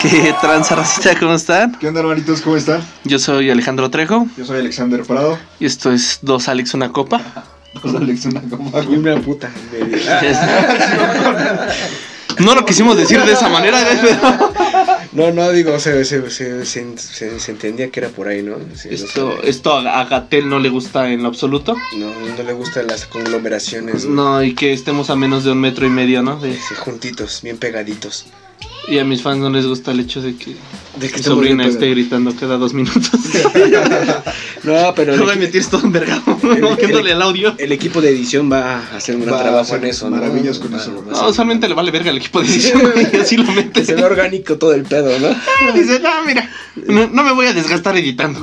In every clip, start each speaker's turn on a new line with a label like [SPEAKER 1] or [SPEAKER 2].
[SPEAKER 1] ¿Qué tranza racita? ¿Cómo están?
[SPEAKER 2] ¿Qué onda, hermanitos? ¿Cómo están?
[SPEAKER 1] Yo soy Alejandro Trejo
[SPEAKER 2] Yo soy Alexander Prado.
[SPEAKER 1] y esto es Dos Alex Una Copa.
[SPEAKER 2] Dos Alex, una copa,
[SPEAKER 3] Y
[SPEAKER 2] güey.
[SPEAKER 3] una puta. en medio.
[SPEAKER 1] No lo quisimos decir de esa manera, ¿eh? pero
[SPEAKER 3] No, no, digo, se, se, se, se, se- se entendía que era por ahí, ¿no? Sí, no
[SPEAKER 1] esto,
[SPEAKER 3] sé.
[SPEAKER 1] esto a Gatel no le gusta en lo absoluto.
[SPEAKER 3] No, no le gustan las conglomeraciones. güey.
[SPEAKER 1] No, y que estemos a menos de un metro y medio, ¿no? De-
[SPEAKER 3] Sí, juntitos, bien pegaditos.
[SPEAKER 1] y a mis fans no les gusta el hecho de que
[SPEAKER 3] De
[SPEAKER 1] mi
[SPEAKER 3] estamos bien
[SPEAKER 1] sobrina esté
[SPEAKER 3] pegados.
[SPEAKER 1] gritando cada dos minutos.
[SPEAKER 3] No, pero
[SPEAKER 1] No voy a
[SPEAKER 3] el, equi-
[SPEAKER 1] meter esto en verga, metiéndole el audio.
[SPEAKER 3] el equipo de edición va a hacer un gran
[SPEAKER 2] Va a
[SPEAKER 3] trabajo
[SPEAKER 2] hacer
[SPEAKER 3] en eso, ¿no?
[SPEAKER 2] maravillas con
[SPEAKER 3] Va-
[SPEAKER 2] eso, güey.
[SPEAKER 3] va a
[SPEAKER 1] No,
[SPEAKER 3] ser-
[SPEAKER 1] usualmente le vale verga al equipo de edición güey, y así lo
[SPEAKER 3] Que
[SPEAKER 1] mete.
[SPEAKER 3] se vea orgánico todo el pedo, ¿no?
[SPEAKER 1] Dice, no, mira, no, no me voy a desgastar editando.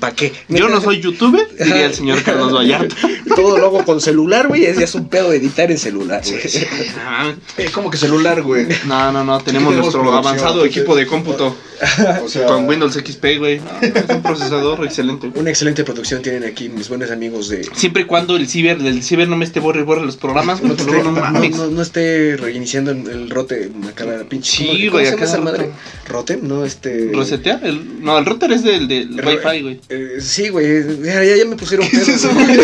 [SPEAKER 3] ¿Para qué?
[SPEAKER 1] Yo no soy youtuber, diría el señor Carlos Vallarta.
[SPEAKER 3] Todo logo con celular, güey, es, ya es un pedo editar en celular, güey.
[SPEAKER 2] Es como que celular, güey.
[SPEAKER 1] No, no, no, tenemos
[SPEAKER 2] Tenemos
[SPEAKER 1] nuestro
[SPEAKER 2] producción,
[SPEAKER 1] avanzado
[SPEAKER 2] entonces,
[SPEAKER 1] equipo de cómputo
[SPEAKER 2] O sea,
[SPEAKER 1] con Windows XP, güey. No, es un procesador excelente.
[SPEAKER 3] Una excelente producción tienen aquí mis buenos amigos de...
[SPEAKER 1] Siempre y cuando el ciber, el ciber no me esté borre y borre los programas, güey,
[SPEAKER 3] No, te esté-
[SPEAKER 1] porque no
[SPEAKER 3] no,
[SPEAKER 1] mames.
[SPEAKER 3] no- no esté reiniciando el, el rote acá la pinche.
[SPEAKER 1] Sí,
[SPEAKER 3] ¿cómo-
[SPEAKER 1] güey,
[SPEAKER 3] cómo se
[SPEAKER 1] acá
[SPEAKER 3] llama esa
[SPEAKER 1] el rote.
[SPEAKER 3] madre? ¿Rote? No, este.
[SPEAKER 1] ¿Resetear? El- no, el router es del, del
[SPEAKER 3] Ro-
[SPEAKER 1] Wi-Fi, güey.
[SPEAKER 3] eh, sí, güey. Ya, ya- ya me pusieron
[SPEAKER 2] ¿Qué es
[SPEAKER 3] pedo,
[SPEAKER 2] eso,
[SPEAKER 3] güey.
[SPEAKER 2] güey?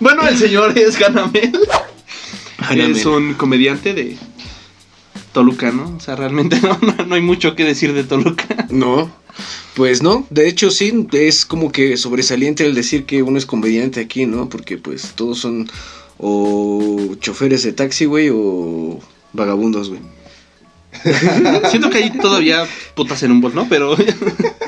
[SPEAKER 1] Bueno, el señor es Ganamel.
[SPEAKER 3] Ganamel.
[SPEAKER 1] Es un comediante de Toluca, ¿no? O sea, realmente no, no, no hay mucho que decir de Toluca.
[SPEAKER 3] No. Pues no, de hecho sí, es como que sobresaliente el decir que uno es comediante aquí, ¿no? Porque pues todos son o choferes de taxi, güey, o vagabundos, güey.
[SPEAKER 1] Siento que hay todavía putas en un bol, ¿no? Pero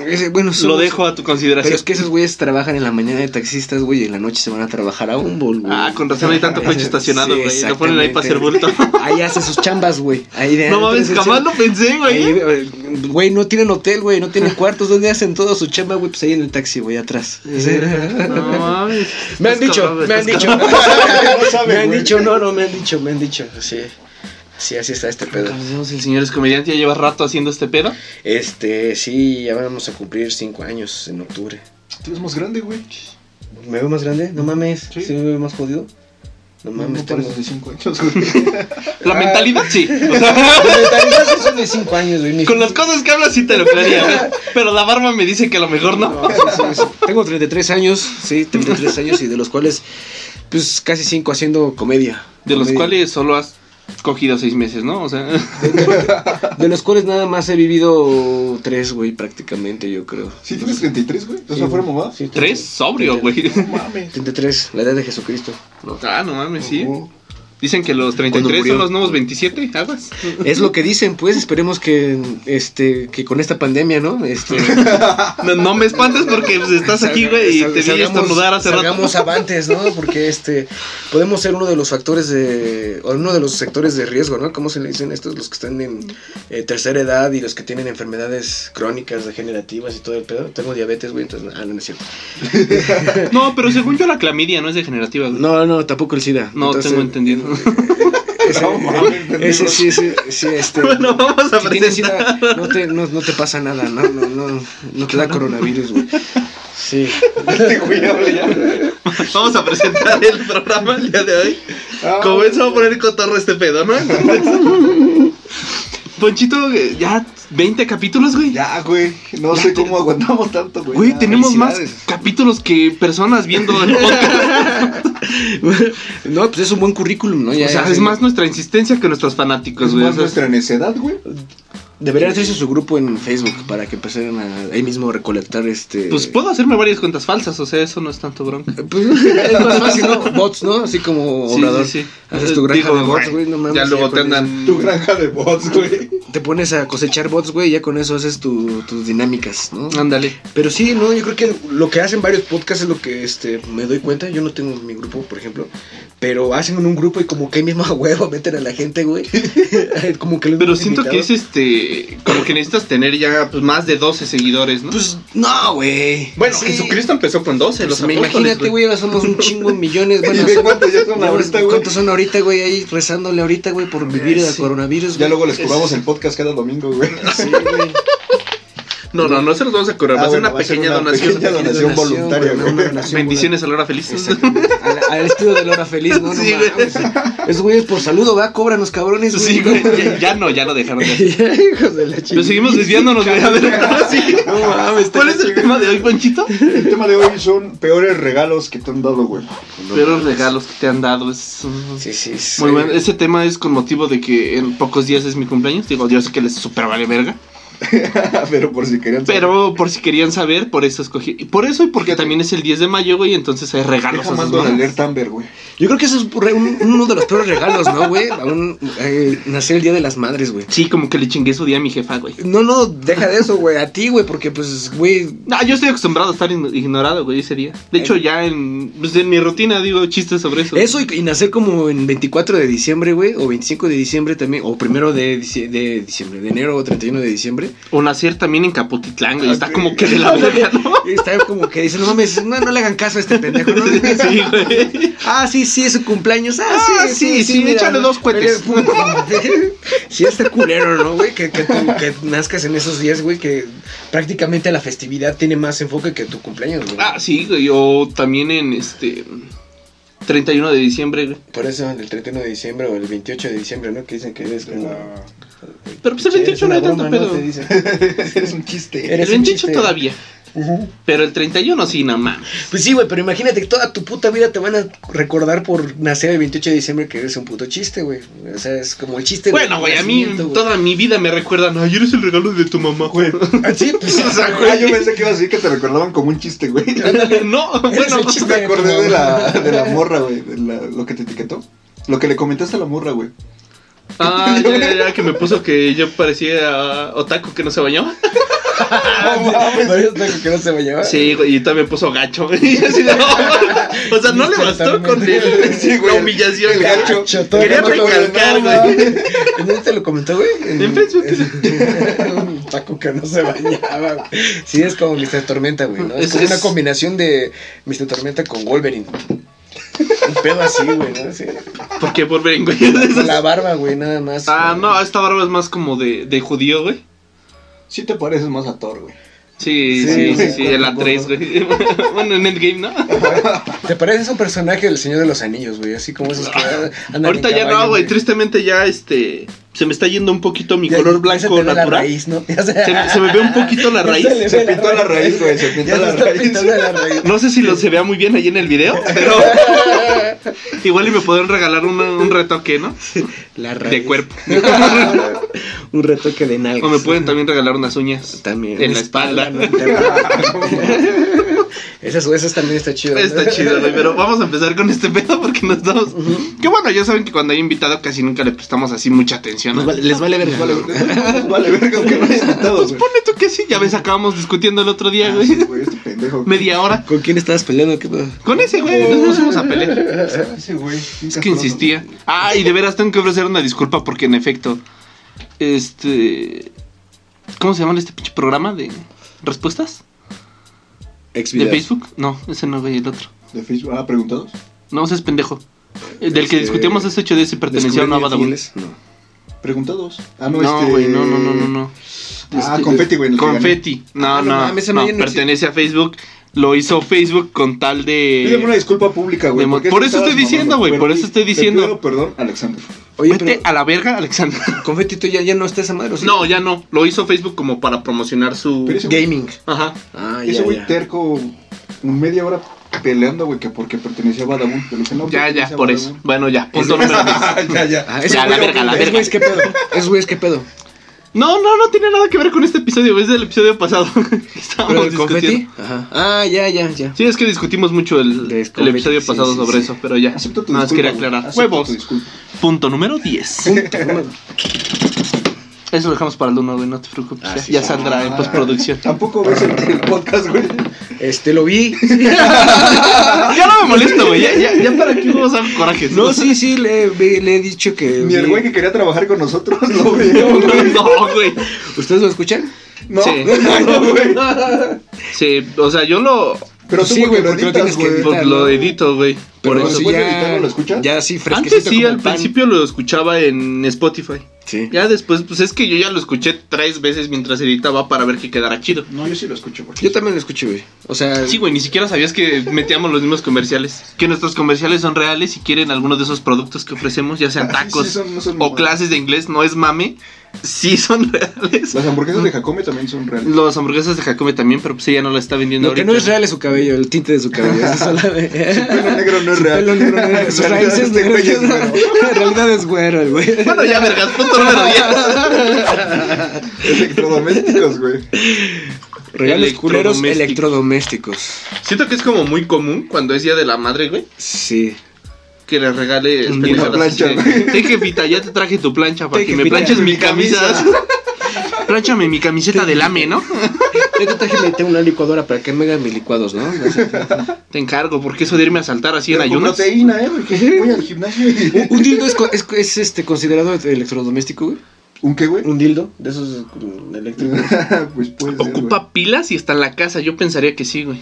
[SPEAKER 3] Ese- Bueno,
[SPEAKER 1] lo
[SPEAKER 3] somos-
[SPEAKER 1] dejo a tu
[SPEAKER 3] Pero
[SPEAKER 1] consideración.
[SPEAKER 3] es que esos güeyes trabajan en la mañana de taxistas, güey, y en la noche se van a trabajar a un bol, güey.
[SPEAKER 1] Ah, con razón hay tanto coche estacionado,
[SPEAKER 3] Sí,
[SPEAKER 1] güey. lo ponen ahí para hacer bulto.
[SPEAKER 3] Ahí hace sus chambas, güey. Ahí de
[SPEAKER 1] No mames,
[SPEAKER 3] entonces,
[SPEAKER 1] jamás lo pensé,
[SPEAKER 3] ahí,
[SPEAKER 1] güey.
[SPEAKER 3] eh, Güey, no tienen hotel, güey, no tienen cuartos. ¿Dónde hacen toda su chamba, güey? Pues ahí en el taxi, güey, atrás. Sí.
[SPEAKER 1] No mames.
[SPEAKER 3] Me han
[SPEAKER 1] Estás
[SPEAKER 3] dicho,
[SPEAKER 1] cabrón,
[SPEAKER 3] me han
[SPEAKER 1] estás
[SPEAKER 3] dicho.
[SPEAKER 1] cabrón.
[SPEAKER 2] No sabe,
[SPEAKER 3] Me han
[SPEAKER 2] güey.
[SPEAKER 3] dicho, no, no, me han dicho, me han dicho. Sí, sí, así está este pedo.
[SPEAKER 1] Como decimos, El señor es comediante, ya lleva rato haciendo este pedo.
[SPEAKER 3] Este, sí, ya vamos a cumplir cinco años en octubre.
[SPEAKER 2] Tú eres más grande, güey.
[SPEAKER 3] ¿Me veo más grande? No mames.
[SPEAKER 2] Sí.
[SPEAKER 3] ¿Sí, me veo más jodido? No
[SPEAKER 2] No
[SPEAKER 3] mames,
[SPEAKER 2] me
[SPEAKER 3] tengo...
[SPEAKER 2] pareces de 5 años, güey.
[SPEAKER 1] La
[SPEAKER 3] Ah.
[SPEAKER 1] mentalidad sí. O sea,
[SPEAKER 3] Mi mentalidad sí son de 5 años, güey. mi-
[SPEAKER 1] con las cosas que hablas sí te lo creería, güey. Pero la barba me dice que a lo mejor no.
[SPEAKER 3] No, sí, sí, sí. Tengo 33 años, sí, 33 años y de los cuales, pues casi 5 haciendo comedia.
[SPEAKER 1] De los
[SPEAKER 3] Comedia.
[SPEAKER 1] cuales solo has cogido seis meses, ¿no? O sea,
[SPEAKER 3] De los cuales nada más he vivido 3, güey, prácticamente, yo creo.
[SPEAKER 2] ¿Sí tienes 33, güey? ¿Estás afuera, mamá?
[SPEAKER 3] Sí,
[SPEAKER 1] tres sobrio, güey.
[SPEAKER 2] No mames.
[SPEAKER 3] 33, la edad de Jesucristo. No.
[SPEAKER 1] Ah, no mames, sí.
[SPEAKER 2] No.
[SPEAKER 1] Dicen que los
[SPEAKER 3] Cuando
[SPEAKER 1] 33
[SPEAKER 3] murió.
[SPEAKER 1] son los nuevos 27, aguas.
[SPEAKER 3] Es lo que dicen, pues, esperemos que, este, que con esta pandemia, ¿no? Este,
[SPEAKER 1] No, no me espantes porque pues, estás aquí, güey, y
[SPEAKER 3] Sal-
[SPEAKER 1] te vi
[SPEAKER 3] salgamos-
[SPEAKER 1] estornudar hace rato.
[SPEAKER 3] Salgamos avantes, ¿no? Porque este podemos ser uno de los factores de o uno de los sectores de riesgo, ¿no? ¿Cómo se le dicen estos los que están en eh, tercera edad y los que tienen enfermedades crónicas degenerativas y todo el pedo? Tengo diabetes, güey, entonces ah, no, no es cierto.
[SPEAKER 1] No, pero según yo la clamidia no es degenerativa, güey.
[SPEAKER 3] No, no, tampoco el SIDA.
[SPEAKER 1] No
[SPEAKER 3] Entonces,
[SPEAKER 1] tengo entendido.
[SPEAKER 3] Ese,
[SPEAKER 2] No mames,
[SPEAKER 3] ese
[SPEAKER 2] pendejos.
[SPEAKER 3] sí, sí, sí, este.
[SPEAKER 1] Bueno, vamos a
[SPEAKER 3] si tienes
[SPEAKER 1] presentar.
[SPEAKER 3] SIDA, no te, no, no te pasa nada, no, no, no, no te da coronavirus, güey. Sí.
[SPEAKER 2] Este güey habla ya.
[SPEAKER 1] Vamos a presentar el programa el día de hoy.
[SPEAKER 2] Ah,
[SPEAKER 1] Comenzó a poner cotorro este pedo, ¿no? Ponchito, eh, ya 20 capítulos, güey.
[SPEAKER 2] Ya, güey. No sé cómo aguantamos tanto, güey.
[SPEAKER 1] Güey,
[SPEAKER 2] Ya,
[SPEAKER 1] tenemos más
[SPEAKER 2] felicidades.
[SPEAKER 1] capítulos que personas viendo el podcast.
[SPEAKER 3] No, pues es un buen currículum, ¿no? Ya-
[SPEAKER 1] O sea,
[SPEAKER 3] ya-
[SPEAKER 1] es más nuestra insistencia que nuestros fanáticos,
[SPEAKER 2] Es
[SPEAKER 1] güey. O
[SPEAKER 2] más
[SPEAKER 1] sea,
[SPEAKER 2] nuestra necedad, güey.
[SPEAKER 3] Deberían hacerse su grupo en Facebook para que empezaran a ahí mismo recolectar este.
[SPEAKER 1] Pues puedo hacerme varias cuentas falsas, o sea, eso no es tanto bronca.
[SPEAKER 3] Pues, es más fácil, ¿no? Bots, ¿no? Así como
[SPEAKER 1] Sí,
[SPEAKER 3] obrador.
[SPEAKER 1] sí, sí.
[SPEAKER 3] Haces tu granja
[SPEAKER 1] Digo,
[SPEAKER 3] de bots,
[SPEAKER 1] güey,
[SPEAKER 3] güey, no mames.
[SPEAKER 1] ya luego
[SPEAKER 3] con
[SPEAKER 1] te andan-
[SPEAKER 2] Tu granja de bots, güey.
[SPEAKER 3] eso- Te pones a cosechar bots, güey, y ya con eso haces tu- tus dinámicas, ¿no?
[SPEAKER 1] Ándale.
[SPEAKER 3] Pero sí, no, yo creo que lo que hacen varios podcasts es lo que este me doy cuenta, yo no tengo mi grupo, por ejemplo, pero hacen un grupo y como que ahí mismo a huevo meten a la gente, güey. como que los
[SPEAKER 1] Pero
[SPEAKER 3] mismos
[SPEAKER 1] siento que es
[SPEAKER 3] invitados.
[SPEAKER 1] este. Como que necesitas tener ya pues, más de 12 seguidores, ¿no?
[SPEAKER 3] pues no, güey.
[SPEAKER 1] bueno,
[SPEAKER 3] Sí.
[SPEAKER 1] Jesucristo empezó con 12.
[SPEAKER 3] Pues
[SPEAKER 1] los
[SPEAKER 3] me
[SPEAKER 1] apóstoles,
[SPEAKER 3] imagínate, güey, ahora somos un chingo millones. Bueno,
[SPEAKER 2] ¿Y ve cuántos ya son
[SPEAKER 3] ya ves
[SPEAKER 2] ahorita, güey?
[SPEAKER 3] ¿Cuántos son ahorita, güey? Ahí rezándole ahorita, güey, por vivir
[SPEAKER 1] Ay,
[SPEAKER 3] de
[SPEAKER 1] Eh, sí.
[SPEAKER 3] coronavirus.
[SPEAKER 2] Ya
[SPEAKER 3] güey. Ah,
[SPEAKER 2] Ah, luego les cobramos el podcast cada domingo, güey.
[SPEAKER 3] Sí, güey.
[SPEAKER 1] No, no, no se los vamos a cobrar.
[SPEAKER 2] Ah,
[SPEAKER 1] va a ser
[SPEAKER 2] bueno,
[SPEAKER 1] una
[SPEAKER 2] va a ser
[SPEAKER 1] pequeña
[SPEAKER 2] una
[SPEAKER 1] donación.
[SPEAKER 2] pequeña donación. voluntaria,
[SPEAKER 3] güey,
[SPEAKER 2] güey.
[SPEAKER 3] una donación
[SPEAKER 1] Bendiciones a la hora feliz.
[SPEAKER 3] Exactamente. Al, al estilo de Lora Feliz, ¿no?
[SPEAKER 1] Sí,
[SPEAKER 3] no mames. Esos güeyes por saludo, va, cobran los cabrones.
[SPEAKER 1] Sí, güey. Ya, ya no, ya lo dejaron. de hacer.
[SPEAKER 3] Hijos de la chingada.
[SPEAKER 1] Pero seguimos desviándonos, güey. A ver, ahora sí.
[SPEAKER 3] No mames,
[SPEAKER 1] ¿Cuál es el tema de hoy, Panchito?
[SPEAKER 2] El tema de hoy son peores regalos que te han dado, güey.
[SPEAKER 1] Pero regalos que te han dado. Es un-
[SPEAKER 3] Sí, sí, sí.
[SPEAKER 1] Muy bueno, ese tema es con motivo de que en pocos días es mi cumpleaños. Digo, yo sé que les super vale verga.
[SPEAKER 2] pero por si querían saber.
[SPEAKER 1] Pero por si querían saber, por eso escogí. y Por eso y porque también es el 10 de mayo, güey. Entonces hay regalos.
[SPEAKER 2] Deja
[SPEAKER 1] a sus
[SPEAKER 2] mando la
[SPEAKER 1] mamás.
[SPEAKER 2] alerta Amber, güey.
[SPEAKER 3] Yo creo que eso es re- un- uno de los peores regalos, ¿no, güey? Aún eh, nacer el Día de las Madres, güey.
[SPEAKER 1] Sí, como que le chingué su día a mi jefa, güey.
[SPEAKER 3] No, no, deja de eso, güey. A ti, güey, porque pues, güey,
[SPEAKER 1] No, Ah, yo estoy acostumbrado a estar ign- ignorado, güey, ese día. De hecho, ya en, pues, en mi rutina digo chistes sobre eso.
[SPEAKER 3] Eh. Eso y, y nacer como en 24 de diciembre, güey, o 25 de diciembre también, o primero de, dicie- de diciembre, de enero o 31 de diciembre.
[SPEAKER 1] O nacer también en Capotitlán, güey. Está
[SPEAKER 3] Ah,
[SPEAKER 2] Ok.
[SPEAKER 1] como que de la verga, ¿no?
[SPEAKER 3] Y Está como que dicen, no mames, no, no le hagan caso a este pendejo, ¿no?
[SPEAKER 1] Sí, güey.
[SPEAKER 3] Ah, sí, sí, es su cumpleaños. Ah,
[SPEAKER 1] Ah,
[SPEAKER 3] sí,
[SPEAKER 1] sí,
[SPEAKER 3] sí,
[SPEAKER 1] sí, échale
[SPEAKER 3] ¿no?
[SPEAKER 1] dos cohetes.
[SPEAKER 3] Pum, pum. Sí, este culero, ¿no, güey? Que, que tú- que nazcas en esos días, güey, que prácticamente la festividad tiene más enfoque que tu cumpleaños, güey.
[SPEAKER 1] Ah, sí, güey. O también en este. 31 de diciembre, güey.
[SPEAKER 3] Por eso el 31 de diciembre o el 28 de diciembre, ¿no? Que dicen que eres como...
[SPEAKER 1] Pero pues el 28 no hay tanto pedo.
[SPEAKER 3] Te dicen.
[SPEAKER 2] es un chiste.
[SPEAKER 1] El
[SPEAKER 3] Eres un
[SPEAKER 1] 28
[SPEAKER 3] chiste.
[SPEAKER 1] todavía. Pero el 31 sí, no mames.
[SPEAKER 3] Pues sí, güey, pero imagínate que toda tu puta vida te van a recordar por nacer el 28 de diciembre que eres un puto chiste, güey. O sea, es como el chiste.
[SPEAKER 1] Bueno, güey, a mí toda mi vida me recuerdan, ay, eres el regalo de tu mamá, güey.
[SPEAKER 3] Sí, pues.
[SPEAKER 1] O sea,
[SPEAKER 2] Ah, yo pensé que iba a decir que te recordaban como un chiste, güey.
[SPEAKER 1] No,
[SPEAKER 3] Eres
[SPEAKER 1] bueno,
[SPEAKER 3] el chiste.
[SPEAKER 2] Me acordé de la, de la morra, güey. de la- Lo que te etiquetó. Lo que le comentaste a la morra, güey.
[SPEAKER 1] Ah, ya, ya, ya, que me puso que yo parecía otaku que no se bañaba.
[SPEAKER 3] Ah,
[SPEAKER 2] No mames.
[SPEAKER 3] Varios tacos que no se va a llevar.
[SPEAKER 1] Sí, güey, y también puso gacho, güey. Y así de, no, o sea, no le bastó con el-
[SPEAKER 2] Sí, güey.
[SPEAKER 1] la humillación,
[SPEAKER 2] El
[SPEAKER 1] güey.
[SPEAKER 2] gacho.
[SPEAKER 3] Chotón,
[SPEAKER 1] Quería
[SPEAKER 3] no me acuerdo.
[SPEAKER 1] recalcar,
[SPEAKER 3] No,
[SPEAKER 1] güey.
[SPEAKER 3] ¿En dónde te lo comentó, güey?
[SPEAKER 1] En Facebook.
[SPEAKER 3] un taco que no se bañaba, güey. Sí, es como Mr. Tormenta, güey, ¿no? Es,
[SPEAKER 1] Es-
[SPEAKER 3] como
[SPEAKER 1] es-
[SPEAKER 3] una combinación de Mr. Tormenta con Wolverine. Un pedo así, güey, ¿no? Sí.
[SPEAKER 1] ¿Por qué Wolverine, güey?
[SPEAKER 3] La barba, güey, nada más.
[SPEAKER 1] Ah,
[SPEAKER 3] güey.
[SPEAKER 1] no, esta barba es más como de, de judío, güey.
[SPEAKER 2] Sí te pareces más a Thor, güey.
[SPEAKER 1] Sí,
[SPEAKER 3] Sí,
[SPEAKER 1] sí, sí,
[SPEAKER 3] güey,
[SPEAKER 1] sí,
[SPEAKER 3] con
[SPEAKER 1] el
[SPEAKER 3] la
[SPEAKER 1] A3, güey. Bueno, en Endgame, ¿no?
[SPEAKER 3] ¿Te pareces un personaje del Señor de los Anillos, güey? Así como esos que andan
[SPEAKER 1] Ah, Ahorita
[SPEAKER 3] en
[SPEAKER 1] ya
[SPEAKER 3] caballo,
[SPEAKER 1] no, güey. Tristemente ya, este, se me está yendo un poquito mi
[SPEAKER 3] Ya-
[SPEAKER 1] color
[SPEAKER 3] ya se te
[SPEAKER 1] blanco
[SPEAKER 3] ve la
[SPEAKER 1] natural.
[SPEAKER 3] raíz, ¿no? Ya
[SPEAKER 1] Se me- se me ve un poquito la
[SPEAKER 3] Ya
[SPEAKER 1] raíz.
[SPEAKER 3] le
[SPEAKER 2] Se
[SPEAKER 3] ve
[SPEAKER 2] pintó la raíz, güey, se pintó
[SPEAKER 3] Ya
[SPEAKER 2] la
[SPEAKER 3] está
[SPEAKER 2] raíz.
[SPEAKER 3] pintando la raíz.
[SPEAKER 1] No sé si lo se vea muy bien ahí en el video, pero igual y me podrían regalar una- un retoque, ¿no?
[SPEAKER 3] La
[SPEAKER 1] De cuerpo.
[SPEAKER 3] Un retoque de nalgas.
[SPEAKER 1] O me pueden también regalar unas uñas.
[SPEAKER 3] También.
[SPEAKER 1] En la espalda.
[SPEAKER 3] ¿no? También. Esas esas también está chido. ¿no?
[SPEAKER 1] Está chido, güey, pero vamos a empezar con este pedo porque nos damos... Que bueno, ya saben que cuando hay invitado casi nunca le prestamos así mucha atención. ¿no?
[SPEAKER 3] Nos vale- Les vale ver.
[SPEAKER 2] Vale, verga. vale, verga, aunque no hayas invitado,
[SPEAKER 1] Pues
[SPEAKER 2] güey.
[SPEAKER 1] pone tú que sí, ya ves, acabamos discutiendo el otro día,
[SPEAKER 2] Ah,
[SPEAKER 1] güey.
[SPEAKER 2] sí, güey, este pendejo.
[SPEAKER 1] Media hora.
[SPEAKER 3] ¿Con quién estabas peleando? ¿Qué pedo?
[SPEAKER 1] Con ese, güey, nos pusimos a pelear.
[SPEAKER 2] Ese güey.
[SPEAKER 1] Es que insistía. Ah, y de veras tengo que ofrecer una disculpa porque en efecto. Este. ¿Cómo se llama este pinche programa de respuestas?
[SPEAKER 3] Ex
[SPEAKER 1] ¿De Facebook? No, ese no, güey, el otro.
[SPEAKER 2] ¿De Facebook? Ah, preguntados.
[SPEAKER 1] No, ese es pendejo. Eh, Del que
[SPEAKER 3] Este,
[SPEAKER 1] discutimos hace ocho días si pertenecía o no a Badabun.
[SPEAKER 3] No.
[SPEAKER 2] Preguntados. Ah, no,
[SPEAKER 1] No,
[SPEAKER 2] este.
[SPEAKER 1] güey, no, no, no, no, no.
[SPEAKER 2] Ah,
[SPEAKER 1] Este,
[SPEAKER 2] confeti, güey. en el que
[SPEAKER 1] Confeti. No,
[SPEAKER 3] Ah, no
[SPEAKER 1] no.
[SPEAKER 3] mames, ese no
[SPEAKER 1] No,
[SPEAKER 3] ya no existe.
[SPEAKER 1] pertenece a Facebook. Lo hizo Facebook con tal
[SPEAKER 2] gané. Pídeme una
[SPEAKER 1] de.
[SPEAKER 2] disculpa pública, güey.
[SPEAKER 1] De mo-
[SPEAKER 2] porque
[SPEAKER 1] por
[SPEAKER 2] es que
[SPEAKER 1] eso estoy
[SPEAKER 2] estabas
[SPEAKER 1] diciendo,
[SPEAKER 2] mamando.
[SPEAKER 1] güey, por
[SPEAKER 2] Pero
[SPEAKER 1] eso
[SPEAKER 2] sí,
[SPEAKER 1] estoy
[SPEAKER 2] te
[SPEAKER 1] diciendo.
[SPEAKER 2] pido perdón, Alexander.
[SPEAKER 3] Oye,
[SPEAKER 1] Vete
[SPEAKER 3] pero
[SPEAKER 1] a la verga, Alexander.
[SPEAKER 3] Confetito ya, ya no está esa madre, ¿o sí?
[SPEAKER 1] No, ya no. Lo hizo Facebook como para promocionar
[SPEAKER 2] Pero
[SPEAKER 1] su.
[SPEAKER 2] ese-
[SPEAKER 3] Gaming.
[SPEAKER 1] Ajá.
[SPEAKER 3] Ah,
[SPEAKER 2] Ese güey terco, media hora peleando, güey, que porque pertenecía a Badabun. Pero dije, no,
[SPEAKER 1] Ya, ya,
[SPEAKER 2] pertenece a
[SPEAKER 1] por
[SPEAKER 2] Badabun.
[SPEAKER 1] eso. Bueno, ya, punto número 10.
[SPEAKER 2] ya, ya.
[SPEAKER 3] Ah, ese
[SPEAKER 1] Ya, la
[SPEAKER 3] güey-
[SPEAKER 1] verga, la
[SPEAKER 3] esos
[SPEAKER 1] verga.
[SPEAKER 3] güeyes, ¿qué pedo? Esos güeyes, ¿qué pedo?
[SPEAKER 1] No, no, no tiene nada que ver con este episodio, es del episodio pasado. que
[SPEAKER 3] ¿Pero
[SPEAKER 1] Estábamos
[SPEAKER 3] el confeti?
[SPEAKER 1] discutiendo.
[SPEAKER 3] Ajá. Ah, ya, ya, ya.
[SPEAKER 1] Sí, es que discutimos mucho el,
[SPEAKER 3] De
[SPEAKER 1] el
[SPEAKER 3] confeti,
[SPEAKER 1] episodio
[SPEAKER 3] sí,
[SPEAKER 1] pasado
[SPEAKER 3] sí,
[SPEAKER 1] sobre
[SPEAKER 3] sí.
[SPEAKER 1] eso, pero ya.
[SPEAKER 2] Acepto tu
[SPEAKER 1] Nada más
[SPEAKER 2] disculpa,
[SPEAKER 1] quería
[SPEAKER 2] güey.
[SPEAKER 1] aclarar.
[SPEAKER 2] Acepto
[SPEAKER 1] Huevos.
[SPEAKER 2] tu disculpa.
[SPEAKER 1] Punto número 10.
[SPEAKER 3] Punto, número-
[SPEAKER 1] Eso lo dejamos para el uno, güey, no te preocupes.
[SPEAKER 3] Ah,
[SPEAKER 1] ya
[SPEAKER 3] sí,
[SPEAKER 1] ya
[SPEAKER 3] sí.
[SPEAKER 1] saldrá en
[SPEAKER 2] Ah.
[SPEAKER 1] postproducción.
[SPEAKER 2] Tampoco ves el, el podcast, güey.
[SPEAKER 3] Este, lo vi.
[SPEAKER 1] ya no me molesto, güey. Ya, ya, ya para qué vamos a dar corajes.
[SPEAKER 3] No, sí, sí, le, ve- le he dicho que.
[SPEAKER 2] Ni el
[SPEAKER 3] vi-
[SPEAKER 2] güey que quería trabajar con nosotros lo vio, güey.
[SPEAKER 1] No, güey.
[SPEAKER 3] ¿Ustedes lo escuchan?
[SPEAKER 2] No,
[SPEAKER 1] Sí.
[SPEAKER 2] no, güey.
[SPEAKER 1] Sí, o sea, yo lo,
[SPEAKER 2] Pero tú
[SPEAKER 3] Sí,
[SPEAKER 2] porque
[SPEAKER 3] güey, porque lo
[SPEAKER 2] lo editas,
[SPEAKER 3] tienes que
[SPEAKER 2] güey.
[SPEAKER 3] editar.
[SPEAKER 1] pues, lo edito, güey. Por
[SPEAKER 2] Pero
[SPEAKER 1] eso.
[SPEAKER 2] sí, después de editarlo, ¿lo escuchas?
[SPEAKER 3] Ya, sí, fresquecito.
[SPEAKER 1] Antes sí,
[SPEAKER 3] como
[SPEAKER 1] al
[SPEAKER 3] pan.
[SPEAKER 1] principio lo escuchaba en Spotify.
[SPEAKER 3] Sí.
[SPEAKER 1] Ya después, pues es que yo ya lo escuché tres veces mientras editaba para ver que quedara chido.
[SPEAKER 2] No, yo sí lo escucho porque.
[SPEAKER 3] Yo también lo escuché, güey. O sea,
[SPEAKER 1] Sí, güey, ni siquiera sabías que metíamos los mismos comerciales. Que nuestros comerciales son reales y quieren algunos de esos productos que ofrecemos, ya sean
[SPEAKER 2] Sí,
[SPEAKER 1] tacos
[SPEAKER 2] son- no son
[SPEAKER 1] o
[SPEAKER 2] mamadas.
[SPEAKER 1] clases de inglés, no es mame. Sí son reales.
[SPEAKER 2] Las hamburguesas de Jacome también son reales.
[SPEAKER 1] Los hamburguesas de Jacome también, pero pues ella no la está vendiendo
[SPEAKER 3] lo que
[SPEAKER 1] ahorita.
[SPEAKER 3] no es real es su cabello, el tinte de su cabello. Eso solamente-
[SPEAKER 2] Su pelo negro no es
[SPEAKER 3] Su
[SPEAKER 2] real.
[SPEAKER 3] pelo negro no es-
[SPEAKER 2] En
[SPEAKER 3] Sus
[SPEAKER 2] realidad,
[SPEAKER 3] raíces
[SPEAKER 2] este
[SPEAKER 3] negras.
[SPEAKER 2] güey es güero.
[SPEAKER 3] En realidad es güero, el güey.
[SPEAKER 1] Bueno, ya, vergas, punto número 10.
[SPEAKER 2] Electrodomésticos, güey.
[SPEAKER 3] Regalos culeros
[SPEAKER 1] Electrodomésticos.
[SPEAKER 3] electrodomésticos.
[SPEAKER 1] Siento que es como muy común cuando es Día de la Madre, güey.
[SPEAKER 3] Sí.
[SPEAKER 1] Que le regale
[SPEAKER 3] Una
[SPEAKER 1] pendejadas
[SPEAKER 2] plancha,
[SPEAKER 1] así de, Sí, jefita, ya te traje tu plancha para
[SPEAKER 3] Sí,
[SPEAKER 1] que me
[SPEAKER 3] jefita,
[SPEAKER 1] planches
[SPEAKER 3] mi
[SPEAKER 1] mi camisa. Plánchame mi camiseta de lame, E, ¿no?
[SPEAKER 3] Yo te traje meter una licuadora para que me hagan mis licuados, ¿no? O sea,
[SPEAKER 1] Te encargo, porque eso de irme a saltar así en
[SPEAKER 2] Pero con
[SPEAKER 1] ayunas.
[SPEAKER 2] proteína, eh, porque voy al gimnasio
[SPEAKER 3] ¿Un,
[SPEAKER 2] y...
[SPEAKER 3] un dildo es, co- es- es, este, considerado electrodoméstico, güey?
[SPEAKER 2] ¿Un qué, güey?
[SPEAKER 3] ¿Un dildo? De esos mm, eléctricos.
[SPEAKER 2] pues puede ser, güey.
[SPEAKER 1] Ocupa pilas y está en la casa, yo pensaría que sí, güey.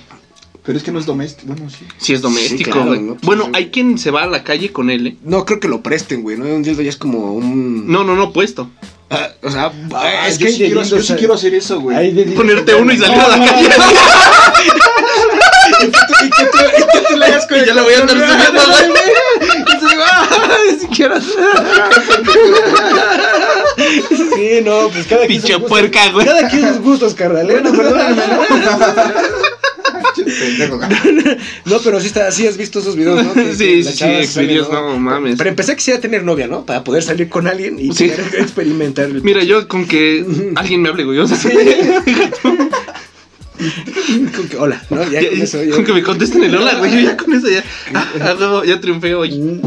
[SPEAKER 2] Pero es que no es doméstico. Bueno, sí.
[SPEAKER 1] Si es doméstico,
[SPEAKER 3] claro,
[SPEAKER 1] güey.
[SPEAKER 3] ¿no? Pues,
[SPEAKER 1] Bueno,
[SPEAKER 3] sí.
[SPEAKER 1] hay quien se va a la calle con él, ¿eh?
[SPEAKER 3] No, creo que lo presten, güey. ¿no? Un dildo ya es como un.
[SPEAKER 1] No, no, no, puesto.
[SPEAKER 3] Ah, o sea,
[SPEAKER 2] Ah,
[SPEAKER 3] es
[SPEAKER 2] yo
[SPEAKER 3] que
[SPEAKER 2] sí quiero, yo sí quiero hacer eso, güey.
[SPEAKER 1] Ponerte uno y salir a la calle. Y ya la voy a andar subiendo, güey. Y se digo, "Ah, ni siquiera".
[SPEAKER 3] Sí, no, pues cada quien.
[SPEAKER 1] Pinche
[SPEAKER 3] sus gustos.
[SPEAKER 1] puerca, güey.
[SPEAKER 3] Cada quien sus gustos, carnal. ¿eh? No, perdóname, ¿no?
[SPEAKER 2] Pendejo.
[SPEAKER 3] No, pero sí, está, sí has visto esos videos, ¿no? Que- que
[SPEAKER 1] Sí,
[SPEAKER 3] la
[SPEAKER 1] sí, sí,
[SPEAKER 3] chava sale,
[SPEAKER 1] videos, no mames.
[SPEAKER 3] Pero empecé a quisiera tener novia, ¿no? Para poder salir con alguien y
[SPEAKER 1] Sí.
[SPEAKER 3] poder experimentar. el-
[SPEAKER 1] Mira, yo con que alguien me hable, güey. o sea,
[SPEAKER 3] Con que- hola, ¿no? Ya,
[SPEAKER 1] ya-
[SPEAKER 3] con eso, ya.
[SPEAKER 1] Con que me contesten el hola, güey. Yo ya con eso ya. ah, no, ya triunfé hoy.
[SPEAKER 3] Mm.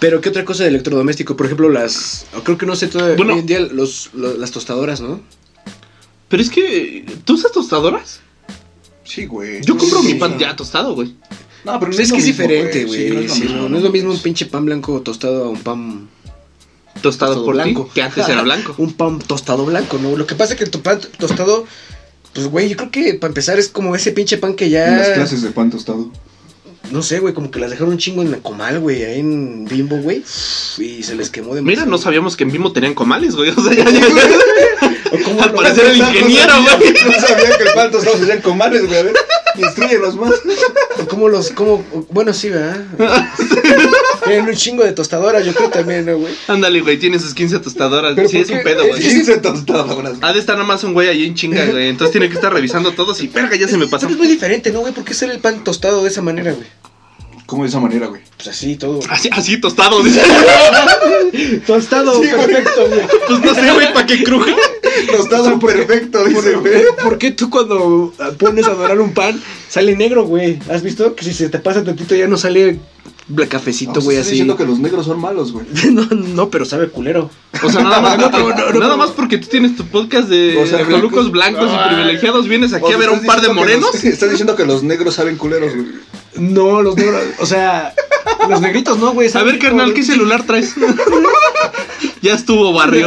[SPEAKER 3] Pero qué otra cosa de electrodoméstico, por ejemplo, las o creo que no sé todavía
[SPEAKER 1] Bueno.
[SPEAKER 3] hoy en día los, lo- las tostadoras, ¿no?
[SPEAKER 1] Pero es que. ¿Tú usas tostadoras?
[SPEAKER 2] Sí, güey.
[SPEAKER 1] Yo compro
[SPEAKER 2] Sí,
[SPEAKER 1] mi
[SPEAKER 2] sí,
[SPEAKER 1] pan
[SPEAKER 2] sí.
[SPEAKER 1] ya tostado, güey.
[SPEAKER 2] No, pero
[SPEAKER 3] Pues
[SPEAKER 2] no
[SPEAKER 3] es
[SPEAKER 2] lo
[SPEAKER 3] que es
[SPEAKER 2] mismo,
[SPEAKER 3] diferente, güey.
[SPEAKER 2] Sí,
[SPEAKER 3] sí, no, no es lo mismo un pinche pan blanco tostado a un pan
[SPEAKER 1] Tostado,
[SPEAKER 3] tostado
[SPEAKER 1] por
[SPEAKER 3] blanco.
[SPEAKER 1] blanco. que antes era blanco.
[SPEAKER 3] un pan tostado blanco, ¿no? Lo que pasa es que tu pan tostado pues güey, yo creo que para empezar es como ese pinche pan que ya
[SPEAKER 2] Unas clases de pan tostado.
[SPEAKER 3] No sé, güey, como que las dejaron un chingo en la comal, güey, ahí en Bimbo, güey. Y se les quemó de
[SPEAKER 1] Mira, no sabíamos que en Bimbo tenían comales, güey. O sea, ya, ya, ya. Al parecer el
[SPEAKER 2] No sabía-
[SPEAKER 1] ingeniero, güey.
[SPEAKER 2] No sabía que el pan tostado se hacían comales, güey. A ver, instruyenos más.
[SPEAKER 3] ¿Cómo los, cómo? Bueno, sí, ¿verdad? Tienen un chingo de tostadoras, yo creo también, ¿no, güey?
[SPEAKER 1] Ándale, güey, tiene sus 15 tostadoras.
[SPEAKER 2] Pero
[SPEAKER 1] Sí,
[SPEAKER 2] ¿por
[SPEAKER 1] es un
[SPEAKER 2] qué?
[SPEAKER 1] pedo, güey.
[SPEAKER 2] 15 tostadoras.
[SPEAKER 1] Ha de estar nada más un güey ahí en chinga, güey. Entonces tiene que estar revisando todos y verga, ya se me pasó.
[SPEAKER 3] Pero es muy diferente, ¿no, güey? ¿Por qué hacer el pan tostado de esa manera, güey?
[SPEAKER 2] ¿Cómo de esa manera, güey?
[SPEAKER 3] Pues así, todo.
[SPEAKER 1] Así, así tostado, dice.
[SPEAKER 3] Tostado, perfecto, güey.
[SPEAKER 1] Pues no sé, güey, para qué cruje.
[SPEAKER 2] Tostado perfecto, dice, güey.
[SPEAKER 3] ¿Por qué tú cuando pones a dorar un pan sale negro, güey? ¿Has visto que si se te pasa tantito ya no sale bla- cafecito,
[SPEAKER 1] pues,
[SPEAKER 2] Estás
[SPEAKER 3] güey, así?
[SPEAKER 2] diciendo que los negros son malos, güey.
[SPEAKER 3] No, no, pero sabe culero.
[SPEAKER 1] O sea, nada más, nada más porque tú tienes tu podcast de
[SPEAKER 2] O sea,
[SPEAKER 1] recolucos blancos y privilegiados. Vienes aquí a ver a un par de morenos.
[SPEAKER 2] Estás diciendo que los negros saben culeros, güey.
[SPEAKER 3] No, los negros, o sea, los negritos no, güey.
[SPEAKER 1] A
[SPEAKER 3] saben
[SPEAKER 1] ver,
[SPEAKER 3] rico,
[SPEAKER 1] carnal,
[SPEAKER 3] güey.
[SPEAKER 1] ¿qué celular traes? ya estuvo barrio.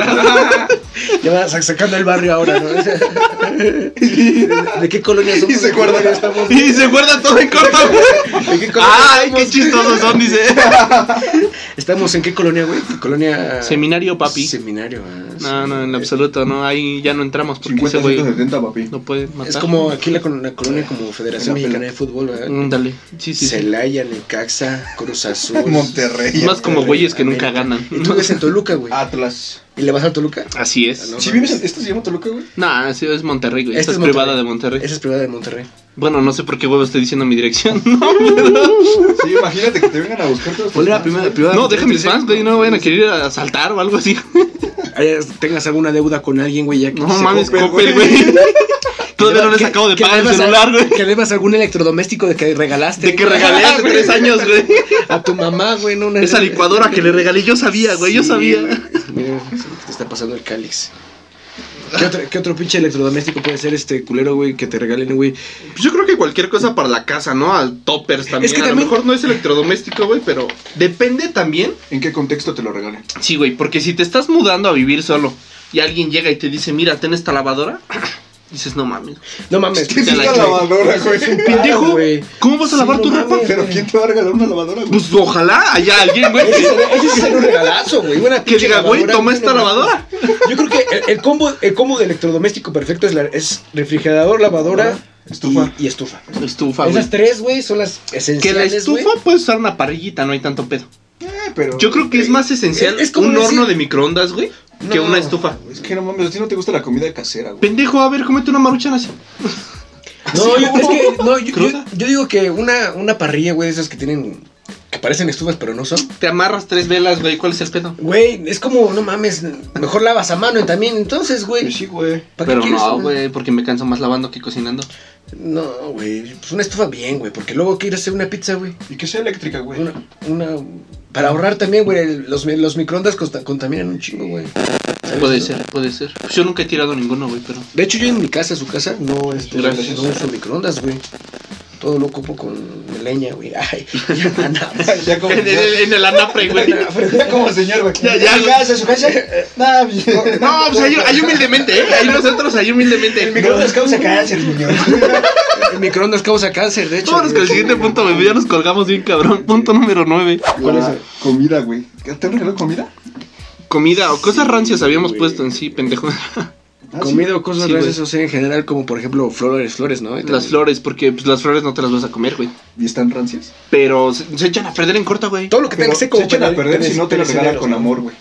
[SPEAKER 3] Ya van sac- sacando el barrio ahora, ¿no? ¿De qué colonia somos?
[SPEAKER 2] Y se guarda
[SPEAKER 3] ya estamos.
[SPEAKER 1] y se guarda todo en corto.
[SPEAKER 3] ¿De qué colonia
[SPEAKER 1] Ay,
[SPEAKER 3] somos?
[SPEAKER 1] qué chistosos son, dice.
[SPEAKER 3] Estamos en qué colonia, güey? ¿Qué colonia?
[SPEAKER 1] Seminario, papi.
[SPEAKER 3] Seminario. ah,
[SPEAKER 1] No,
[SPEAKER 3] sí.
[SPEAKER 1] no, en absoluto, no, ahí ya no entramos porque ese
[SPEAKER 2] 50,
[SPEAKER 1] güey
[SPEAKER 2] 170, papi.
[SPEAKER 1] no puede matar.
[SPEAKER 3] Es como aquí la, col- la colonia como Federación
[SPEAKER 2] Pela, pela.
[SPEAKER 3] Mexicana de Fútbol, ¿verdad?
[SPEAKER 1] Ándale, Mm, sí, sí, sí.
[SPEAKER 3] Celaya, Necaxa, Cruz Azul.
[SPEAKER 2] Monterrey.
[SPEAKER 1] Más como güeyes que nunca ganan. Ah.
[SPEAKER 3] Y tú vives en Toluca, güey.
[SPEAKER 2] Atlas.
[SPEAKER 3] ¿Y le vas al Toluca?
[SPEAKER 1] Así es.
[SPEAKER 3] No,
[SPEAKER 2] Si vives en... ¿Esto se llama Toluca, güey?
[SPEAKER 1] No, sí, es Monterrey, güey.
[SPEAKER 3] Esta
[SPEAKER 1] Este, Esta
[SPEAKER 3] Este
[SPEAKER 1] es privada
[SPEAKER 3] es Monterrey.
[SPEAKER 1] de Monterrey.
[SPEAKER 3] Esa es privada de Monterrey.
[SPEAKER 1] Bueno, no sé por qué huevo estoy diciendo mi dirección.
[SPEAKER 2] Sí, imagínate que te vengan a buscar todos.
[SPEAKER 3] ¿Cuál
[SPEAKER 2] tus
[SPEAKER 3] era
[SPEAKER 2] fans,
[SPEAKER 3] la primera
[SPEAKER 2] güey.
[SPEAKER 3] privada?
[SPEAKER 1] No, deja mis fans, güey. No vayan a querer asaltar o algo así.
[SPEAKER 3] Ay, Tengas alguna deuda con alguien, güey, ya que
[SPEAKER 1] No
[SPEAKER 3] se-
[SPEAKER 1] mames,
[SPEAKER 2] Coppel,
[SPEAKER 1] Coppel,
[SPEAKER 2] güey.
[SPEAKER 1] güey. Todavía no les acabo de
[SPEAKER 3] que
[SPEAKER 1] pagar el
[SPEAKER 3] debas a-
[SPEAKER 1] celular, güey.
[SPEAKER 3] Que debas algún electrodoméstico de que regalaste. Ah,
[SPEAKER 1] De que
[SPEAKER 3] güey.
[SPEAKER 1] regalé hace tres años, güey.
[SPEAKER 3] A tu mamá, güey, no una-
[SPEAKER 1] Esa licuadora que le regalé, yo sabía, güey, yo
[SPEAKER 3] Sí, güey.
[SPEAKER 1] sabía.
[SPEAKER 3] Mira, se te está pasando el cáliz. ¿Qué otro, qué otro pinche electrodoméstico puede ser este culero, güey, que te regalen, güey?
[SPEAKER 1] Yo creo que cualquier cosa para la casa, ¿no? A toppers también.
[SPEAKER 3] Es que
[SPEAKER 1] a
[SPEAKER 3] también-
[SPEAKER 1] lo mejor no es electrodoméstico, güey, pero depende también.
[SPEAKER 2] ¿En qué contexto te lo regalan?
[SPEAKER 1] Sí, güey, porque si te estás mudando a vivir solo y alguien llega y te dice, mira, ten esta lavadora, Dices, no mames.
[SPEAKER 3] No mames.
[SPEAKER 1] Te
[SPEAKER 2] ¿Quién te
[SPEAKER 1] la
[SPEAKER 2] la
[SPEAKER 1] chingué.
[SPEAKER 2] lavadora, güey?
[SPEAKER 1] Pendejo,
[SPEAKER 3] güey.
[SPEAKER 1] ¿cómo vas a
[SPEAKER 3] Sí,
[SPEAKER 1] lavar
[SPEAKER 3] no
[SPEAKER 1] tu ropa?
[SPEAKER 3] mames.
[SPEAKER 2] Pero ¿quién te va a regalar una lavadora, güey?
[SPEAKER 1] Pues ojalá haya alguien, güey.
[SPEAKER 3] Ese sería- ese sería un regalazo, güey. Una
[SPEAKER 1] Que
[SPEAKER 3] pinche
[SPEAKER 1] diga, güey,
[SPEAKER 3] lavadora,
[SPEAKER 1] toma
[SPEAKER 3] güey,
[SPEAKER 1] esta
[SPEAKER 3] no mames.
[SPEAKER 1] lavadora.
[SPEAKER 3] Yo creo que el, el combo, el combo de electrodoméstico perfecto es, la- es refrigerador, lavadora
[SPEAKER 2] Estufa.
[SPEAKER 3] y, y estufa.
[SPEAKER 1] Estufa, güey.
[SPEAKER 3] Esas tres, güey, son las
[SPEAKER 1] Que la
[SPEAKER 3] esenciales, güey.
[SPEAKER 1] estufa puedes usar una parrillita, no hay tanto pedo.
[SPEAKER 2] Eh, pero...
[SPEAKER 1] Yo creo que es más esencial
[SPEAKER 3] Es- es como
[SPEAKER 1] un
[SPEAKER 3] decir-
[SPEAKER 1] horno de microondas, güey, que
[SPEAKER 3] No.
[SPEAKER 1] una estufa.
[SPEAKER 2] Es que no mames, a ti no te gusta la comida casera, güey.
[SPEAKER 1] Pendejo, a ver, comete una maruchan así.
[SPEAKER 3] No, yo, es que, no, yo, yo-
[SPEAKER 1] Cruda.
[SPEAKER 3] yo digo que una, una parrilla, güey, de esas que tienen, que parecen estufas pero no son.
[SPEAKER 1] Te amarras tres velas, güey, ¿cuál es el pedo?
[SPEAKER 3] Güey, es como, no mames, mejor lavas a mano también, entonces,
[SPEAKER 2] Pues
[SPEAKER 3] güey.
[SPEAKER 2] Sí, güey.
[SPEAKER 3] ¿para qué
[SPEAKER 1] Pero
[SPEAKER 3] quieres
[SPEAKER 1] no,
[SPEAKER 3] una-
[SPEAKER 1] güey, porque me canso más lavando que cocinando.
[SPEAKER 3] No, güey, pues una estufa bien, güey, porque luego quieres hacer una pizza, güey.
[SPEAKER 2] Y que sea eléctrica, güey.
[SPEAKER 3] Una, una, para ahorrar también, güey, el- los, mi- los microondas consta- contaminan un chingo, güey. ¿Sabes?
[SPEAKER 1] Puede ser, puede ser. Pues yo nunca he tirado ninguno, güey, pero.
[SPEAKER 3] De hecho, yo en mi casa, su casa, no, este, no
[SPEAKER 1] Gracias.
[SPEAKER 3] uso microondas, güey. Todo lo ocupo con leña, güey. Ay, ya nada.
[SPEAKER 2] Ya como...
[SPEAKER 1] En el,
[SPEAKER 2] Ya,
[SPEAKER 1] en el anafre, güey.
[SPEAKER 2] ya como señor, güey.
[SPEAKER 1] Ya, ya, güey.
[SPEAKER 2] ¿En su casa? Nah, bien.
[SPEAKER 1] No, pues ahí, ahí humildemente, ¿eh? Ahí nosotros, ahí humildemente.
[SPEAKER 2] microondas causa cáncer, niño.
[SPEAKER 3] El microondas causa cáncer, de hecho.
[SPEAKER 1] Vámonos con el siguiente punto, güey. Ya nos colgamos bien, cabrón. Punto número 9.
[SPEAKER 3] ¿Cuál es el-
[SPEAKER 2] Comida, güey. ¿Te han regalado comida?
[SPEAKER 1] Comida o cosas rancias habíamos
[SPEAKER 3] güey.
[SPEAKER 1] puesto en sí, pendejo.
[SPEAKER 2] Ah, sí.
[SPEAKER 3] Comida o cosas
[SPEAKER 1] Sí, güey.
[SPEAKER 3] raras, o sea, en general, como por ejemplo flores, flores, ¿no? Y
[SPEAKER 1] Las
[SPEAKER 3] también-
[SPEAKER 1] flores, porque pues, las flores no te las vas a comer, güey.
[SPEAKER 2] ¿Y están rancias?
[SPEAKER 1] Pero se, se echan a perder en corta, güey.
[SPEAKER 3] Todo lo que tenga
[SPEAKER 2] Pero
[SPEAKER 3] que
[SPEAKER 2] se
[SPEAKER 3] ser como
[SPEAKER 2] echan a
[SPEAKER 3] pene-
[SPEAKER 2] perder si no te la regalan
[SPEAKER 3] peneceros,
[SPEAKER 2] con
[SPEAKER 3] ¿no?
[SPEAKER 2] amor, güey.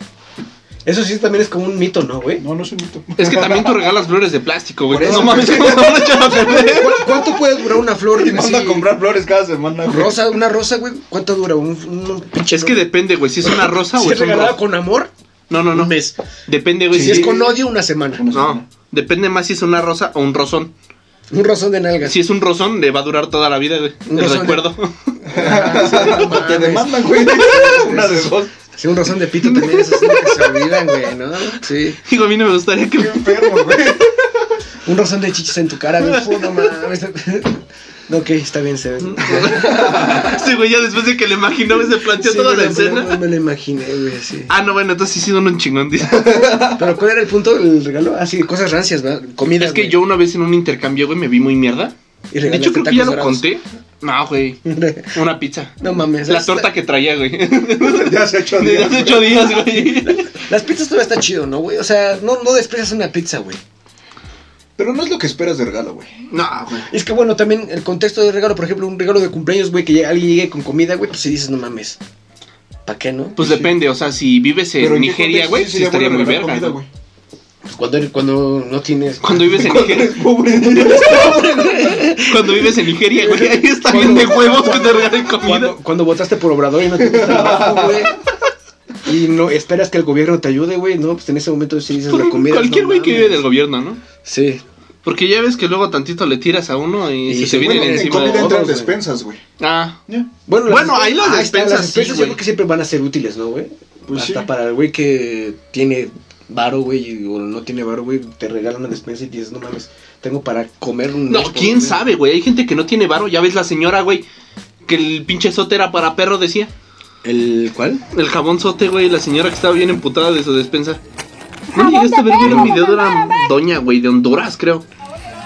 [SPEAKER 3] Eso sí también es como un mito, ¿no, güey?
[SPEAKER 2] No, no es un mito.
[SPEAKER 1] Es que también tú regalas flores de plástico, güey.
[SPEAKER 2] Por eso,
[SPEAKER 1] No mames, ¿cómo se van a echar a perder?
[SPEAKER 3] ¿Cu- ¿Cuánto puede durar una flor?
[SPEAKER 2] Te manda a
[SPEAKER 3] así?
[SPEAKER 2] comprar flores cada semana, güey.
[SPEAKER 3] Rosa, una rosa, güey. ¿Cuánto dura? Un, un- un pinche.
[SPEAKER 1] Es que depende, güey, si es una rosa
[SPEAKER 3] Si
[SPEAKER 1] o
[SPEAKER 3] es
[SPEAKER 1] es un
[SPEAKER 3] regalada
[SPEAKER 1] rosa.
[SPEAKER 3] con amor,
[SPEAKER 1] No, no, no.
[SPEAKER 3] un mes.
[SPEAKER 1] Depende, güey.
[SPEAKER 3] Si es con odio, una semana.
[SPEAKER 1] No,
[SPEAKER 2] Una semana.
[SPEAKER 1] depende más si es una rosa o un rosón.
[SPEAKER 3] Un rosón de nalgas.
[SPEAKER 1] Si es un rosón, le va a durar toda la vida, güey.
[SPEAKER 3] Un
[SPEAKER 1] El
[SPEAKER 3] rosón.
[SPEAKER 1] recuerdo.
[SPEAKER 3] Ah,
[SPEAKER 2] Te
[SPEAKER 3] no mames.
[SPEAKER 2] demandan, güey. Una de dos.
[SPEAKER 3] Sí, un rosón de pito también, esas son las que se olvidan, güey, ¿no? Sí.
[SPEAKER 1] Digo, a mí no me gustaría
[SPEAKER 2] Qué
[SPEAKER 1] que.
[SPEAKER 2] enfermo, güey.
[SPEAKER 3] Un rosón de chichis en tu cara, güey. Fu, No mames. No, ok, está bien, se ve.
[SPEAKER 1] Mm. Sí, güey, ya después de que le imaginó, se planteó
[SPEAKER 3] Sí,
[SPEAKER 1] toda
[SPEAKER 3] me
[SPEAKER 1] la
[SPEAKER 3] lo-
[SPEAKER 1] escena.
[SPEAKER 3] Me, me lo imaginé, güey, sí.
[SPEAKER 1] Ah, no, bueno, entonces sí, sí, don un chingón, dice.
[SPEAKER 3] Pero ¿cuál era el punto del regalo? Ah, sí, cosas rancias, ¿verdad? Comida.
[SPEAKER 1] Es que
[SPEAKER 3] güey.
[SPEAKER 1] yo una vez en un intercambio, güey, me vi muy mierda.
[SPEAKER 3] Y
[SPEAKER 1] De hecho,
[SPEAKER 3] regalaste
[SPEAKER 1] creo que ya
[SPEAKER 3] tacos
[SPEAKER 1] lo conté. No, güey.
[SPEAKER 3] dorados.
[SPEAKER 1] Una pizza.
[SPEAKER 3] No mames.
[SPEAKER 1] La
[SPEAKER 3] las-
[SPEAKER 1] torta que traía, güey.
[SPEAKER 2] Ya se ha hecho
[SPEAKER 1] Desde
[SPEAKER 2] días,
[SPEAKER 1] hace
[SPEAKER 2] güey.
[SPEAKER 1] ocho días, güey.
[SPEAKER 3] Las pizzas todavía está chido, ¿no, güey? O sea, no, no desprecias una pizza, güey.
[SPEAKER 2] Pero no es lo que esperas de regalo, güey.
[SPEAKER 1] No, güey.
[SPEAKER 3] Es que bueno, también el contexto del regalo, por ejemplo, un regalo de cumpleaños, güey, que llegue- alguien llegue con comida, güey, pues si dices, no mames. ¿Para qué, no?
[SPEAKER 1] Pues
[SPEAKER 2] Sí.
[SPEAKER 1] depende, o sea, si vives en
[SPEAKER 2] Pero qué
[SPEAKER 1] Nigeria,
[SPEAKER 2] contexto
[SPEAKER 1] güey,
[SPEAKER 2] sí
[SPEAKER 1] sí
[SPEAKER 2] sería
[SPEAKER 1] estaría
[SPEAKER 2] bueno
[SPEAKER 1] muy
[SPEAKER 2] regalar
[SPEAKER 1] verga.
[SPEAKER 2] comida,
[SPEAKER 1] güey.
[SPEAKER 3] Pues cuando, cuando no tienes.
[SPEAKER 1] Cuando vives en Nigeria, cuando vives en Nigeria, güey, ahí está bien de huevos que te regalen comida.
[SPEAKER 3] Cuando, cuando votaste por Obrador y no tienes trabajo, güey. Y no esperas que el gobierno te ayude, güey. No, pues en ese momento sí dices la
[SPEAKER 1] Por
[SPEAKER 3] comida.
[SPEAKER 1] cualquier
[SPEAKER 3] no
[SPEAKER 1] güey que
[SPEAKER 3] mames.
[SPEAKER 1] vive del gobierno, ¿no?
[SPEAKER 3] Sí.
[SPEAKER 1] Porque ya ves que luego tantito le tiras a uno y,
[SPEAKER 3] Y
[SPEAKER 1] se,
[SPEAKER 3] se
[SPEAKER 1] te vienen
[SPEAKER 3] vuelven
[SPEAKER 2] En
[SPEAKER 1] encima.
[SPEAKER 2] comida
[SPEAKER 3] de
[SPEAKER 2] entran
[SPEAKER 3] todos, güey.
[SPEAKER 2] despensas, güey.
[SPEAKER 1] Ah,
[SPEAKER 2] Ya.
[SPEAKER 1] Bueno, ahí las
[SPEAKER 3] ah, está,
[SPEAKER 1] despensas
[SPEAKER 3] Las
[SPEAKER 1] sí,
[SPEAKER 3] despensas yo
[SPEAKER 1] güey.
[SPEAKER 3] creo que siempre van a ser útiles, ¿no, güey?
[SPEAKER 2] Pues
[SPEAKER 3] Hasta
[SPEAKER 2] sí.
[SPEAKER 3] para el güey que tiene varo, güey, y- o no tiene varo, güey, te regala una despensa y dices, no mames, tengo para comer un... mes
[SPEAKER 1] No,
[SPEAKER 3] por
[SPEAKER 1] quién
[SPEAKER 3] mes".
[SPEAKER 1] sabe, güey. Hay gente que no tiene varo. Ya ves la señora, güey, que el pinche sote era para perro, decía.
[SPEAKER 3] ¿El cuál?
[SPEAKER 1] El jabón sote, güey, la señora que estaba bien emputada de su despensa. No llegaste a ver bien un video de una doña, güey, de Honduras, creo.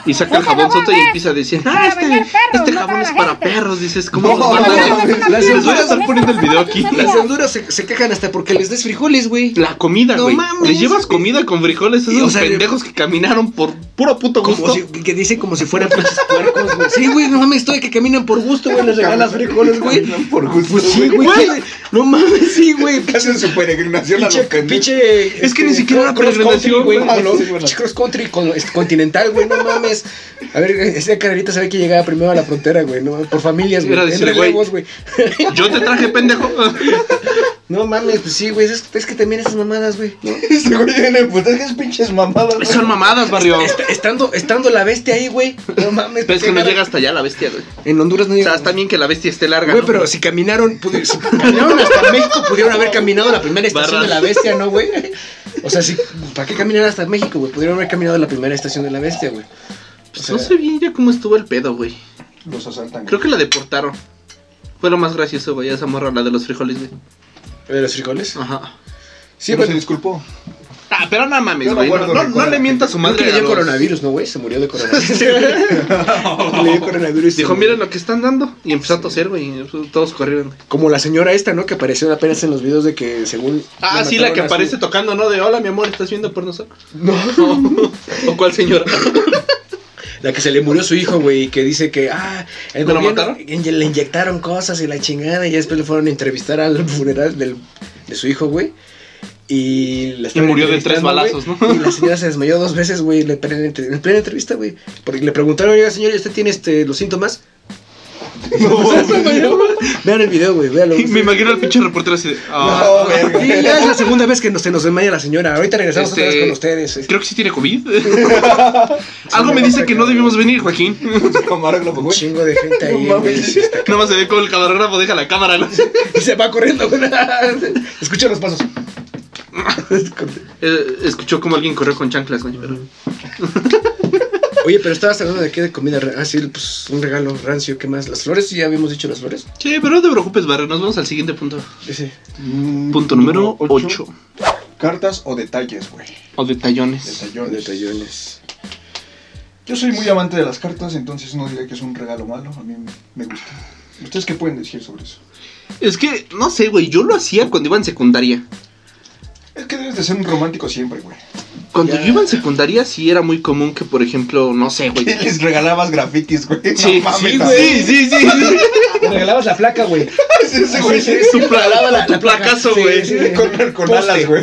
[SPEAKER 1] Y saca el jabón sote y empieza a decir, ah, este, este jabón es para perros. Dices, ¿cómo
[SPEAKER 2] No,
[SPEAKER 1] los van a
[SPEAKER 2] no,
[SPEAKER 1] hacer?
[SPEAKER 3] no, no, no,
[SPEAKER 1] Les voy a
[SPEAKER 3] no,
[SPEAKER 1] estar
[SPEAKER 3] no,
[SPEAKER 1] poniendo el video aquí.
[SPEAKER 3] Las honduras se, se quejan hasta porque les des frijoles, güey.
[SPEAKER 1] La comida,
[SPEAKER 3] No
[SPEAKER 1] güey.
[SPEAKER 3] mames.
[SPEAKER 1] Les llevas comida con frijoles a
[SPEAKER 3] Y,
[SPEAKER 1] esos
[SPEAKER 3] o sea,
[SPEAKER 1] pendejos que caminaron por puro puto
[SPEAKER 3] Como
[SPEAKER 1] gusto.
[SPEAKER 3] si, que dicen como si fueran pinches puercos, güey. Sí, güey, no mames, estoy que caminan por gusto, güey, les regalas frijoles, güey.
[SPEAKER 2] Caminan por gusto,
[SPEAKER 3] Pues sí, güey.
[SPEAKER 1] güey.
[SPEAKER 3] ¿qué? No mames, sí, güey.
[SPEAKER 2] Que Hacen su peregrinación a los
[SPEAKER 3] Pinche,
[SPEAKER 2] pendejos.
[SPEAKER 3] pinche,
[SPEAKER 1] Es que ni
[SPEAKER 3] este,
[SPEAKER 1] siquiera era
[SPEAKER 3] cross country,
[SPEAKER 1] peregrinación,
[SPEAKER 2] güey.
[SPEAKER 3] güey. con-
[SPEAKER 2] Ah, sí, bueno.
[SPEAKER 3] pinche cross country con- este, continental, güey, no mames. A ver, esa carrerita se ve que llegaba primero a la frontera, güey, no por familias, güey.
[SPEAKER 1] Era
[SPEAKER 3] En
[SPEAKER 1] decirle,
[SPEAKER 3] relevos, güey.
[SPEAKER 1] Yo te traje, pendejo.
[SPEAKER 3] No mames, pues sí, güey, es, es que también esas mamadas, güey. ¿no?
[SPEAKER 2] Este güey viene, pues dejes pinches mamadas. güey.
[SPEAKER 1] Son mamadas, barrio.
[SPEAKER 3] Est- Estando, estando la bestia ahí, güey. No mames.
[SPEAKER 1] Pero es que no
[SPEAKER 3] cara-
[SPEAKER 1] llega hasta allá la bestia, güey.
[SPEAKER 3] En Honduras no
[SPEAKER 1] O
[SPEAKER 3] llega.
[SPEAKER 1] sea, está bien que la bestia esté larga.
[SPEAKER 3] Güey,
[SPEAKER 1] ¿no?
[SPEAKER 3] pero si caminaron, pudi- si caminaron hasta México, pudieron haber caminado la primera estación de
[SPEAKER 1] Barras.
[SPEAKER 3] la bestia, ¿no, güey? O sea, si, ¿para qué caminar hasta México, güey? Pudieron haber caminado la primera estación de la bestia, güey.
[SPEAKER 1] Pues
[SPEAKER 3] O sea,
[SPEAKER 1] no sé bien ya cómo estuvo el pedo, güey.
[SPEAKER 2] Los asaltan.
[SPEAKER 1] Creo que la deportaron. Fue lo más gracioso, güey, esa morra, la de los frijoles, güey. Ah,
[SPEAKER 3] ¿De los frijoles?
[SPEAKER 1] Ajá.
[SPEAKER 2] Sí,
[SPEAKER 3] Sí,
[SPEAKER 2] pero se
[SPEAKER 3] pero,
[SPEAKER 2] disculpó.
[SPEAKER 1] Ah, pero no mames,
[SPEAKER 2] Yo no
[SPEAKER 1] güey. No, no-
[SPEAKER 2] guardo
[SPEAKER 1] no
[SPEAKER 2] recuerdo.
[SPEAKER 1] le mienta a su
[SPEAKER 3] Creo que
[SPEAKER 1] madre.
[SPEAKER 3] le
[SPEAKER 1] a
[SPEAKER 3] dio
[SPEAKER 1] los-
[SPEAKER 3] coronavirus, ¿no, güey? Se murió de coronavirus. le dio coronavirus.
[SPEAKER 1] Dijo,
[SPEAKER 3] mira
[SPEAKER 1] miren lo que están dando. Y empezó a toser, güey. y Todos corrieron.
[SPEAKER 3] Como la señora esta, ¿no? Que apareció apenas en los videos de que según...
[SPEAKER 1] Ah, sí, la que
[SPEAKER 3] mataron a su-
[SPEAKER 1] aparece tocando, ¿no? De hola, mi amor, ¿estás viendo por nosotros?
[SPEAKER 3] No,
[SPEAKER 1] ¿O cuál señora?
[SPEAKER 3] la que se le murió su hijo, güey, y que dice que, ah, el
[SPEAKER 1] ¿Te lo
[SPEAKER 3] gobierno-
[SPEAKER 1] mataron?
[SPEAKER 3] inye- le inyectaron cosas y la chingada, y ya después le fueron a entrevistar al funeral del, de su hijo, güey. Y, la estaban
[SPEAKER 1] murió de tres
[SPEAKER 3] entrevistando,
[SPEAKER 1] balazos,
[SPEAKER 3] güey,
[SPEAKER 1] ¿no?
[SPEAKER 3] Y la señora se desmayó dos veces, güey, en plena, entre- en plena entrevista, güey. Porque le preguntaron, oiga, señor, ¿y usted tiene este, los síntomas? Vean el video, güey, véanlo.
[SPEAKER 1] Y Me imagino al pinche reportero así de.
[SPEAKER 2] No,
[SPEAKER 1] "Ah,
[SPEAKER 2] verga.
[SPEAKER 3] Sí, ya es la segunda vez que nos, se nos desmaya la señora. Ahorita regresamos otra
[SPEAKER 1] Este,
[SPEAKER 3] vez con ustedes.
[SPEAKER 1] Creo que sí tiene COVID. Algo me dice que no debimos venir, Joaquín.
[SPEAKER 2] Camarógrafo,
[SPEAKER 3] Un
[SPEAKER 2] güey.
[SPEAKER 3] chingo de gente ahí.
[SPEAKER 2] No
[SPEAKER 3] güey.
[SPEAKER 2] mames.
[SPEAKER 1] Nada más se ve como el camarógrafo deja la cámara. ¿no?
[SPEAKER 3] y se va corriendo. güey. Escucha los pasos.
[SPEAKER 1] Eh, escuchó como alguien corrió con chanclas, güey. Pero...
[SPEAKER 3] Oye, pero estabas hablando de qué de comida. ra- Ah, sí, pues un regalo rancio. ¿Qué más? ¿Las flores? Sí, ya habíamos dicho las flores.
[SPEAKER 1] Sí, pero no te preocupes, Barrio. Nos vamos al siguiente punto.
[SPEAKER 3] Dice,
[SPEAKER 2] Mm,
[SPEAKER 1] Punto número
[SPEAKER 2] ocho.
[SPEAKER 1] 8.
[SPEAKER 2] Cartas o detalles, güey.
[SPEAKER 1] O detallones.
[SPEAKER 2] Detallones.
[SPEAKER 3] detallones.
[SPEAKER 2] Yo soy muy amante de las cartas, entonces no diría que es un regalo malo. A mí me gusta. ¿Ustedes qué pueden decir sobre eso?
[SPEAKER 1] Es que, no sé, güey. Yo lo hacía cuando iba en secundaria.
[SPEAKER 2] Es que debes de ser un romántico siempre, güey.
[SPEAKER 1] Cuando
[SPEAKER 3] Ya.
[SPEAKER 1] yo iba en secundaria, sí era muy común que, por ejemplo, no sé, güey.
[SPEAKER 2] ¿Qué les regalabas grafitis, güey? No
[SPEAKER 1] Sí,
[SPEAKER 2] mames,
[SPEAKER 1] sí,
[SPEAKER 2] también.
[SPEAKER 1] sí, sí, sí, sí.
[SPEAKER 3] Te regalabas la flaca, güey.
[SPEAKER 2] Sí, ese güey.
[SPEAKER 3] Sí,
[SPEAKER 1] Tu, pla-
[SPEAKER 3] Regalaba la-
[SPEAKER 1] tu
[SPEAKER 3] la placa.
[SPEAKER 1] placazo,
[SPEAKER 3] Sí,
[SPEAKER 1] güey.
[SPEAKER 3] sí.
[SPEAKER 2] Con, con
[SPEAKER 3] Poste.
[SPEAKER 2] alas, güey.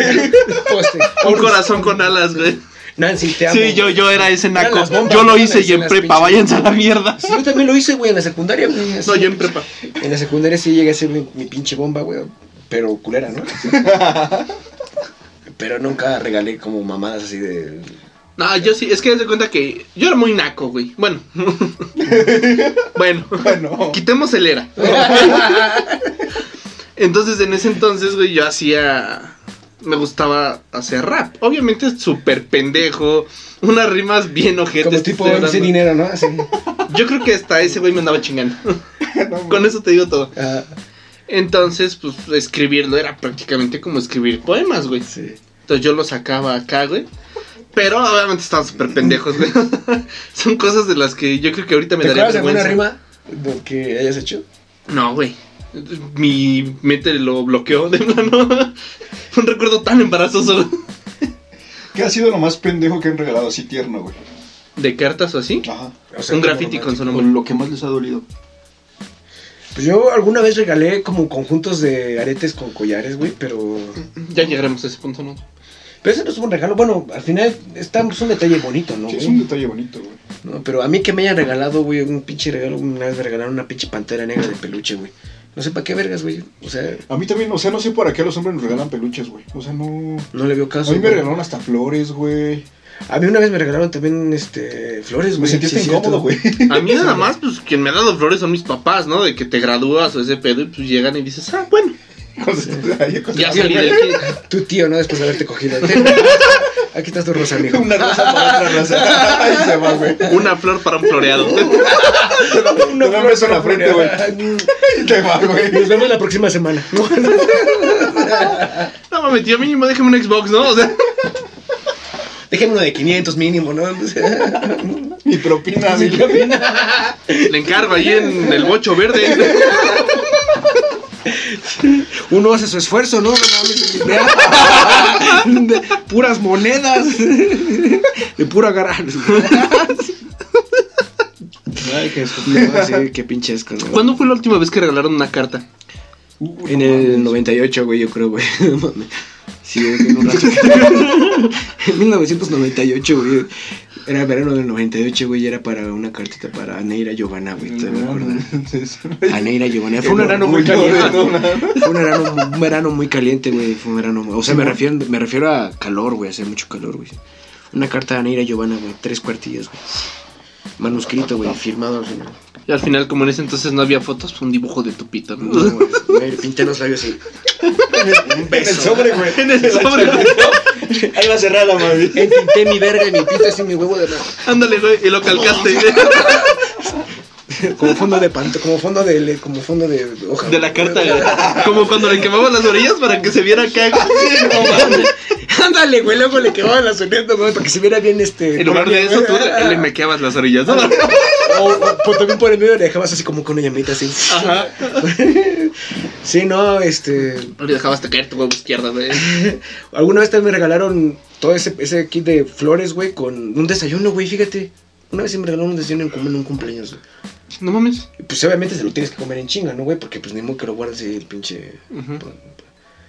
[SPEAKER 3] Poste.
[SPEAKER 1] Un corazón con alas, güey.
[SPEAKER 3] Nancy, te amo.
[SPEAKER 1] Sí, yo, yo era ese
[SPEAKER 3] Eran
[SPEAKER 1] naco.
[SPEAKER 3] las bombas,
[SPEAKER 1] Yo lo
[SPEAKER 3] eran
[SPEAKER 1] hice
[SPEAKER 3] las-
[SPEAKER 1] y en
[SPEAKER 3] las
[SPEAKER 1] prepa,
[SPEAKER 3] pinches-
[SPEAKER 1] váyanse a la mierda.
[SPEAKER 3] Sí, yo también lo hice, güey, en la secundaria, güey. así.
[SPEAKER 1] No, yo en prepa.
[SPEAKER 3] En la secundaria sí llegué a ser mi, mi pinche bomba, güey. Pero culera, ¿no? pero nunca regalé como mamadas así de.
[SPEAKER 1] No, yo sí, es que haz de cuenta que yo era muy naco, güey. Bueno. bueno.
[SPEAKER 2] Bueno.
[SPEAKER 1] Quitemos el era. Entonces, en ese entonces, güey, yo hacía. Me gustaba hacer rap. Obviamente, es súper pendejo. Unas rimas bien ojetes.
[SPEAKER 3] Como
[SPEAKER 1] te
[SPEAKER 3] tipo
[SPEAKER 1] estoy
[SPEAKER 3] ese
[SPEAKER 1] hablando.
[SPEAKER 3] dinero, ¿no? Así.
[SPEAKER 1] Yo creo que hasta ese güey me andaba chingando.
[SPEAKER 2] No,
[SPEAKER 1] Con eso te digo todo.
[SPEAKER 3] Ah,
[SPEAKER 1] Entonces, pues escribirlo era prácticamente como escribir poemas, güey.
[SPEAKER 3] sí.
[SPEAKER 1] Entonces yo lo sacaba acá, güey. Pero obviamente estaban súper pendejos, güey. Son cosas de las que yo creo que ahorita me
[SPEAKER 3] ¿Te
[SPEAKER 1] daría
[SPEAKER 3] acuerdas de alguna
[SPEAKER 1] vergüenza.
[SPEAKER 3] rima de que hayas hecho?
[SPEAKER 1] No, güey. Mi mente lo bloqueó de plano. Fue un recuerdo tan embarazoso güey.
[SPEAKER 2] ¿Qué ha sido lo más pendejo que han regalado así tierno, güey?
[SPEAKER 1] de cartas o así.
[SPEAKER 2] Ajá.
[SPEAKER 3] O
[SPEAKER 1] un
[SPEAKER 3] como
[SPEAKER 1] graffiti con
[SPEAKER 3] romántico.
[SPEAKER 1] su nombre.
[SPEAKER 2] Lo que más les ha dolido.
[SPEAKER 3] Pues yo alguna vez regalé como conjuntos de aretes con collares, güey, pero.
[SPEAKER 1] Ya llegaremos a ese punto, ¿no?
[SPEAKER 3] Pero ese no es un regalo. Bueno, al final está, es un detalle bonito, ¿no?
[SPEAKER 2] Sí, es
[SPEAKER 3] güey?
[SPEAKER 2] un detalle bonito, güey.
[SPEAKER 3] No, pero a mí que me hayan regalado, güey, un pinche regalo, una vez me regalaron una pinche pantera negra de peluche, güey. No sé para qué vergas, güey. O sea,
[SPEAKER 2] A mí también, o sea, no sé para qué a los hombres nos regalan peluches, güey. O sea, no.
[SPEAKER 3] no le veo caso.
[SPEAKER 2] A mí me
[SPEAKER 3] Ah, güey.
[SPEAKER 2] regalaron hasta flores, güey.
[SPEAKER 3] A mí una vez me regalaron también este flores,
[SPEAKER 2] Me
[SPEAKER 3] güey.
[SPEAKER 2] sentí
[SPEAKER 3] sí,
[SPEAKER 2] hasta
[SPEAKER 3] es
[SPEAKER 2] incómodo,
[SPEAKER 3] cierto.
[SPEAKER 2] güey.
[SPEAKER 1] A mí nada más, pues quien me ha dado flores son mis papás, ¿no? De que te gradúas o ese pedo y pues llegan y dices, ah, bueno,
[SPEAKER 2] Cosas- ahí, cosas-
[SPEAKER 1] ya salí del kinder.
[SPEAKER 3] Tu tío, ¿no? Después de haberte cogido. Ten, Aquí estás tu rosa, amigo.
[SPEAKER 2] Una raza para otra raza. Ahí se va, güey.
[SPEAKER 1] Una flor para un floreado.
[SPEAKER 2] Te da un beso en la frente, güey. Ahí te va, güey.
[SPEAKER 3] Nos vemos la próxima semana.
[SPEAKER 1] No mames, tío, mínimo déjame un Xbox, ¿no? O sea,
[SPEAKER 3] Déjenme uno de 500 mínimo, ¿no?
[SPEAKER 2] Mi propina, mi
[SPEAKER 1] le encargo ahí en el bocho verde.
[SPEAKER 3] Uno hace su esfuerzo, ¿no? No mames. De puras monedas. De pura garage. Ay, qué estúpido. Sí, qué pinche asco, ¿no?
[SPEAKER 1] ¿Cuándo fue la última vez que regalaron una carta?
[SPEAKER 2] Uh,
[SPEAKER 3] En
[SPEAKER 2] no
[SPEAKER 3] el
[SPEAKER 2] mames.
[SPEAKER 3] 98, güey, yo creo, güey. No mames. Sí, yo tengo un rato. En 1998, güey. Era verano del 98, güey. y Era para una cartita para Aneira Giovanna,
[SPEAKER 2] Mm,
[SPEAKER 3] güey. Te me acuerdo.
[SPEAKER 2] Entonces,
[SPEAKER 3] Aneira Giovanna. Ah, Fue
[SPEAKER 1] El
[SPEAKER 3] un verano muy
[SPEAKER 2] orgullo de
[SPEAKER 3] caliente.
[SPEAKER 2] todo, ¿no?
[SPEAKER 3] Fue un verano, un verano muy caliente, güey. Fue un verano. O sea, me refiero, me refiero a calor, güey. Hace mucho calor, güey. Una carta de Aneira Giovanna, güey. Tres cuartillas, güey. Manuscrito, güey. Firmado al final.
[SPEAKER 1] Y al final, como en ese entonces no había fotos, fue un dibujo de tupito, ¿no?
[SPEAKER 3] No, güey. Güey, Pinté los labios así. Un
[SPEAKER 2] En el
[SPEAKER 3] beso.
[SPEAKER 2] sobre, güey.
[SPEAKER 1] En el sobre, güey.
[SPEAKER 2] Ahí va cerrada, mami.
[SPEAKER 3] Entinté mi verga y mi pito así mi huevo de la...
[SPEAKER 1] Ándale, güey, y lo calcaste
[SPEAKER 3] Como fondo de panto, como fondo de como fondo de hoja.
[SPEAKER 1] de la carta, güey. Como cuando le quemaban las orillas para que se viera acá. güey. No mames.
[SPEAKER 3] Ándale, güey, luego le quemaban la soneta, güey, para que se viera bien este.
[SPEAKER 1] En lugar de eso, tú le, le mequeabas las orillas.
[SPEAKER 3] O, o, pues, también por el medio le dejabas así como con una llamita así.
[SPEAKER 1] Ajá.
[SPEAKER 3] Sí, no, este.
[SPEAKER 1] Le dejabas caer tu huevo izquierdo, güey.
[SPEAKER 3] Alguna vez también me regalaron todo ese, ese kit de flores, güey, con un desayuno, güey, fíjate. Una vez sí me regalaron un desayuno en común en un cumpleaños, güey.
[SPEAKER 1] No mames.
[SPEAKER 3] Y, Pues obviamente se lo tienes que comer en chinga, ¿no, güey? Porque pues ni modo que lo guardes ahí el pinche.
[SPEAKER 1] Ujú.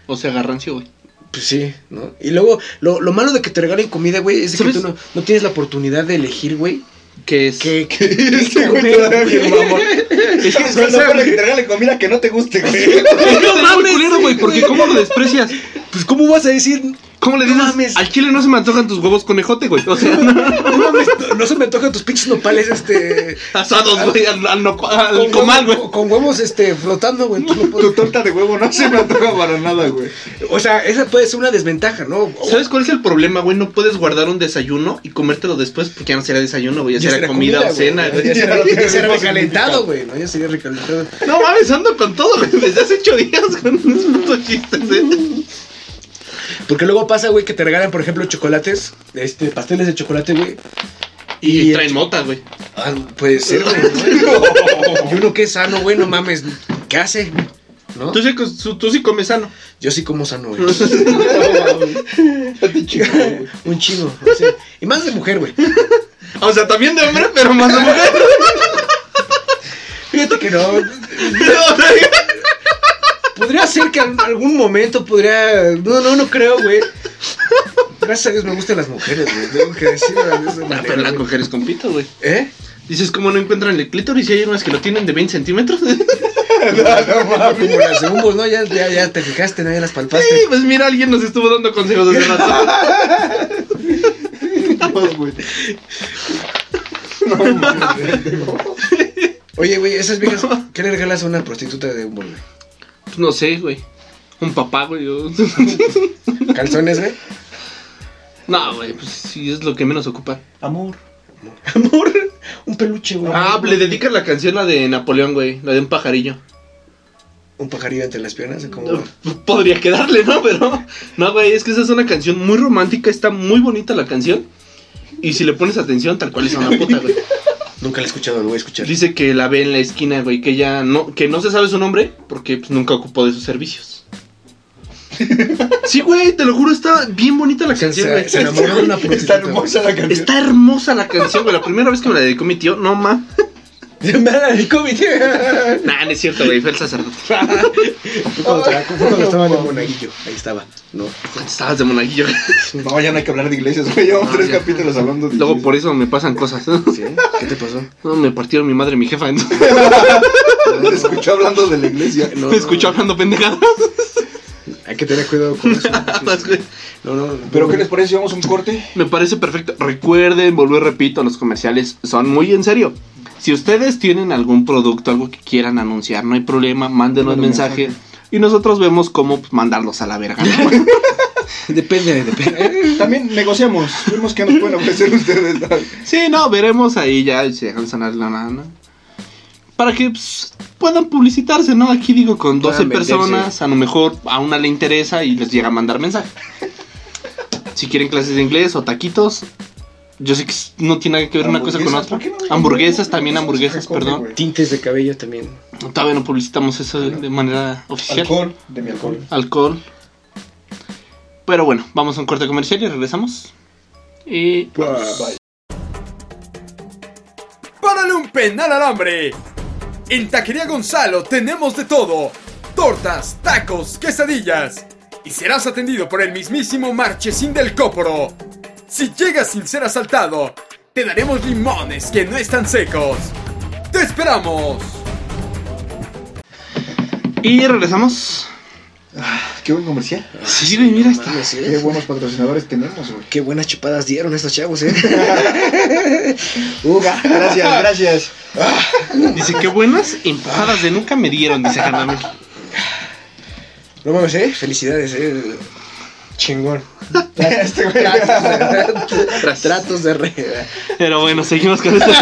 [SPEAKER 1] O sea, garrancio, güey.
[SPEAKER 3] Pues sí, ¿no? Y luego, lo, lo malo de que te regalen comida, güey, es de que
[SPEAKER 1] ¿Sabes?
[SPEAKER 3] tú no, no tienes la oportunidad de elegir, güey.
[SPEAKER 1] ¿Qué es?
[SPEAKER 3] ¿Qué, qué,
[SPEAKER 2] Este güey todavía bien mamón.
[SPEAKER 1] Es que
[SPEAKER 2] Es que
[SPEAKER 1] es
[SPEAKER 2] no vale que te regalen comida que no te guste, güey.
[SPEAKER 1] no mames, culero, güey, porque ¿cómo lo desprecias?
[SPEAKER 3] Pues, ¿cómo vas a decir?
[SPEAKER 1] ¿Cómo le
[SPEAKER 3] No
[SPEAKER 1] dices?
[SPEAKER 3] mames.
[SPEAKER 1] Al chile no se me antojan tus huevos conejote, güey. O sea, no.
[SPEAKER 3] No mames, no- no se me antojan tus pinches nopales, este.
[SPEAKER 1] asados, güey, al, al, noco- al
[SPEAKER 3] con
[SPEAKER 1] comal, güey.
[SPEAKER 3] huevos- Con huevos, este, flotando, güey. tú no
[SPEAKER 2] Tu
[SPEAKER 3] puedes-
[SPEAKER 2] torta de huevo no se me antoja para nada, güey.
[SPEAKER 3] O sea, esa puede ser una desventaja, ¿no? O-
[SPEAKER 1] ¿Sabes cuál es el problema, güey? No puedes guardar un desayuno y comértelo después porque ya no será desayuno, güey. Ya,
[SPEAKER 3] ya
[SPEAKER 1] será
[SPEAKER 3] será
[SPEAKER 1] comida, o
[SPEAKER 3] güey,
[SPEAKER 1] cena,
[SPEAKER 3] Ya,
[SPEAKER 1] güey.
[SPEAKER 2] Ya
[SPEAKER 3] será,
[SPEAKER 2] lo tiene
[SPEAKER 3] ya será
[SPEAKER 2] el mismo
[SPEAKER 3] recalentado,
[SPEAKER 2] significado.
[SPEAKER 3] güey, ¿no? Ya sería recalentado.
[SPEAKER 1] No mames, ando con todo, güey. Desde hace ocho días con unos putos chistes, eh.
[SPEAKER 3] Porque luego pasa, güey, que te regalan, por ejemplo, chocolates, este, pasteles de chocolate, güey.
[SPEAKER 1] Y,
[SPEAKER 3] Y-
[SPEAKER 1] traen mota, güey.
[SPEAKER 3] Ah, puede ser, güey. ¿no? y uno que es sano, güey, no mames, ¿qué hace? ¿No?
[SPEAKER 1] Tú sí, cos- tú sí comes sano.
[SPEAKER 3] Yo sí como sano, güey. Un chingo. o sea, y más de mujer, güey.
[SPEAKER 1] o sea, también de hombre, pero más de mujer.
[SPEAKER 3] Fíjate que no.
[SPEAKER 1] O sea,
[SPEAKER 3] Podría ser que en algún momento podría. No, no, no creo, güey. Gracias a Dios me gustan las mujeres, güey. Tengo que decirlo de esa
[SPEAKER 1] No,
[SPEAKER 3] manera,
[SPEAKER 1] Ah, pero las
[SPEAKER 3] güey.
[SPEAKER 1] mujeres con pito, güey.
[SPEAKER 3] ¿Eh?
[SPEAKER 1] Dices, ¿cómo no encuentran el clítoris? Y hay unas que lo tienen de 20 centímetros. Sí,
[SPEAKER 2] No, no mames.
[SPEAKER 3] Como las de Humbos, ¿no? Ya, ya, ya te fijaste, ¿no? Ya las palpaste.
[SPEAKER 1] pues mira, alguien nos estuvo dando consejos hace rato.
[SPEAKER 2] No, güey. No mames, pendejo.
[SPEAKER 3] Oye, güey, esas viejas, ¿qué le regalas a una prostituta de Humbos, güey?
[SPEAKER 1] Pues no sé, güey. Un papá, güey. o-
[SPEAKER 3] ¿Calzones, güey?
[SPEAKER 1] No, güey, pues sí es lo que menos ocupa.
[SPEAKER 2] Amor.
[SPEAKER 3] Amor, un peluche, güey.
[SPEAKER 1] Ah, le dedicas la canción la de Napoleón, güey. La de un pajarillo.
[SPEAKER 3] Un pajarillo entre las piernas, como.
[SPEAKER 1] Podría quedarle, ¿no? Pero. No, güey, es que esa es una canción muy romántica. Está muy bonita la canción. Y si le pones atención, tal cual es una puta, güey.
[SPEAKER 3] Nunca la he escuchado, lo voy a escuchar.
[SPEAKER 1] Dice que la ve en la esquina, güey, que ella no, que no se sabe su nombre porque pues, nunca ocupó de sus servicios. Sí, güey, te lo juro, está bien bonita la
[SPEAKER 3] Se-
[SPEAKER 1] canción,
[SPEAKER 3] se-
[SPEAKER 1] güey.
[SPEAKER 3] se enamoró de una prostituta.
[SPEAKER 2] Está hermosa la canción.
[SPEAKER 1] Está hermosa la canción, güey. La primera vez que me la dedicó mi tío, no ma.
[SPEAKER 3] Me la dedicó mi tía.
[SPEAKER 1] Nah, no es cierto, güey, fue el sacerdote.
[SPEAKER 3] Fue cuando, estaba- fue cuando estaba de monaguillo. Ahí estaba. No.
[SPEAKER 1] Estabas de monaguillo. güey.
[SPEAKER 2] No, ya no hay que hablar de iglesias, güey. Llevamos
[SPEAKER 1] No,
[SPEAKER 2] tres
[SPEAKER 1] Ah, ya.
[SPEAKER 2] capítulos hablando de
[SPEAKER 1] Luego
[SPEAKER 2] iglesias.
[SPEAKER 1] por eso me pasan cosas.
[SPEAKER 3] ¿Sí? ¿Qué te pasó?
[SPEAKER 1] No, me partieron mi madre y mi jefa. entonces,
[SPEAKER 2] Te escuchó hablando de la iglesia.
[SPEAKER 3] No,
[SPEAKER 1] me escuchó hablando pendejadas.
[SPEAKER 3] Hay que tener cuidado con eso.
[SPEAKER 1] güey.
[SPEAKER 3] No, no, no.
[SPEAKER 2] ¿Pero qué les parece si vamos a un corte?
[SPEAKER 1] Me parece perfecto. Recuerden, volver, repito, los comerciales son muy en serio. Si ustedes tienen algún producto, algo que quieran anunciar, no hay problema, mándenos
[SPEAKER 2] Mándenos
[SPEAKER 1] mensaje. Y nosotros vemos cómo pues, mandarlos a la verga. ¿no?
[SPEAKER 3] Depende, depende.
[SPEAKER 2] También negociamos. Vemos qué nos pueden ofrecer ustedes. ¿no?
[SPEAKER 1] sí, no, veremos ahí ya si dejan sonar la lana. Para que pues, puedan publicitarse, ¿no? Aquí digo, con 12
[SPEAKER 3] Puedan venderse.
[SPEAKER 1] personas, a lo mejor a una le interesa y les llega a mandar mensaje. Si quieren clases de inglés o taquitos, yo sé que s- no tiene nada que ver una cosa con
[SPEAKER 2] Hamburguesas,
[SPEAKER 1] otra.
[SPEAKER 2] ¿por qué no? Pues,
[SPEAKER 1] hamburguesas, también hamburguesas,
[SPEAKER 2] Alcohol,
[SPEAKER 1] perdón.
[SPEAKER 2] güey.
[SPEAKER 3] Tintes de cabello también.
[SPEAKER 1] Todavía no publicitamos eso de, de manera oficial. Alcohol.
[SPEAKER 2] Alcohol, de mi alcohol.
[SPEAKER 1] Pero bueno, vamos a un corte comercial y regresamos. Eh, Y
[SPEAKER 2] Bye.
[SPEAKER 4] ¡Párale un penal al hambre! En Taquería Gonzalo tenemos de todo: tortas, tacos, quesadillas. Y serás atendido por el mismísimo Marchesín del Cóporo. Si llegas sin ser asaltado, te daremos limones que no están secos. ¡Te esperamos!
[SPEAKER 1] y regresamos.
[SPEAKER 2] Qué buen comercial.
[SPEAKER 1] Sí, güey, mira esta.
[SPEAKER 3] Mames,
[SPEAKER 2] Qué
[SPEAKER 3] ¿eh?
[SPEAKER 2] buenos patrocinadores tenemos, güey.
[SPEAKER 3] Qué buenas chupadas dieron estos chavos, eh. Uga.
[SPEAKER 2] Gracias, gracias.
[SPEAKER 1] Dice que buenas empujadas de nunca me dieron, dice Hanami.
[SPEAKER 3] No mames, eh. Felicidades, eh. Chingón.
[SPEAKER 2] Este güey.
[SPEAKER 3] Tratos de re.
[SPEAKER 1] Pero bueno, seguimos con esto.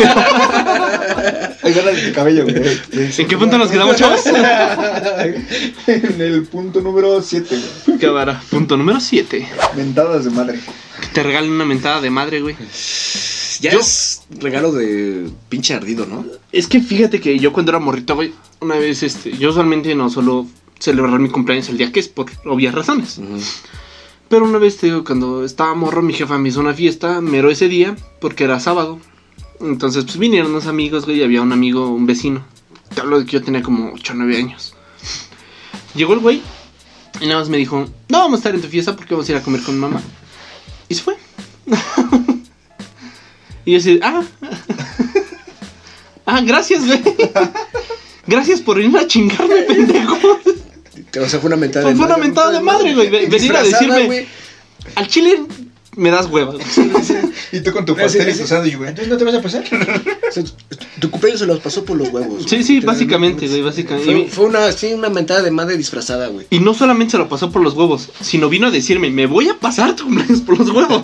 [SPEAKER 2] Hay ganas de tu cabello, güey.
[SPEAKER 1] ¿En qué punto nos quedamos, chavos?
[SPEAKER 2] en el punto número 7, güey.
[SPEAKER 1] Cámara. Punto número 7.
[SPEAKER 2] Mentadas de madre.
[SPEAKER 1] Que te regalen una mentada de madre, güey.
[SPEAKER 3] Ya
[SPEAKER 1] Yo-
[SPEAKER 3] es regalo de pinche ardido, ¿no?
[SPEAKER 1] Es que fíjate que yo cuando era morrito, güey, una vez, este, yo usualmente no solo celebrar mi cumpleaños el día que es por obvias razones. Pero una vez, te digo, cuando estaba morro, mi jefa me hizo una fiesta, mero ese día, porque era sábado. Entonces, pues vinieron unos amigos, güey, y había un amigo, un vecino. Te hablo de que yo tenía como 8 o 9 años. Llegó el güey y nada más me dijo, no vamos a estar en tu fiesta porque vamos a ir a comer con mamá. Y se fue. y yo así, ah, ah, gracias, güey. gracias por venir a chingarme, pendejo.
[SPEAKER 3] Te- O sea, fue una mentada
[SPEAKER 1] Fue una mentada de madre, güey. Venir a
[SPEAKER 3] Disfrazada,
[SPEAKER 1] decirme-
[SPEAKER 3] güey.
[SPEAKER 1] Al chile me das huevas.
[SPEAKER 2] Y tú con tu
[SPEAKER 3] Sí,
[SPEAKER 2] pastel
[SPEAKER 3] sí,
[SPEAKER 2] y
[SPEAKER 3] sí.
[SPEAKER 2] tu sándwich, güey. Entonces no te vas a pasar.
[SPEAKER 3] O sea, tu- tu cumpleaños se los pasó por los huevos.
[SPEAKER 1] Sí,
[SPEAKER 3] güey.
[SPEAKER 1] sí, básicamente, güey, básicamente. Y
[SPEAKER 3] Fue,
[SPEAKER 1] mi-
[SPEAKER 3] fue una, sí, una mentada de madre disfrazada, güey.
[SPEAKER 1] Y no solamente se lo pasó por los huevos, sino vino a decirme, me voy a pasar tu cumpleaños por los huevos.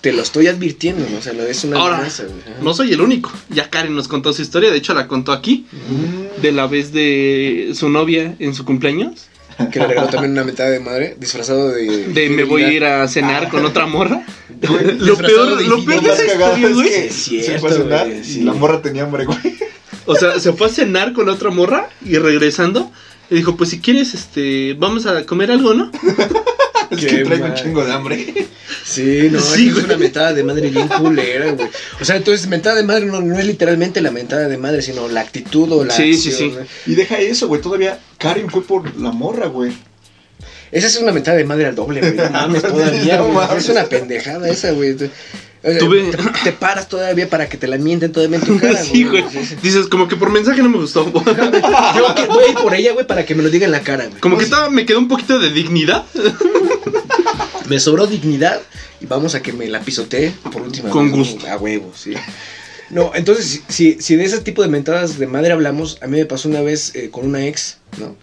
[SPEAKER 3] Te lo estoy advirtiendo, ¿no? o sea, lo- es una
[SPEAKER 1] Ahora,
[SPEAKER 3] amenaza, güey. Ajá.
[SPEAKER 1] No soy el único. Ya Karen nos contó su historia, de hecho la contó aquí,
[SPEAKER 2] Mm.
[SPEAKER 1] de la vez de su novia en su cumpleaños.
[SPEAKER 3] Que le regaló también una mentada de madre disfrazado de...
[SPEAKER 1] De me voy a ir a cenar con otra morra.
[SPEAKER 3] Güey,
[SPEAKER 1] Lo
[SPEAKER 3] disfrazado
[SPEAKER 1] peor,
[SPEAKER 3] de
[SPEAKER 1] lo
[SPEAKER 3] infiel.
[SPEAKER 1] peor de
[SPEAKER 2] Lo más
[SPEAKER 1] esa
[SPEAKER 2] cagado
[SPEAKER 1] historia,
[SPEAKER 2] es
[SPEAKER 1] güey.
[SPEAKER 2] que
[SPEAKER 3] Es
[SPEAKER 2] se
[SPEAKER 3] cierto,
[SPEAKER 2] fue a cenar
[SPEAKER 3] güey, sí.
[SPEAKER 2] y la morra tenía hambre, güey.
[SPEAKER 1] O sea, se fue a cenar con otra morra y regresando. Le dijo, pues si quieres, este, vamos a comer algo, ¿no?
[SPEAKER 2] Es
[SPEAKER 3] Qué
[SPEAKER 2] que traigo un
[SPEAKER 3] mal.
[SPEAKER 2] chingo de hambre.
[SPEAKER 3] Sí, no,
[SPEAKER 1] Sí,
[SPEAKER 3] es
[SPEAKER 1] güey.
[SPEAKER 3] una mentada de madre bien culera, güey. O sea, entonces mentada de madre no, no es literalmente la mentada de madre, sino la actitud o la
[SPEAKER 1] Sí, sí,
[SPEAKER 3] acción,
[SPEAKER 1] sí.
[SPEAKER 3] güey.
[SPEAKER 2] Y deja eso, güey. Todavía Karen fue por la morra, güey.
[SPEAKER 3] Esa es una mentada de madre al doble, güey. No mames, todavía,
[SPEAKER 2] No
[SPEAKER 3] güey.
[SPEAKER 2] mames.
[SPEAKER 3] Es una pendejada esa, güey. O sea,
[SPEAKER 1] Tuve-
[SPEAKER 3] Te, te paras todavía para que te la mienten todavía en tu cara,
[SPEAKER 1] Sí, güey. Dices, como que por mensaje no me gustó.
[SPEAKER 3] Yo que voy a ir por ella, güey, para que me lo diga en la cara, güey. Pues,
[SPEAKER 1] Como que estaba- me quedó un poquito de dignidad.
[SPEAKER 3] Me sobró dignidad y vamos a que me la pisotee por última
[SPEAKER 1] Con
[SPEAKER 3] vez. ¿no?
[SPEAKER 1] gusto.
[SPEAKER 3] A huevo, sí. No, entonces, si, si- si de ese tipo de mentadas de madre hablamos, a mí me pasó una vez eh, con una ex, ¿no?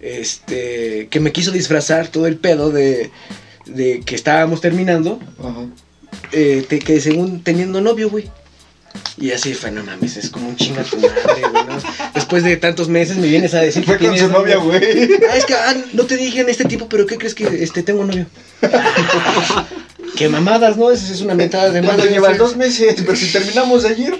[SPEAKER 3] Este, que me quiso disfrazar todo el pedo de, de que estábamos terminando,
[SPEAKER 2] Ajá.
[SPEAKER 3] eh, te- que según teniendo novio, güey. Y así fue, no mames, es como un chinga tu madre, güey. ¿no? Después de tantos meses me vienes a decir
[SPEAKER 2] Fue con
[SPEAKER 3] tienes
[SPEAKER 2] su novia, güey.
[SPEAKER 3] Ah, es que ah, no te dije en este tipo, pero ¿qué crees que este tengo novio? Qué mamadas, ¿no? Esa es una mentada de
[SPEAKER 2] Cuando
[SPEAKER 3] madre.
[SPEAKER 2] llevas dos meses, pero si terminamos ayer.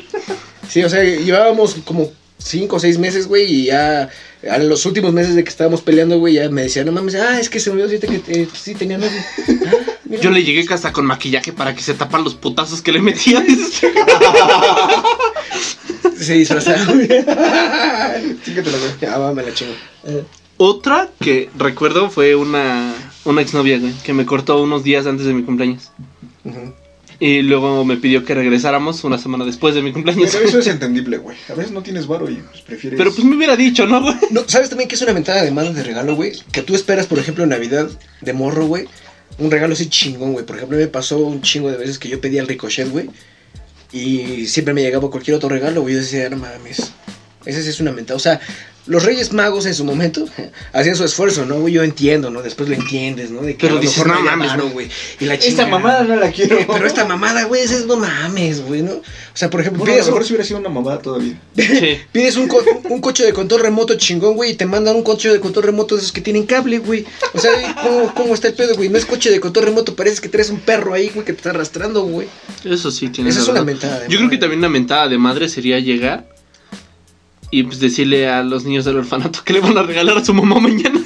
[SPEAKER 3] Sí, o sea, llevábamos como cinco o seis meses, güey, y ya a los últimos meses de que estábamos peleando, güey, ya me decían, no mames, ah, es que se me olvidó decirte que eh, sí tenía novio. Ah, mira.
[SPEAKER 1] Yo le llegué casa con maquillaje para que se tapan los putazos que le metía.
[SPEAKER 3] Ah, Se disfrazaba.
[SPEAKER 2] Chíquetelo, güey.
[SPEAKER 3] ya, va, me la chingo.
[SPEAKER 1] Otra que recuerdo fue una, una exnovia, güey, que me cortó unos días antes de mi cumpleaños.
[SPEAKER 3] Ujú.
[SPEAKER 1] Y luego me pidió que regresáramos una semana después de mi cumpleaños.
[SPEAKER 2] Pero eso es entendible, güey. A veces no tienes varo y pues, prefieres.
[SPEAKER 1] Pero pues me hubiera dicho, ¿no, güey?
[SPEAKER 3] No, ¿sabes también que es una ventana de manos de regalo, güey? Que tú esperas, por ejemplo, en Navidad de morro, güey. Un regalo así chingón, güey. Por ejemplo, me pasó un chingo de veces que yo pedía el ricochet, güey. Y siempre me llegaba cualquier otro regalo, güey. Yo decía, no mames. Esa sí es una mentada. O sea, los Reyes Magos en su momento hacían su esfuerzo, ¿no, güey? Yo entiendo, ¿no? Después lo entiendes, ¿no? De que
[SPEAKER 1] Pero
[SPEAKER 3] a lo
[SPEAKER 1] dices,
[SPEAKER 3] mejor
[SPEAKER 1] "No
[SPEAKER 3] había
[SPEAKER 1] mames,
[SPEAKER 3] varo,
[SPEAKER 1] güey".
[SPEAKER 3] güey. Y la
[SPEAKER 2] Esta
[SPEAKER 3] chingada.
[SPEAKER 2] mamada no la quiero.
[SPEAKER 3] Eh, Pero esta mamada, güey, esa es no mames, güey, ¿no? O sea, por ejemplo,
[SPEAKER 2] Bueno, a lo
[SPEAKER 3] pides un-
[SPEAKER 2] mejor si hubiera sido una mamada todavía.
[SPEAKER 1] Sí.
[SPEAKER 3] Pides un, co- un coche de control remoto chingón, güey, y te mandan un coche de control remoto de esos que tienen cable, güey. O sea, ¿cómo, cómo está el pedo, güey? No es coche de control remoto, parece que traes un perro ahí, güey, que te está arrastrando, güey.
[SPEAKER 1] Eso sí, tienes
[SPEAKER 3] Esa es una
[SPEAKER 1] razón.
[SPEAKER 3] mentada. de
[SPEAKER 1] Yo creo que
[SPEAKER 3] madre.
[SPEAKER 1] también una mentada de madre sería llegar y pues decirle a los niños del orfanato que le van a regalar a su mamá mañana.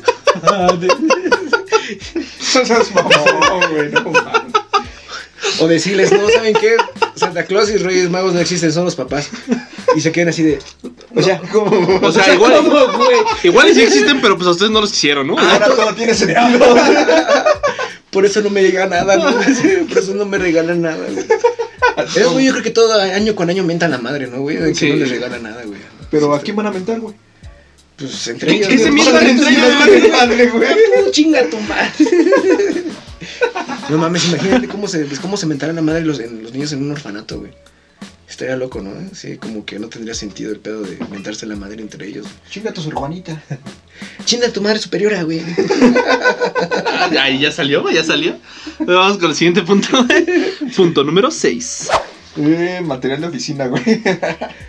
[SPEAKER 2] No seas mamón, güey. No mames.
[SPEAKER 3] O decirles, no, ¿saben qué? Santa Claus y Reyes Magos no existen, son los papás. Y se quedan así de.
[SPEAKER 2] O sea, como.
[SPEAKER 1] O sea, igual, igual sí existen, pero pues a ustedes no los quisieron, ¿no?
[SPEAKER 2] Ahora todo tiene sentido.
[SPEAKER 3] Por eso no me llega nada, ¿no? Por eso no me regalan nada, güey. Eso, güey, yo creo que todo año con año mienta la madre, ¿no, güey? De que
[SPEAKER 1] Sí.
[SPEAKER 3] no les regala nada, güey.
[SPEAKER 2] Pero ¿a quién van a mentar, güey?
[SPEAKER 3] Pues entre ellos.
[SPEAKER 1] Que se
[SPEAKER 3] güey.
[SPEAKER 1] mientan E entre ellos,
[SPEAKER 2] Madre, madre, güey.
[SPEAKER 3] Chinga tu madre. No mames, imagínate cómo se, pues, cómo se mentaran la madre los, en- los niños en un orfanato, güey. Estaría loco, ¿no? Sí, como que no tendría sentido el pedo de mentarse la madre entre ellos.
[SPEAKER 2] Chinga tu Juanita.
[SPEAKER 3] Chinga tu madre superiora, güey.
[SPEAKER 1] ah, Ahí ya salió, ya salió. Vamos con el siguiente punto. punto número 6.
[SPEAKER 2] Eh, material de oficina, güey.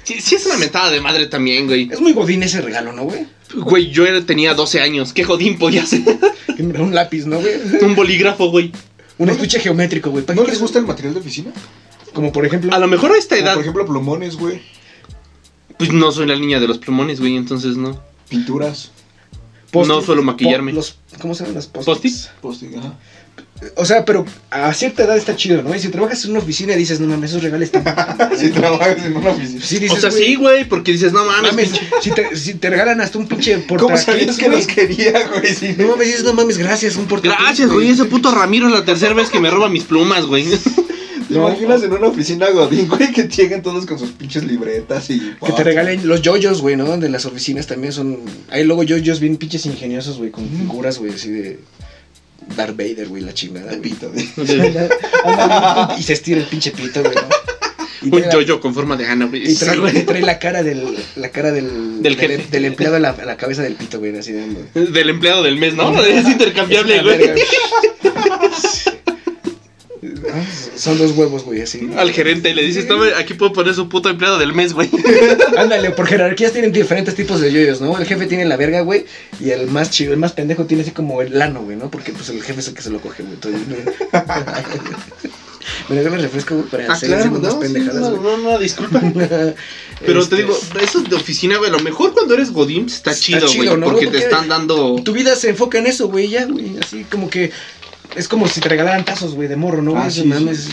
[SPEAKER 1] Sí, sí es una mentada de madre también, güey.
[SPEAKER 3] Es muy godín ese regalo, ¿no, güey?
[SPEAKER 1] Güey, yo era- tenía 12 años. ¿Qué jodín podía ser?
[SPEAKER 3] Que me da Un lápiz, ¿no, güey?
[SPEAKER 1] Un bolígrafo, güey.
[SPEAKER 3] Un estuche geométrico, güey. ¿Para
[SPEAKER 2] ¿No
[SPEAKER 3] qué
[SPEAKER 2] les
[SPEAKER 3] quieres-
[SPEAKER 2] gusta el material de oficina?
[SPEAKER 3] Como por ejemplo.
[SPEAKER 1] A lo mejor a esta
[SPEAKER 2] Como,
[SPEAKER 1] edad,
[SPEAKER 2] por ejemplo, plumones, güey.
[SPEAKER 1] pues no soy la niña de los plumones, güey, entonces no.
[SPEAKER 2] Pinturas.
[SPEAKER 3] post-
[SPEAKER 1] no suelo maquillarme.
[SPEAKER 3] po- los- ¿Cómo se llaman las post
[SPEAKER 1] ¿Post-its?
[SPEAKER 2] Poste, Pues, ajá.
[SPEAKER 3] O sea, pero a cierta edad está chido, ¿no? Y si trabajas en una oficina y dices, no mames, esos regales están.
[SPEAKER 2] si Ah, trabajas en una oficina.
[SPEAKER 3] Sí, dices,
[SPEAKER 1] o sea,
[SPEAKER 3] güey,
[SPEAKER 1] sí, güey, porque dices, no mames,
[SPEAKER 3] mames, si te, si te regalan hasta un pinche porta
[SPEAKER 2] ¿Cómo sabías que los quería, güey? Si
[SPEAKER 3] No
[SPEAKER 2] no-
[SPEAKER 3] mames, dices, no mames, gracias, un porta
[SPEAKER 1] Gracias, güey. Ese puto Ramiro es la tercera vez que me roba mis plumas, güey.
[SPEAKER 2] ¿Te
[SPEAKER 3] No.
[SPEAKER 2] imaginas en una oficina Godín, güey, que lleguen todos con sus pinches libretas y.
[SPEAKER 3] Que te regalen los yoyos, güey, ¿no? De las oficinas también son. Hay luego yoyos bien pinches ingeniosos, güey, con figuras, güey, así de. Darth Vader, güey, la chingada.
[SPEAKER 2] La
[SPEAKER 3] güey.
[SPEAKER 2] pita, güey.
[SPEAKER 3] Ándale, y se estira el pinche pito, güey, ¿no? Y
[SPEAKER 1] Un
[SPEAKER 3] trae la-
[SPEAKER 1] yo-yo con forma de Ana, güey.
[SPEAKER 3] Y trae,
[SPEAKER 1] Sí, güey.
[SPEAKER 3] y trae la cara del. La cara del.
[SPEAKER 1] Del jefe.
[SPEAKER 3] del, del empleado a la, a la cabeza del pito, güey, así de.
[SPEAKER 1] Del empleado del mes, ¿no? Es intercambiable,
[SPEAKER 3] Es una
[SPEAKER 1] güey.
[SPEAKER 3] verga, güey. Ah, Son dos huevos, güey, así.
[SPEAKER 1] Al gerente le dices, toma, aquí puedo poner su puto empleado del mes, güey.
[SPEAKER 3] Ándale, por jerarquías tienen diferentes tipos de yoyos, ¿no? El jefe tiene la verga, güey, y el más chido, el más pendejo tiene así como el lano, güey, ¿no? Porque pues el jefe es el que se lo coge, güey. entonces, güey. Me regalas refresco, güey, para hacer haciendo unas pendejadas, güey.
[SPEAKER 1] Ah, no, no, disculpa. Pero
[SPEAKER 3] Este,
[SPEAKER 1] te digo, eso de oficina, güey, a lo mejor cuando eres Godín está,
[SPEAKER 3] Está
[SPEAKER 1] chido,
[SPEAKER 3] chido,
[SPEAKER 1] güey,
[SPEAKER 3] ¿no?
[SPEAKER 1] porque te
[SPEAKER 3] Porque-
[SPEAKER 1] están dando...
[SPEAKER 3] tu vida se enfoca en eso, güey, ya, güey, así como que es como si te regalaran tazos, güey, de morro, ¿no?
[SPEAKER 2] Ah,
[SPEAKER 3] Güey?
[SPEAKER 2] sí,
[SPEAKER 3] mames,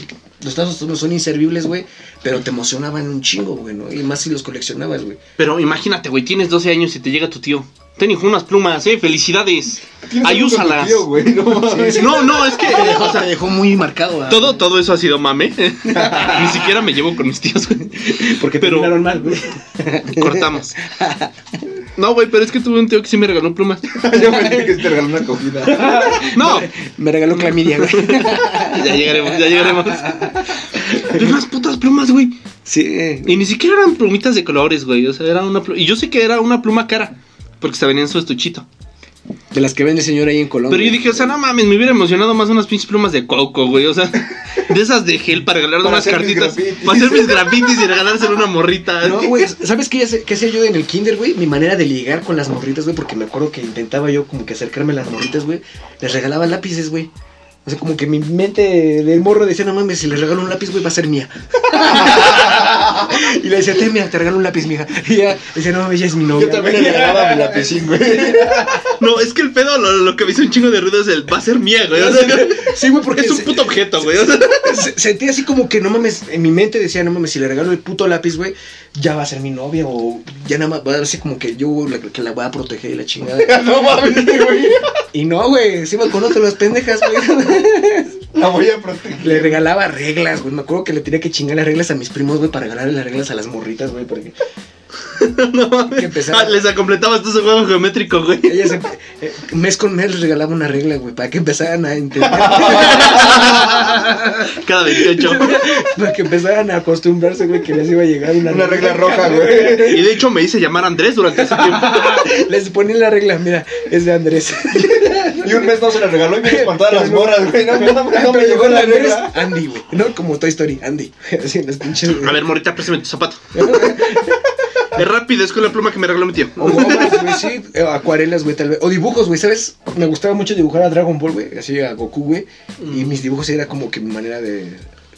[SPEAKER 3] Los tazos son- son inservibles, güey, pero te emocionaban un chingo, güey, ¿no? Y más si los coleccionabas, güey.
[SPEAKER 1] Pero imagínate, güey, tienes 12 años y te llega tu tío. Ten hijo unas plumas, eh, felicidades.
[SPEAKER 2] Tienes
[SPEAKER 1] Ahí
[SPEAKER 2] algo con tu
[SPEAKER 1] úsalas.
[SPEAKER 2] tío, güey, no mames.
[SPEAKER 1] No, no, es que...
[SPEAKER 3] Te dejó,
[SPEAKER 1] o sea,
[SPEAKER 3] te dejó muy marcado. ¿ah? ¿verdad?
[SPEAKER 1] Todo, todo eso ha sido mame. Ni siquiera me llevo con mis tíos, güey.
[SPEAKER 3] Porque
[SPEAKER 1] pero-
[SPEAKER 3] terminaron mal, güey.
[SPEAKER 1] Cortamos. No, güey, pero es que tuve un tío que sí me regaló plumas.
[SPEAKER 2] Yo pensé que te regaló una comida.
[SPEAKER 1] No,
[SPEAKER 3] Me regaló clamidia, güey.
[SPEAKER 1] ya llegaremos, ya llegaremos. Pero unas putas plumas, güey.
[SPEAKER 3] Sí. eh,
[SPEAKER 1] Y ni siquiera eran plumitas de colores, güey. O sea, era una pluma. Y yo sé que era una pluma cara. Porque se venía en su estuchito.
[SPEAKER 3] De las que vende señor ahí en Colombia.
[SPEAKER 1] Pero yo dije, o sea, no mames, me hubiera emocionado más unas pinches plumas de coco, güey. O sea, de esas de gel para regalar
[SPEAKER 2] Para
[SPEAKER 1] unas
[SPEAKER 2] hacer mis
[SPEAKER 1] cartitas.
[SPEAKER 2] grafitis.
[SPEAKER 1] Para hacer mis grafitis y regalárselo a una morrita.
[SPEAKER 3] No, güey, ¿sabes qué, hace- qué hacía yo en el kinder, güey? Mi manera de ligar con las morritas, güey, porque me acuerdo que intentaba yo como que acercarme a las morritas, güey. Les regalaba lápices, güey. O sea, como que mi mente del morro decía, no mames, si le regalo un lápiz, güey, va a ser mía. y le decía, te, mira, te regalo un lápiz, mija. Y ella decía, no mames, ella es mi novia.
[SPEAKER 2] Yo también le regalaba mi lapicín, güey.
[SPEAKER 1] No, es que el pedo, lo, lo que me hizo un chingo de ruido es el va a ser mía, güey. O sea,
[SPEAKER 3] Sí, güey, porque
[SPEAKER 1] es un
[SPEAKER 3] se-
[SPEAKER 1] puto objeto, güey. O sea,
[SPEAKER 3] Se- Sentí así como que no mames, en mi mente decía, no mames, si le regalo el puto lápiz, güey, ya va a ser mi novia o ya nada más va a darse como que yo la, que la voy a proteger y la chingada.
[SPEAKER 2] No mames, güey.
[SPEAKER 3] Y no, güey, se iba con otras las pendejas, güey.
[SPEAKER 2] La voy a proteger.
[SPEAKER 3] Le regalaba reglas, güey. Me acuerdo que le tenía que chingar las reglas a mis primos, güey, para regalarle las reglas a las morritas, güey, porque
[SPEAKER 1] no
[SPEAKER 3] Que
[SPEAKER 1] mames.
[SPEAKER 3] empezara-
[SPEAKER 1] Ah, les completabas tú su juego geométrico, güey.
[SPEAKER 3] ellas em- eh, mes con mes les regalaba una regla, güey, para que empezaran a entender,
[SPEAKER 1] Cada 28.
[SPEAKER 3] para que empezaran a acostumbrarse, güey, que les iba a llegar una,
[SPEAKER 2] Una regla roja, güey.
[SPEAKER 1] Y de hecho me hice llamar Andrés durante ese tiempo.
[SPEAKER 3] Les ponían la regla, mira, es de Andrés.
[SPEAKER 2] Y un mes no se la regaló y me espantaban las moras, güey. No, no,
[SPEAKER 3] Ah,
[SPEAKER 2] no me
[SPEAKER 3] pero
[SPEAKER 2] llegó la negra.
[SPEAKER 3] Andrés, Andy, güey. No, como Toy Story, Andy. Así en las pinches.
[SPEAKER 1] A ver, morrita, préstame tu zapato. Es rápido, es con la pluma que me regaló mi tío.
[SPEAKER 3] O gomas, güey, sí. eh, Acuarelas, güey, tal vez. O dibujos, güey, ¿sabes? Me gustaba mucho dibujar a Dragon Ball, güey. Así a Goku, güey.
[SPEAKER 1] Mm.
[SPEAKER 3] Y mis dibujos era como que mi manera de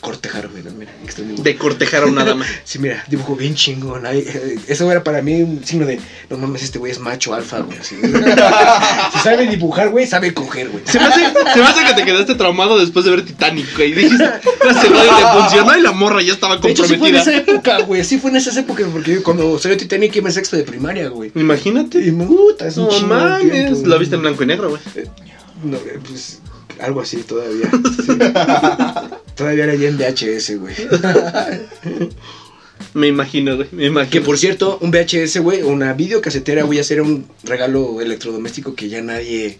[SPEAKER 3] cortejar, güey. ¿no? Mira, aquí está un dibujo.
[SPEAKER 1] De cortejar a una dama.
[SPEAKER 3] Sí, mira, dibujo bien chingón. ahí, eh, Eso era para mí un signo de, no mames, este güey es macho alfa, güey. así. si sabe dibujar, güey, sabe coger, güey.
[SPEAKER 1] Se me, hace, se me hace que te quedaste traumado después de ver Titanic, güey. Dijiste, la segunda le funcionó y la morra ya estaba
[SPEAKER 3] De hecho, sí fue en
[SPEAKER 1] comprometida.
[SPEAKER 3] esa época, güey. Sí fue en esa época, porque yo cuando salió Titanic iba en sexto de primaria, güey.
[SPEAKER 1] Imagínate.
[SPEAKER 3] Y puta, es un
[SPEAKER 1] No
[SPEAKER 3] chingo de
[SPEAKER 1] mames.
[SPEAKER 3] tiempo,
[SPEAKER 1] La
[SPEAKER 3] güey.
[SPEAKER 1] viste en blanco y negro, güey.
[SPEAKER 3] No, eh, pues algo así todavía. sí. todavía era ya en VHS, güey.
[SPEAKER 1] Me imagino, güey. Me imagino.
[SPEAKER 3] Que por cierto, un VHS, güey, o una videocasetera, güey, ya era un regalo electrodoméstico que ya nadie.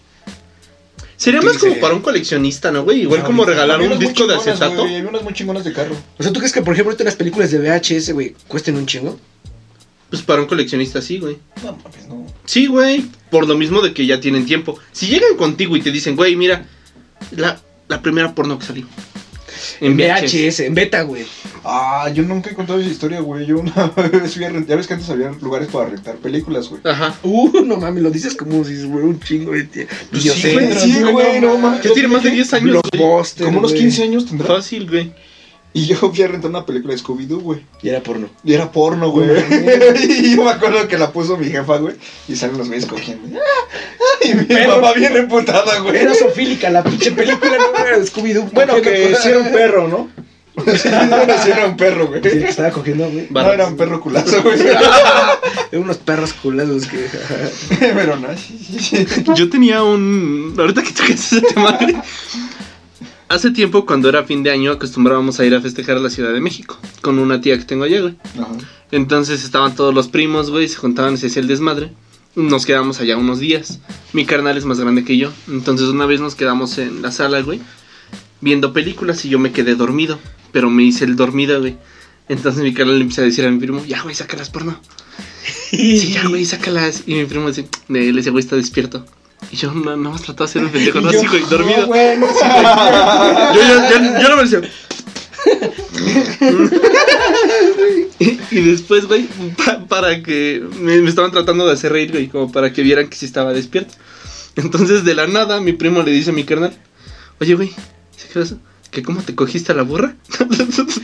[SPEAKER 1] Sería más como
[SPEAKER 3] Utilizaría.
[SPEAKER 1] para un coleccionista, ¿no, güey?
[SPEAKER 3] Ah,
[SPEAKER 1] Igual como regalar
[SPEAKER 2] Había
[SPEAKER 1] un
[SPEAKER 2] unas muy
[SPEAKER 1] disco de
[SPEAKER 2] chingonas,
[SPEAKER 1] acetato.
[SPEAKER 2] güey, Había unas muy chingonas de carro.
[SPEAKER 3] O sea, ¿tú crees que, por ejemplo, ahorita las películas de VHS, güey, cuesten un chingo?
[SPEAKER 1] Pues para un coleccionista sí, güey.
[SPEAKER 2] No mames, no.
[SPEAKER 1] Sí, güey. Por lo mismo de que ya tienen tiempo. Si llegan contigo y te dicen, güey, mira, la, la primera porno que salió. En
[SPEAKER 3] En
[SPEAKER 1] VHS.
[SPEAKER 3] VHS, en beta, güey.
[SPEAKER 2] Ah, yo nunca he contado esa historia, güey. Yo una vez fui a rentar. Ya ves que antes había lugares para rentar películas, güey.
[SPEAKER 1] Ajá.
[SPEAKER 3] Uh, no mames, lo dices como si fuera un chingo de tie-
[SPEAKER 1] Pues
[SPEAKER 3] Yo
[SPEAKER 1] sí,
[SPEAKER 3] sé,
[SPEAKER 1] güey,
[SPEAKER 3] sí,
[SPEAKER 2] güey, no mames.
[SPEAKER 1] Ya tiene más de 10 años. güey.
[SPEAKER 3] Blockbuster,
[SPEAKER 2] Como unos
[SPEAKER 3] güey.
[SPEAKER 2] 15 años tendrá.
[SPEAKER 1] Fácil, güey.
[SPEAKER 2] Y yo fui a rentar una película de Scooby-Doo, güey.
[SPEAKER 3] Y era porno.
[SPEAKER 2] Y era porno, güey.
[SPEAKER 3] No
[SPEAKER 2] y yo me acuerdo que la puso mi jefa, güey. Y salen los güeyes cogiendo. Ah, ah, Y mi
[SPEAKER 3] Pero-
[SPEAKER 2] mamá bien emputada, güey.
[SPEAKER 3] Era sofílica la pinche película, no era de Scooby-Doo.
[SPEAKER 2] Bueno, que
[SPEAKER 3] Cogiendo-
[SPEAKER 2] sí era un perro, ¿no? sí era un perro, güey.
[SPEAKER 3] Sí, que estaba cogiendo, güey.
[SPEAKER 2] No, era un perro culazo, güey.
[SPEAKER 3] Eran unos perros culados que.
[SPEAKER 2] Pero no, sí, sí, sí.
[SPEAKER 1] Yo tenía un. Ahorita que tocas ese tema, güey. Hace tiempo, cuando era fin de año, acostumbrábamos a ir a festejar a la Ciudad de México con una tía que tengo allá, güey.
[SPEAKER 2] Ajá.
[SPEAKER 1] Entonces estaban todos los primos, güey, se juntaban, se hacía el desmadre. Nos quedamos allá unos días. Mi carnal es más grande que yo. Entonces una vez nos quedamos en la sala, güey, viendo películas y yo me quedé dormido. Pero me hice el dormido, güey. Entonces mi carnal le empieza a decir a mi primo, ya, güey, sácalas, porno. Sí, ya, güey, sácalas. Y mi primo dice, "Nel, ese güey está despierto. Y yo no, nada más trataba de hacer un pendejo, no,
[SPEAKER 3] Y yo,
[SPEAKER 1] así, güey,
[SPEAKER 3] no,
[SPEAKER 1] dormido.
[SPEAKER 3] güey, no, sí, güey.
[SPEAKER 1] Yo, yo, yo, yo no me decía. y, y después, güey, pa- para que. Me, me estaban tratando de hacer reír, güey, como para que vieran que sí estaba despierto. Entonces, de la nada, mi primo le dice a mi carnal: Oye, güey, ¿sí que eso? ¿Que cómo te cogiste a la burra?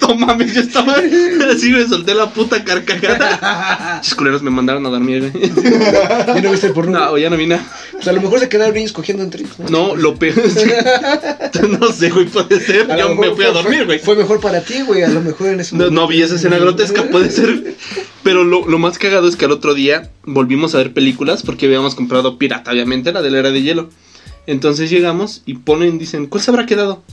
[SPEAKER 1] no mames, yo estaba así, me solté la puta carcajada. Los culeros me mandaron a dormir, güey.
[SPEAKER 3] ¿Ya no viste el porno?
[SPEAKER 1] No, ya no vi nada.
[SPEAKER 3] Pues a lo mejor se quedaron niños cogiendo entre ellos.
[SPEAKER 1] No, lo peor es que- No sé, güey, puede ser.
[SPEAKER 3] A lo
[SPEAKER 1] Yo
[SPEAKER 3] mejor
[SPEAKER 1] me fui a
[SPEAKER 3] fue-
[SPEAKER 1] dormir, güey.
[SPEAKER 3] Fue mejor para ti, güey. A lo mejor en ese
[SPEAKER 1] No, no vi esa escena grotesca, puede ser. Pero lo, lo más cagado es que al otro día volvimos a ver películas porque habíamos comprado pirata, obviamente, la de la era de hielo. Entonces llegamos y ponen, dicen, ¿cuál se habrá quedado?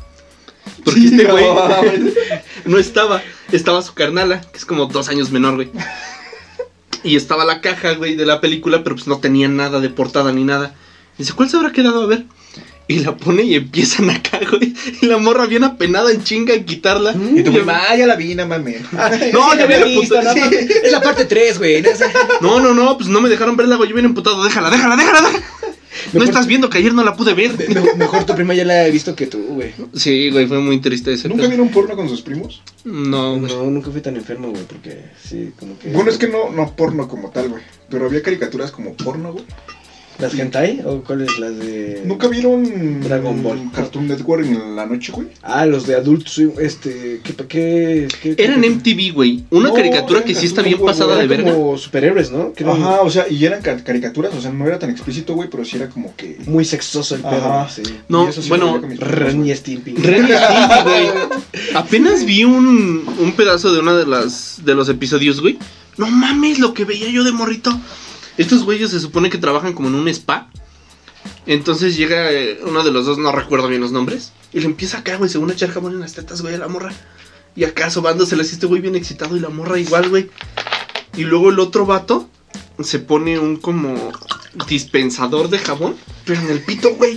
[SPEAKER 1] Porque este
[SPEAKER 2] No,
[SPEAKER 1] güey
[SPEAKER 2] mames.
[SPEAKER 1] no estaba. Estaba su carnala, que es como dos años menor, güey. Y estaba la caja, güey, de la película, pero pues no tenía nada de portada ni nada. Dice, ¿cuál se habrá quedado? A ver. Y la pone y empiezan acá, güey. Y la morra bien apenada en chinga en quitarla.
[SPEAKER 3] Mm.
[SPEAKER 2] Y tú,
[SPEAKER 1] Y-
[SPEAKER 2] ah, ya la vi, no mames.
[SPEAKER 1] No, ya había
[SPEAKER 3] visto,
[SPEAKER 1] puta-
[SPEAKER 3] no mames. Es la parte 3, güey. no sé.
[SPEAKER 1] No, no, no, pues no me dejaron verla, güey. Yo bien emputado. Déjala, déjala, déjala, déjala. No
[SPEAKER 3] Mejor-
[SPEAKER 1] estás viendo que ayer no la pude ver.
[SPEAKER 3] Me- Mejor tu prima ya la he visto que tú, güey.
[SPEAKER 1] Sí, güey, fue muy triste ese.
[SPEAKER 2] ¿Nunca
[SPEAKER 1] pedo.
[SPEAKER 2] vieron porno con sus primos?
[SPEAKER 1] No, güey.
[SPEAKER 3] No, nunca fui tan enfermo, güey, porque sí, como que...
[SPEAKER 2] Bueno, es que no, no porno como tal, güey. Pero había caricaturas como porno, güey.
[SPEAKER 3] ¿Las hentai? ¿O cuáles? Las de...
[SPEAKER 2] ¿Nunca vieron
[SPEAKER 3] Dragon Ball.
[SPEAKER 2] Cartoon Network en la noche, güey?
[SPEAKER 3] Ah, los de Adult Swim, este... ¿Qué? qué, qué
[SPEAKER 1] Era en
[SPEAKER 3] qué-
[SPEAKER 1] MTV, güey. Una
[SPEAKER 2] No,
[SPEAKER 1] caricatura que
[SPEAKER 2] era
[SPEAKER 1] sí está bien
[SPEAKER 2] Cartoon
[SPEAKER 1] pasada de
[SPEAKER 3] Eran
[SPEAKER 1] verga.
[SPEAKER 3] como superhéroes, ¿no? Que eran
[SPEAKER 2] Ajá, o sea, y eran ca- caricaturas, o sea, no era tan explícito, güey, pero sí era como que...
[SPEAKER 3] Muy sexoso el pedo,
[SPEAKER 2] Ajá.
[SPEAKER 3] sí.
[SPEAKER 1] No,
[SPEAKER 2] y eso sí
[SPEAKER 1] bueno,
[SPEAKER 2] lo veía con mis primos,
[SPEAKER 3] Ren
[SPEAKER 2] güey.
[SPEAKER 3] y Stimpy.
[SPEAKER 1] Ren y Stimpy, güey. Apenas vi un, un pedazo de una de las de los episodios, güey. No mames lo que veía yo de morrito. Estos güeyes se supone que trabajan como en un spa. Entonces llega eh, uno de los dos, no recuerdo bien los nombres, y le empieza acá, güey, según echar jabón en las tetas, güey, a la morra. Y acá sobándoselas, y este güey bien excitado y la morra igual, güey. Y luego el otro vato se pone un como dispensador de jabón, pero en el pito, güey.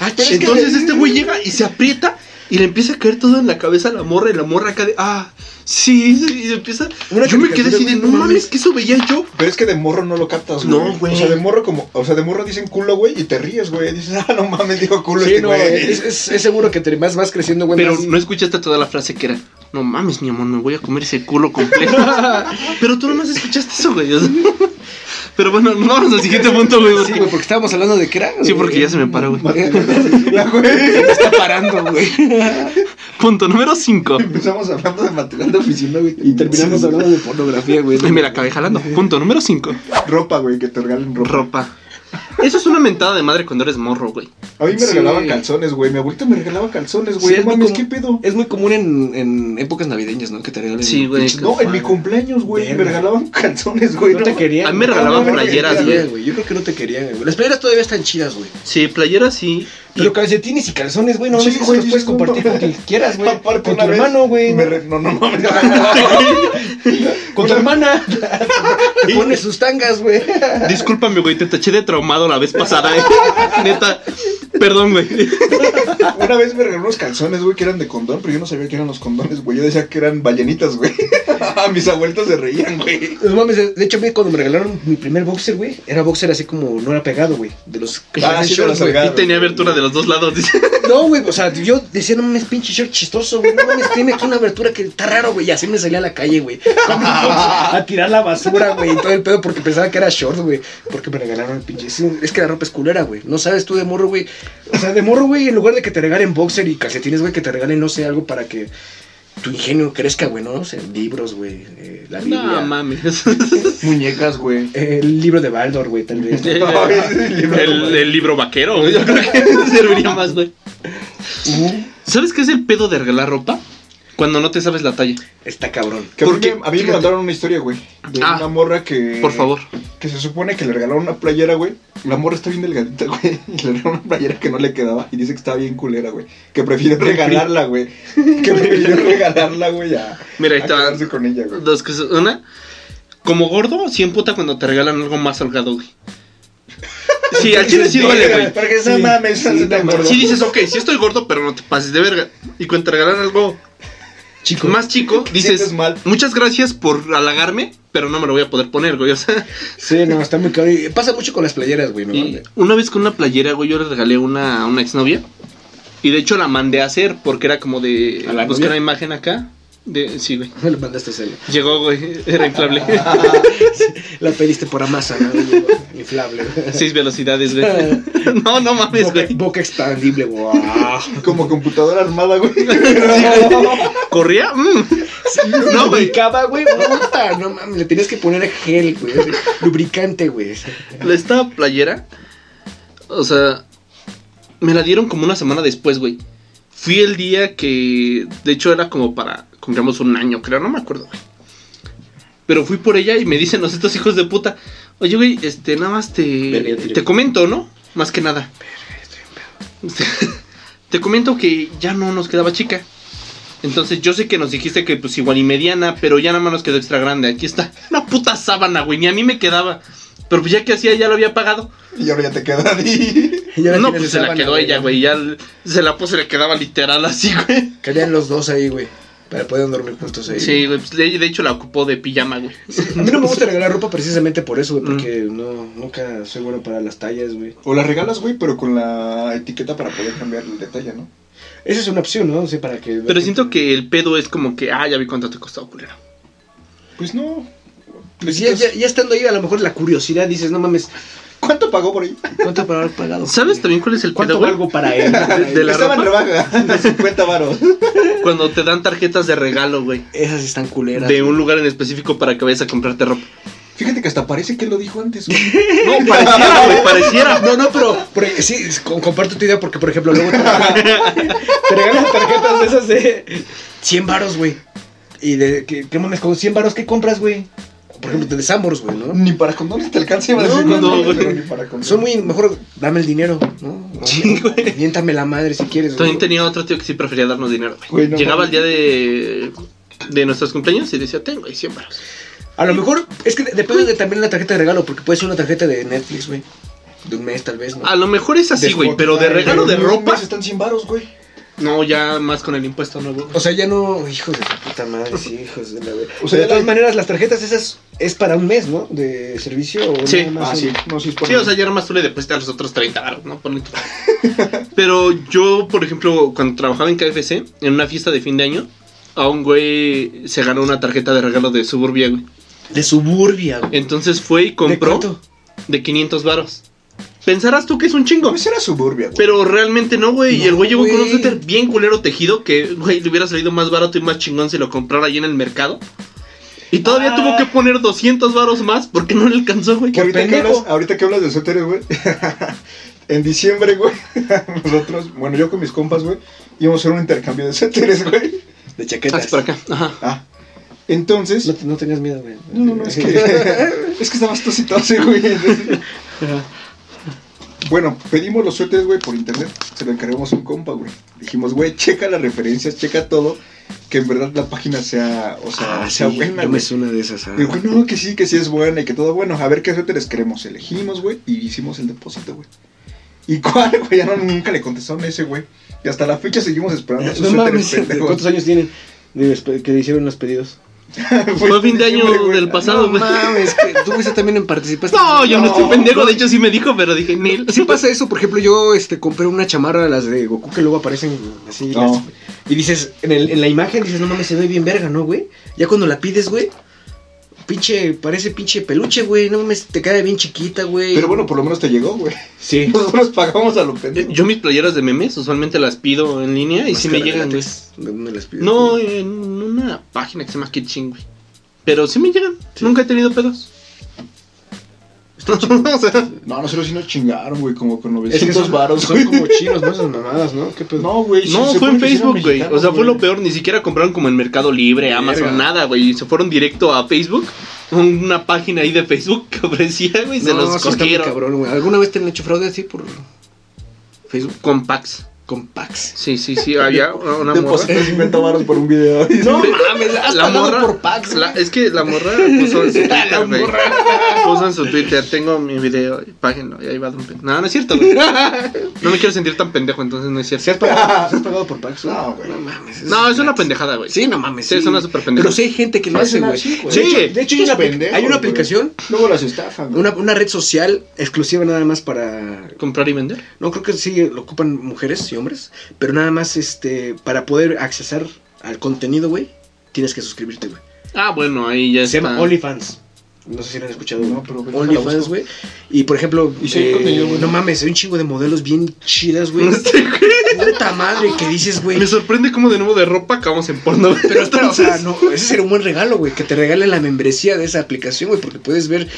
[SPEAKER 3] Ah,
[SPEAKER 1] Entonces este güey llega y se aprieta y le empieza a caer todo en la cabeza a la morra y la morra acá de ah, sí, sí", y se empieza.
[SPEAKER 3] Una
[SPEAKER 1] yo me quedé así de
[SPEAKER 3] caricatura,
[SPEAKER 1] no mames, que eso veía yo.
[SPEAKER 2] Pero es que de morro no lo captas,
[SPEAKER 1] No,
[SPEAKER 2] güey.
[SPEAKER 1] güey.
[SPEAKER 2] O sea, de morro como... O sea, de morro dicen culo, güey, y te ríes, güey. Dices, ah, no mames, dijo culo
[SPEAKER 3] Sí,
[SPEAKER 2] este
[SPEAKER 3] no,
[SPEAKER 2] güey.
[SPEAKER 3] es, es- es seguro que te más vas creciendo, güey.
[SPEAKER 1] Pero
[SPEAKER 3] más-
[SPEAKER 1] no escuchaste toda la frase que era. No mames, mi amor, me voy a comer ese culo completo. Pero tú nomás escuchaste eso, güey. o sea. Pero bueno, no, vamos al siguiente punto, güey.
[SPEAKER 3] Sí,
[SPEAKER 1] porque-
[SPEAKER 3] güey, porque estábamos hablando de crack.
[SPEAKER 1] Sí, porque ya se me paró, güey.
[SPEAKER 2] Ya, güey.
[SPEAKER 3] me está parando, güey.
[SPEAKER 1] Punto número 5.
[SPEAKER 2] Empezamos hablando de material de oficina, güey.
[SPEAKER 3] Y terminamos hablando de pornografía, güey.
[SPEAKER 1] Y me la acabé jalando. Punto número 5.
[SPEAKER 2] Ropa, güey, que te regalen ropa.
[SPEAKER 1] Ropa. Eso es una mentada de madre cuando eres morro, güey.
[SPEAKER 2] A mí me
[SPEAKER 3] Sí.
[SPEAKER 2] regalaban calzones, güey. Mi abuelita me regalaba calzones,
[SPEAKER 3] Sí,
[SPEAKER 2] güey.
[SPEAKER 3] es
[SPEAKER 2] no
[SPEAKER 3] muy
[SPEAKER 2] mames,
[SPEAKER 3] común.
[SPEAKER 2] ¿qué pedo?
[SPEAKER 3] Es muy común en, en épocas navideñas, ¿no? Que te regalen.
[SPEAKER 1] Sí, güey.
[SPEAKER 3] pinches-
[SPEAKER 2] No, en mi cumpleaños, güey, me
[SPEAKER 3] Verga.
[SPEAKER 2] regalaban calzones, güey.
[SPEAKER 3] No te querían.
[SPEAKER 1] A mí me
[SPEAKER 3] güey.
[SPEAKER 1] regalaban
[SPEAKER 3] No, no,
[SPEAKER 1] playeras,
[SPEAKER 3] no te querían,
[SPEAKER 1] güey.
[SPEAKER 3] Yo creo que no te querían, güey. Las playeras todavía están chidas, güey.
[SPEAKER 1] Sí, playera sí. y
[SPEAKER 3] Pero calcetines y calzones, güey, no
[SPEAKER 2] Sí,
[SPEAKER 3] mames, eso
[SPEAKER 2] güey,
[SPEAKER 3] los puedes
[SPEAKER 2] sí, no,
[SPEAKER 3] compartir
[SPEAKER 2] no.
[SPEAKER 3] con quien quieras, güey. Con
[SPEAKER 2] Aparte,
[SPEAKER 3] tu
[SPEAKER 2] una vez
[SPEAKER 3] hermano, güey.
[SPEAKER 2] me re- No, no mames.
[SPEAKER 3] Con tu hermana. Te pones sus tangas, güey.
[SPEAKER 1] Discúlpame, güey, te taché de traumado la vez pasada, eh. Neta. perdón, güey.
[SPEAKER 2] Una vez me regaló unos calzones, güey, que eran de condón, pero yo no sabía que eran los condones, güey. Yo decía que eran ballenitas, güey. Mis abuelitas se reían, güey.
[SPEAKER 3] No mames, de hecho, a mí cuando me regalaron mi primer boxer, güey, era boxer así como no era pegado, güey. De los que
[SPEAKER 2] Ah,
[SPEAKER 3] parecen
[SPEAKER 2] sí, de los
[SPEAKER 3] shorts, güey.
[SPEAKER 2] holgados.
[SPEAKER 1] Y tenía abertura de los dos lados. dice.
[SPEAKER 3] No, güey, o sea, yo decía, no mames, pinche short chistoso, güey. No mames, tiene aquí una abertura que está raro, güey. Y así me salía a la calle, güey. Con mi boxer A tirar la basura, güey. Y todo el pedo porque pensaba que era short, güey. Porque me regalaron el pinche. Es, un- es que la ropa es culera, güey. No sabes tú de morro, güey. O sea, de morro, güey, en lugar de que te regalen boxer y calcetines, güey, que te regalen, no sé, algo para que tu ingenio crezca, güey, ¿no? O sea, libros, güey. eh, la Biblia.
[SPEAKER 1] No mames.
[SPEAKER 2] Muñecas, güey.
[SPEAKER 3] El libro de Baldor, güey, tal vez. ¿no?
[SPEAKER 1] El, el libro vaquero, güey, yo creo que serviría más, güey. ¿Sabes qué es el pedo de regalar ropa? Cuando no te sabes la talla.
[SPEAKER 3] Está cabrón.
[SPEAKER 2] Que a mí
[SPEAKER 1] Porque,
[SPEAKER 2] me- a mí me
[SPEAKER 1] fíjate.
[SPEAKER 2] mandaron una historia, güey. De
[SPEAKER 1] Ah,
[SPEAKER 2] una morra que.
[SPEAKER 1] Por favor.
[SPEAKER 2] Que se supone que le regalaron una playera, güey. La morra está bien delgadita, güey. Y le regalaron una playera que no le quedaba. Y dice que estaba bien culera, güey. Que prefirió regalarla, güey. Que prefirió regalarla, güey. A,
[SPEAKER 1] Mira, ahí
[SPEAKER 2] a
[SPEAKER 1] te va.
[SPEAKER 2] quedarse con ella, güey.
[SPEAKER 1] Dos cosas. Una, como gordo, sí emputa cuando te regalan algo más holgado, güey. Sí, al chile sí duele, güey.
[SPEAKER 2] Porque esa
[SPEAKER 3] Sí,
[SPEAKER 2] mames,
[SPEAKER 3] sí,
[SPEAKER 2] esa se
[SPEAKER 3] no
[SPEAKER 2] te
[SPEAKER 3] mames.
[SPEAKER 2] acordó.
[SPEAKER 1] Sí dices, ok, sí estoy gordo, pero no te pases de verga. Y cuando te regalan algo
[SPEAKER 3] Chico.
[SPEAKER 1] más chico, dices,
[SPEAKER 2] sientes mal.
[SPEAKER 1] muchas gracias por halagarme, pero no me lo voy a poder poner, güey. O sea,
[SPEAKER 3] Sí, no, está muy cabrón. Y Pasa mucho con las playeras, güey, ¿no?
[SPEAKER 1] Y una vez con una playera, güey, yo le regalé una a una exnovia. Y de hecho la mandé a hacer porque era como de.
[SPEAKER 3] ¿A la
[SPEAKER 1] Busqué una
[SPEAKER 3] novia?
[SPEAKER 1] imagen acá. De, sí, güey.
[SPEAKER 3] Me lo mandaste a hacerlo.
[SPEAKER 1] Llegó, güey. Era inflable.
[SPEAKER 3] Ah, La pediste por Amazon, ¿no? Inflable.
[SPEAKER 1] Seis velocidades, güey. No, no mames,
[SPEAKER 3] boca,
[SPEAKER 1] güey.
[SPEAKER 3] boca expandible, wow.
[SPEAKER 2] Como computadora armada, güey.
[SPEAKER 1] ¿Corría? Mm. No, güey.
[SPEAKER 3] Lubricaba, güey, puta. No mames, le tenías que poner gel, güey. Lubricante, güey.
[SPEAKER 1] Esta playera. O sea. Me la dieron como una semana después, güey. Fui el día que. De hecho, era como para. Cumplíamos un año, creo, no me acuerdo, güey. Pero fui por ella y me dicen, no, estos hijos de puta. Oye, güey, este, nada más te.
[SPEAKER 3] Verga, tío.
[SPEAKER 1] Te comento, ¿no? Más que nada. te comento que ya no nos quedaba chica. Entonces yo sé que nos dijiste que pues igual y mediana, pero ya nada más nos quedó extra grande. Aquí está. Una puta sábana, güey. Ni a mí me quedaba. Pero pues ya que hacía, ya lo había pagado.
[SPEAKER 2] Y ahora ya te queda a ti.
[SPEAKER 3] Y ahora
[SPEAKER 1] no,
[SPEAKER 3] tienes
[SPEAKER 1] pues se la
[SPEAKER 3] sábana,
[SPEAKER 1] quedó ella, güey. Ya l- se la puso, se le quedaba literal así, güey.
[SPEAKER 3] Caían los dos ahí, güey. Para poder dormir juntos ahí.
[SPEAKER 1] Sí, güey. Pues, de, de hecho la ocupó de pijama, güey.
[SPEAKER 3] A mí no me gusta regalar ropa precisamente por eso,
[SPEAKER 1] Mm.
[SPEAKER 3] güey. Porque no, nunca soy bueno para las tallas, güey.
[SPEAKER 2] O la regalas, güey, pero con la etiqueta para poder cambiar el detalle, ¿no?
[SPEAKER 3] Esa es una opción, ¿no? Sí, para que.
[SPEAKER 1] Pero siento que el pedo es como que, ah, ya vi cuánto te costó, culero.
[SPEAKER 2] Pues no.
[SPEAKER 3] Pues ya, ya, ya estando ahí, a lo mejor la curiosidad dices, no mames,
[SPEAKER 2] ¿Cuánto pagó por ahí?
[SPEAKER 3] ¿cuánto para haber pagado?
[SPEAKER 1] ¿Sabes también cuál es el pedo,
[SPEAKER 3] ¿Cuánto
[SPEAKER 1] güey?
[SPEAKER 3] valgo para él?
[SPEAKER 1] De- de la
[SPEAKER 2] Estaba en
[SPEAKER 1] ropa?
[SPEAKER 2] rebaja. de 50 varos.
[SPEAKER 1] Cuando te dan tarjetas de regalo, güey.
[SPEAKER 3] Esas están culeras.
[SPEAKER 1] De un lugar en específico para que vayas a comprarte ropa.
[SPEAKER 2] Fíjate que hasta parece que lo dijo antes, güey.
[SPEAKER 1] No, pareciera, güey, pareciera.
[SPEAKER 3] No, no, pero por- e-, sí, es- con- comparto tu idea porque, por ejemplo, luego te, te regalan tarjetas de esas de 100 varos, güey. Y de, ¿qué, qué mames? Con 100 varos, ¿qué compras, güey? Por ejemplo, de Sambors, güey, ¿no?
[SPEAKER 2] Ni para condones te alcanza, iba a
[SPEAKER 1] No,
[SPEAKER 2] decir,
[SPEAKER 1] no,
[SPEAKER 2] güey,
[SPEAKER 1] güey.
[SPEAKER 2] pero ni para condones.
[SPEAKER 3] Son muy, mejor dame el dinero, ¿no?
[SPEAKER 1] Sí, güey.
[SPEAKER 3] Miéntame la madre si quieres,
[SPEAKER 1] También
[SPEAKER 3] güey.
[SPEAKER 1] tenía otro tío que sí prefería darnos dinero, güey.
[SPEAKER 2] Güey, no
[SPEAKER 1] Llegaba el
[SPEAKER 2] mames.
[SPEAKER 1] día de, de nuestros cumpleaños y decía, tengo ahí 100 varos.
[SPEAKER 3] A lo mejor, es que de- depende de también la tarjeta de regalo, porque puede ser una tarjeta de Netflix, güey. De un mes, tal vez, ¿no?
[SPEAKER 1] A lo mejor es así,
[SPEAKER 3] De
[SPEAKER 1] güey, pero de
[SPEAKER 3] Spotify,
[SPEAKER 1] regalo de
[SPEAKER 2] Pero no,
[SPEAKER 1] ropa. Ah,
[SPEAKER 2] más Están 100 varos, güey.
[SPEAKER 1] No, ya más con el impuesto nuevo.
[SPEAKER 3] O sea, ya no, hijos de su puta madre, sí, hijos de la ver-
[SPEAKER 2] O sea,
[SPEAKER 3] de
[SPEAKER 2] ya
[SPEAKER 3] todas
[SPEAKER 2] la-
[SPEAKER 3] maneras, las tarjetas esas es para un mes, ¿no? De servicio o
[SPEAKER 1] Sí.
[SPEAKER 3] nada más
[SPEAKER 2] Ah,
[SPEAKER 3] un-
[SPEAKER 2] sí. No, sí es por
[SPEAKER 1] Sí, o sea, ya nada más tú le depositas a los otros 30 varos, ¿no? Ponle tú. Pero yo, por ejemplo, cuando trabajaba en KFC, en una fiesta de fin de año, a un güey se ganó una tarjeta de regalo de Suburbia, güey.
[SPEAKER 3] De suburbia, güey.
[SPEAKER 1] Entonces fue y
[SPEAKER 3] ¿De
[SPEAKER 1] compró de,
[SPEAKER 3] cuánto?
[SPEAKER 1] 500 varos. Pensarás tú que es un chingo.
[SPEAKER 2] Pues era suburbia, güey.
[SPEAKER 1] Pero realmente no, güey. y el
[SPEAKER 3] No,
[SPEAKER 1] güey llegó con un
[SPEAKER 3] güey.
[SPEAKER 1] suéter bien culero tejido que, güey, le hubiera salido más barato y más chingón si lo comprara ahí en el mercado. Y todavía
[SPEAKER 3] Ah.
[SPEAKER 1] tuvo que poner 200 varos más porque no le alcanzó, güey.
[SPEAKER 2] Que ahorita, que
[SPEAKER 3] pendejo.
[SPEAKER 2] hablas, ahorita que hablas de suéteres, güey. en diciembre, güey. Nosotros, bueno, yo con mis compas, güey, íbamos a hacer un intercambio de suéteres, güey.
[SPEAKER 3] De
[SPEAKER 1] Ah,
[SPEAKER 3] chaquetas.
[SPEAKER 1] es para acá. Ajá.
[SPEAKER 2] Ah. Entonces.
[SPEAKER 3] No, te- no tenías miedo, güey.
[SPEAKER 2] No, no, no, es que. es que estabas tositose, güey. Entonces- Bueno, pedimos los suéteres, güey, por internet. Se lo encargamos a un compa, güey. Dijimos, güey, checa las referencias, checa todo. Que en verdad la página sea, o sea,
[SPEAKER 3] Ah, sí,
[SPEAKER 2] sea buena,
[SPEAKER 3] yo me
[SPEAKER 2] güey.
[SPEAKER 3] suena de esas. ah.
[SPEAKER 2] Y güey, no, que sí, que sí es buena y que todo bueno. A ver qué suéteres queremos. Elegimos, güey, y hicimos el depósito, güey. ¿Y cuál, güey? Ya no, nunca le contestaron a ese, güey. Y hasta la fecha seguimos esperando a
[SPEAKER 3] Eh, No
[SPEAKER 2] sus
[SPEAKER 3] mames,
[SPEAKER 2] suéteres pendejos.
[SPEAKER 3] ¿cuántos años tienen de despe- que hicieron los pedidos?
[SPEAKER 2] Fue
[SPEAKER 1] Fue fin de año
[SPEAKER 2] diciembre, güey.
[SPEAKER 1] del pasado, güey.
[SPEAKER 3] mames, que tú fuiste también en participaste.
[SPEAKER 1] No, yo no estoy
[SPEAKER 2] No,
[SPEAKER 1] pendejo, de hecho sí me dijo, pero dije, Nel.
[SPEAKER 3] Si pasa eso, por ejemplo, yo este, compré una chamarra, las de Goku, que luego aparecen así.
[SPEAKER 2] No.
[SPEAKER 3] las- y dices, en, el- en la imagen dices, no mames, se ve bien verga, ¿no, güey? Ya cuando la pides, güey, pinche, parece pinche peluche, güey, no mames, te queda bien chiquita, güey.
[SPEAKER 2] Pero bueno, por lo menos te llegó, güey.
[SPEAKER 3] sí.
[SPEAKER 2] Nosotros pagamos a lo pendejo.
[SPEAKER 1] Yo mis playeras de memes usualmente las pido en línea y si me llegan, güey.
[SPEAKER 3] ¿De dónde las pides?
[SPEAKER 1] No, en una página que se llama Kitchen, güey. Pero sí me llegan, nunca he tenido pedos. o sea,
[SPEAKER 2] No, nosotros sí nos chingaron, güey, como con
[SPEAKER 3] Es que
[SPEAKER 2] 900
[SPEAKER 3] son,
[SPEAKER 2] varos,
[SPEAKER 3] son
[SPEAKER 2] güey.
[SPEAKER 3] como chinos, ¿no? Esas mamadas, ¿no? ¿Qué pedo?
[SPEAKER 2] No, güey. sí,
[SPEAKER 1] no,
[SPEAKER 2] se
[SPEAKER 1] fue
[SPEAKER 2] supone
[SPEAKER 1] en
[SPEAKER 2] que sí eran
[SPEAKER 1] Facebook, güey. O sea,
[SPEAKER 2] mexicanos,
[SPEAKER 1] fue lo
[SPEAKER 2] güey.
[SPEAKER 1] peor, ni siquiera compraron como en Mercado Libre,
[SPEAKER 3] Verga.
[SPEAKER 1] Amazon, nada, güey. Se fueron directo a Facebook, una página ahí de Facebook que ofrecía, güey, y se los
[SPEAKER 3] sí está muy
[SPEAKER 1] cogieron.
[SPEAKER 3] cabrón, güey. ¿Alguna vez te han hecho fraude así por Facebook?
[SPEAKER 1] Con packs.
[SPEAKER 3] Con packs.
[SPEAKER 1] Sí, sí, sí, había una morra.
[SPEAKER 2] Deposité 50 varos por un video.
[SPEAKER 3] No
[SPEAKER 1] Pe-
[SPEAKER 3] mames, has
[SPEAKER 1] la
[SPEAKER 3] pagado
[SPEAKER 1] morra,
[SPEAKER 3] por packs,
[SPEAKER 1] la-
[SPEAKER 3] güey.
[SPEAKER 1] es que la morra puso en su Twitter, güey.
[SPEAKER 3] morra.
[SPEAKER 1] Puso en su Twitter, tengo mi video, págenlo, y ahí va Don Pe- No, no es cierto, güey. No me quiero sentir tan pendejo, entonces no es
[SPEAKER 3] ¿Se
[SPEAKER 1] cierto.
[SPEAKER 3] has pagado, ¿se has pagado por packs?
[SPEAKER 2] No, güey.
[SPEAKER 3] No mames.
[SPEAKER 1] No, es una
[SPEAKER 3] gratis.
[SPEAKER 1] pendejada, güey.
[SPEAKER 3] Pues Sí, no mames.
[SPEAKER 1] Sí, es una super pendeja.
[SPEAKER 3] Pero sí hay gente que lo hace,
[SPEAKER 2] Hacen
[SPEAKER 3] güey.
[SPEAKER 2] así, güey.
[SPEAKER 3] De
[SPEAKER 1] Sí.
[SPEAKER 3] hecho- de hecho, hay una,
[SPEAKER 2] Pendejos,
[SPEAKER 3] hay una
[SPEAKER 2] Pues güey.
[SPEAKER 3] aplicación,
[SPEAKER 2] Luego las estafan, güey.
[SPEAKER 3] una, una red social exclusiva nada más para.
[SPEAKER 1] Comprar y vender.
[SPEAKER 3] No creo que sí lo ocupan mujeres y hombres, pero nada más este para poder accesar al contenido, güey, tienes que suscribirte, güey.
[SPEAKER 1] Ah, bueno, ahí ya
[SPEAKER 3] Se
[SPEAKER 1] está.
[SPEAKER 3] llama OnlyFans. No sé si lo han escuchado.
[SPEAKER 2] No,
[SPEAKER 3] güey.
[SPEAKER 2] pero déjala,
[SPEAKER 3] OnlyFans,
[SPEAKER 2] busco.
[SPEAKER 3] güey. Y por ejemplo,
[SPEAKER 2] Y si hay
[SPEAKER 3] eh,
[SPEAKER 2] contenido, güey.
[SPEAKER 3] no mames, hay un chingo de modelos bien chidas, güey. Puta madre, que dices, güey.
[SPEAKER 1] Me sorprende ccomo de nuevo de ropa acabamos en porno. güey.
[SPEAKER 3] Pero espera, o sea,
[SPEAKER 1] Entonces,
[SPEAKER 3] no, ese sería un buen regalo, güey, que te regalen la membresía de esa aplicación, güey, porque puedes ver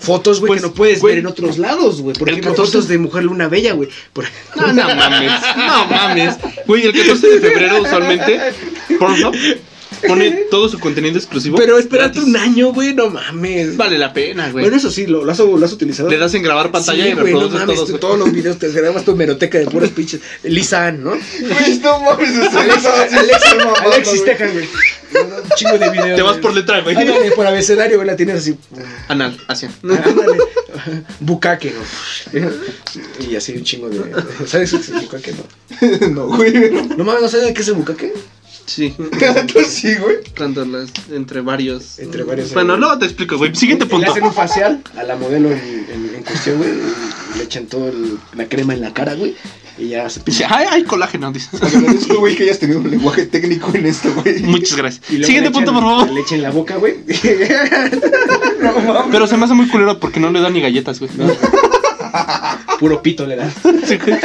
[SPEAKER 3] fotos, güey,
[SPEAKER 1] Pues,
[SPEAKER 3] que no puedes
[SPEAKER 1] güey,
[SPEAKER 3] ver en otros lados, güey. Por
[SPEAKER 1] el
[SPEAKER 3] ejemplo,
[SPEAKER 1] 14
[SPEAKER 3] fotos de Mujer Luna Bella, güey. Por-
[SPEAKER 1] No, no mames, no mames. Güey, el 14 de febrero usualmente Pornhub pone todo su contenido exclusivo.
[SPEAKER 3] Pero espérate
[SPEAKER 1] gratis.
[SPEAKER 3] un año, güey, no mames.
[SPEAKER 1] Vale la pena, güey.
[SPEAKER 3] Bueno, eso sí, lo, lo has, lo has utilizado.
[SPEAKER 1] Le das en grabar pantalla
[SPEAKER 3] Sí,
[SPEAKER 1] y
[SPEAKER 3] güey, no
[SPEAKER 1] reproduces
[SPEAKER 3] mames,
[SPEAKER 1] todos,
[SPEAKER 3] tú
[SPEAKER 1] güey.
[SPEAKER 3] todos los videos, te grabas tu meroteca de puros pinches. Lisa Ann, ¿no?
[SPEAKER 2] Güey, no mames, eso
[SPEAKER 3] Alex,
[SPEAKER 2] es
[SPEAKER 3] Alex,
[SPEAKER 2] mamando,
[SPEAKER 3] Alexis
[SPEAKER 2] güey.
[SPEAKER 3] Texas, güey. Un chingo de videos.
[SPEAKER 1] Te vas
[SPEAKER 3] güey.
[SPEAKER 1] por letra, güey.
[SPEAKER 3] Ándale, por abecedario, güey, la tienes así.
[SPEAKER 1] Anal, hacia.
[SPEAKER 3] Ándale. Bucaque, ¿no? Y así un chingo de. ¿Sabes qué es el bucaque, no?
[SPEAKER 2] No, güey.
[SPEAKER 3] No mames, ¿no sabes qué es el bucaque?
[SPEAKER 1] Sí,
[SPEAKER 2] Tanto sí, güey.
[SPEAKER 1] cuando las, entre varios.
[SPEAKER 3] Entre varios.
[SPEAKER 1] Bueno, luego te explico, güey. Siguiente
[SPEAKER 3] Le
[SPEAKER 1] punto.
[SPEAKER 3] hacen un facial a la modelo en, en- en cuestión, güey. y Le echan toda la crema en la cara, güey. Y ya se
[SPEAKER 1] Dice,
[SPEAKER 3] pincha.
[SPEAKER 1] Hay, hay colágeno, dice.
[SPEAKER 2] Agradezco, güey, que hayas tenido un lenguaje técnico en esto, güey.
[SPEAKER 1] Muchas gracias. Siguiente punto, por favor.
[SPEAKER 3] Le echen la boca, güey.
[SPEAKER 2] No mames.
[SPEAKER 1] Pero se me hace muy culero porque no le dan ni galletas, güey.
[SPEAKER 3] Puro pito le dan.
[SPEAKER 1] Sí, güey.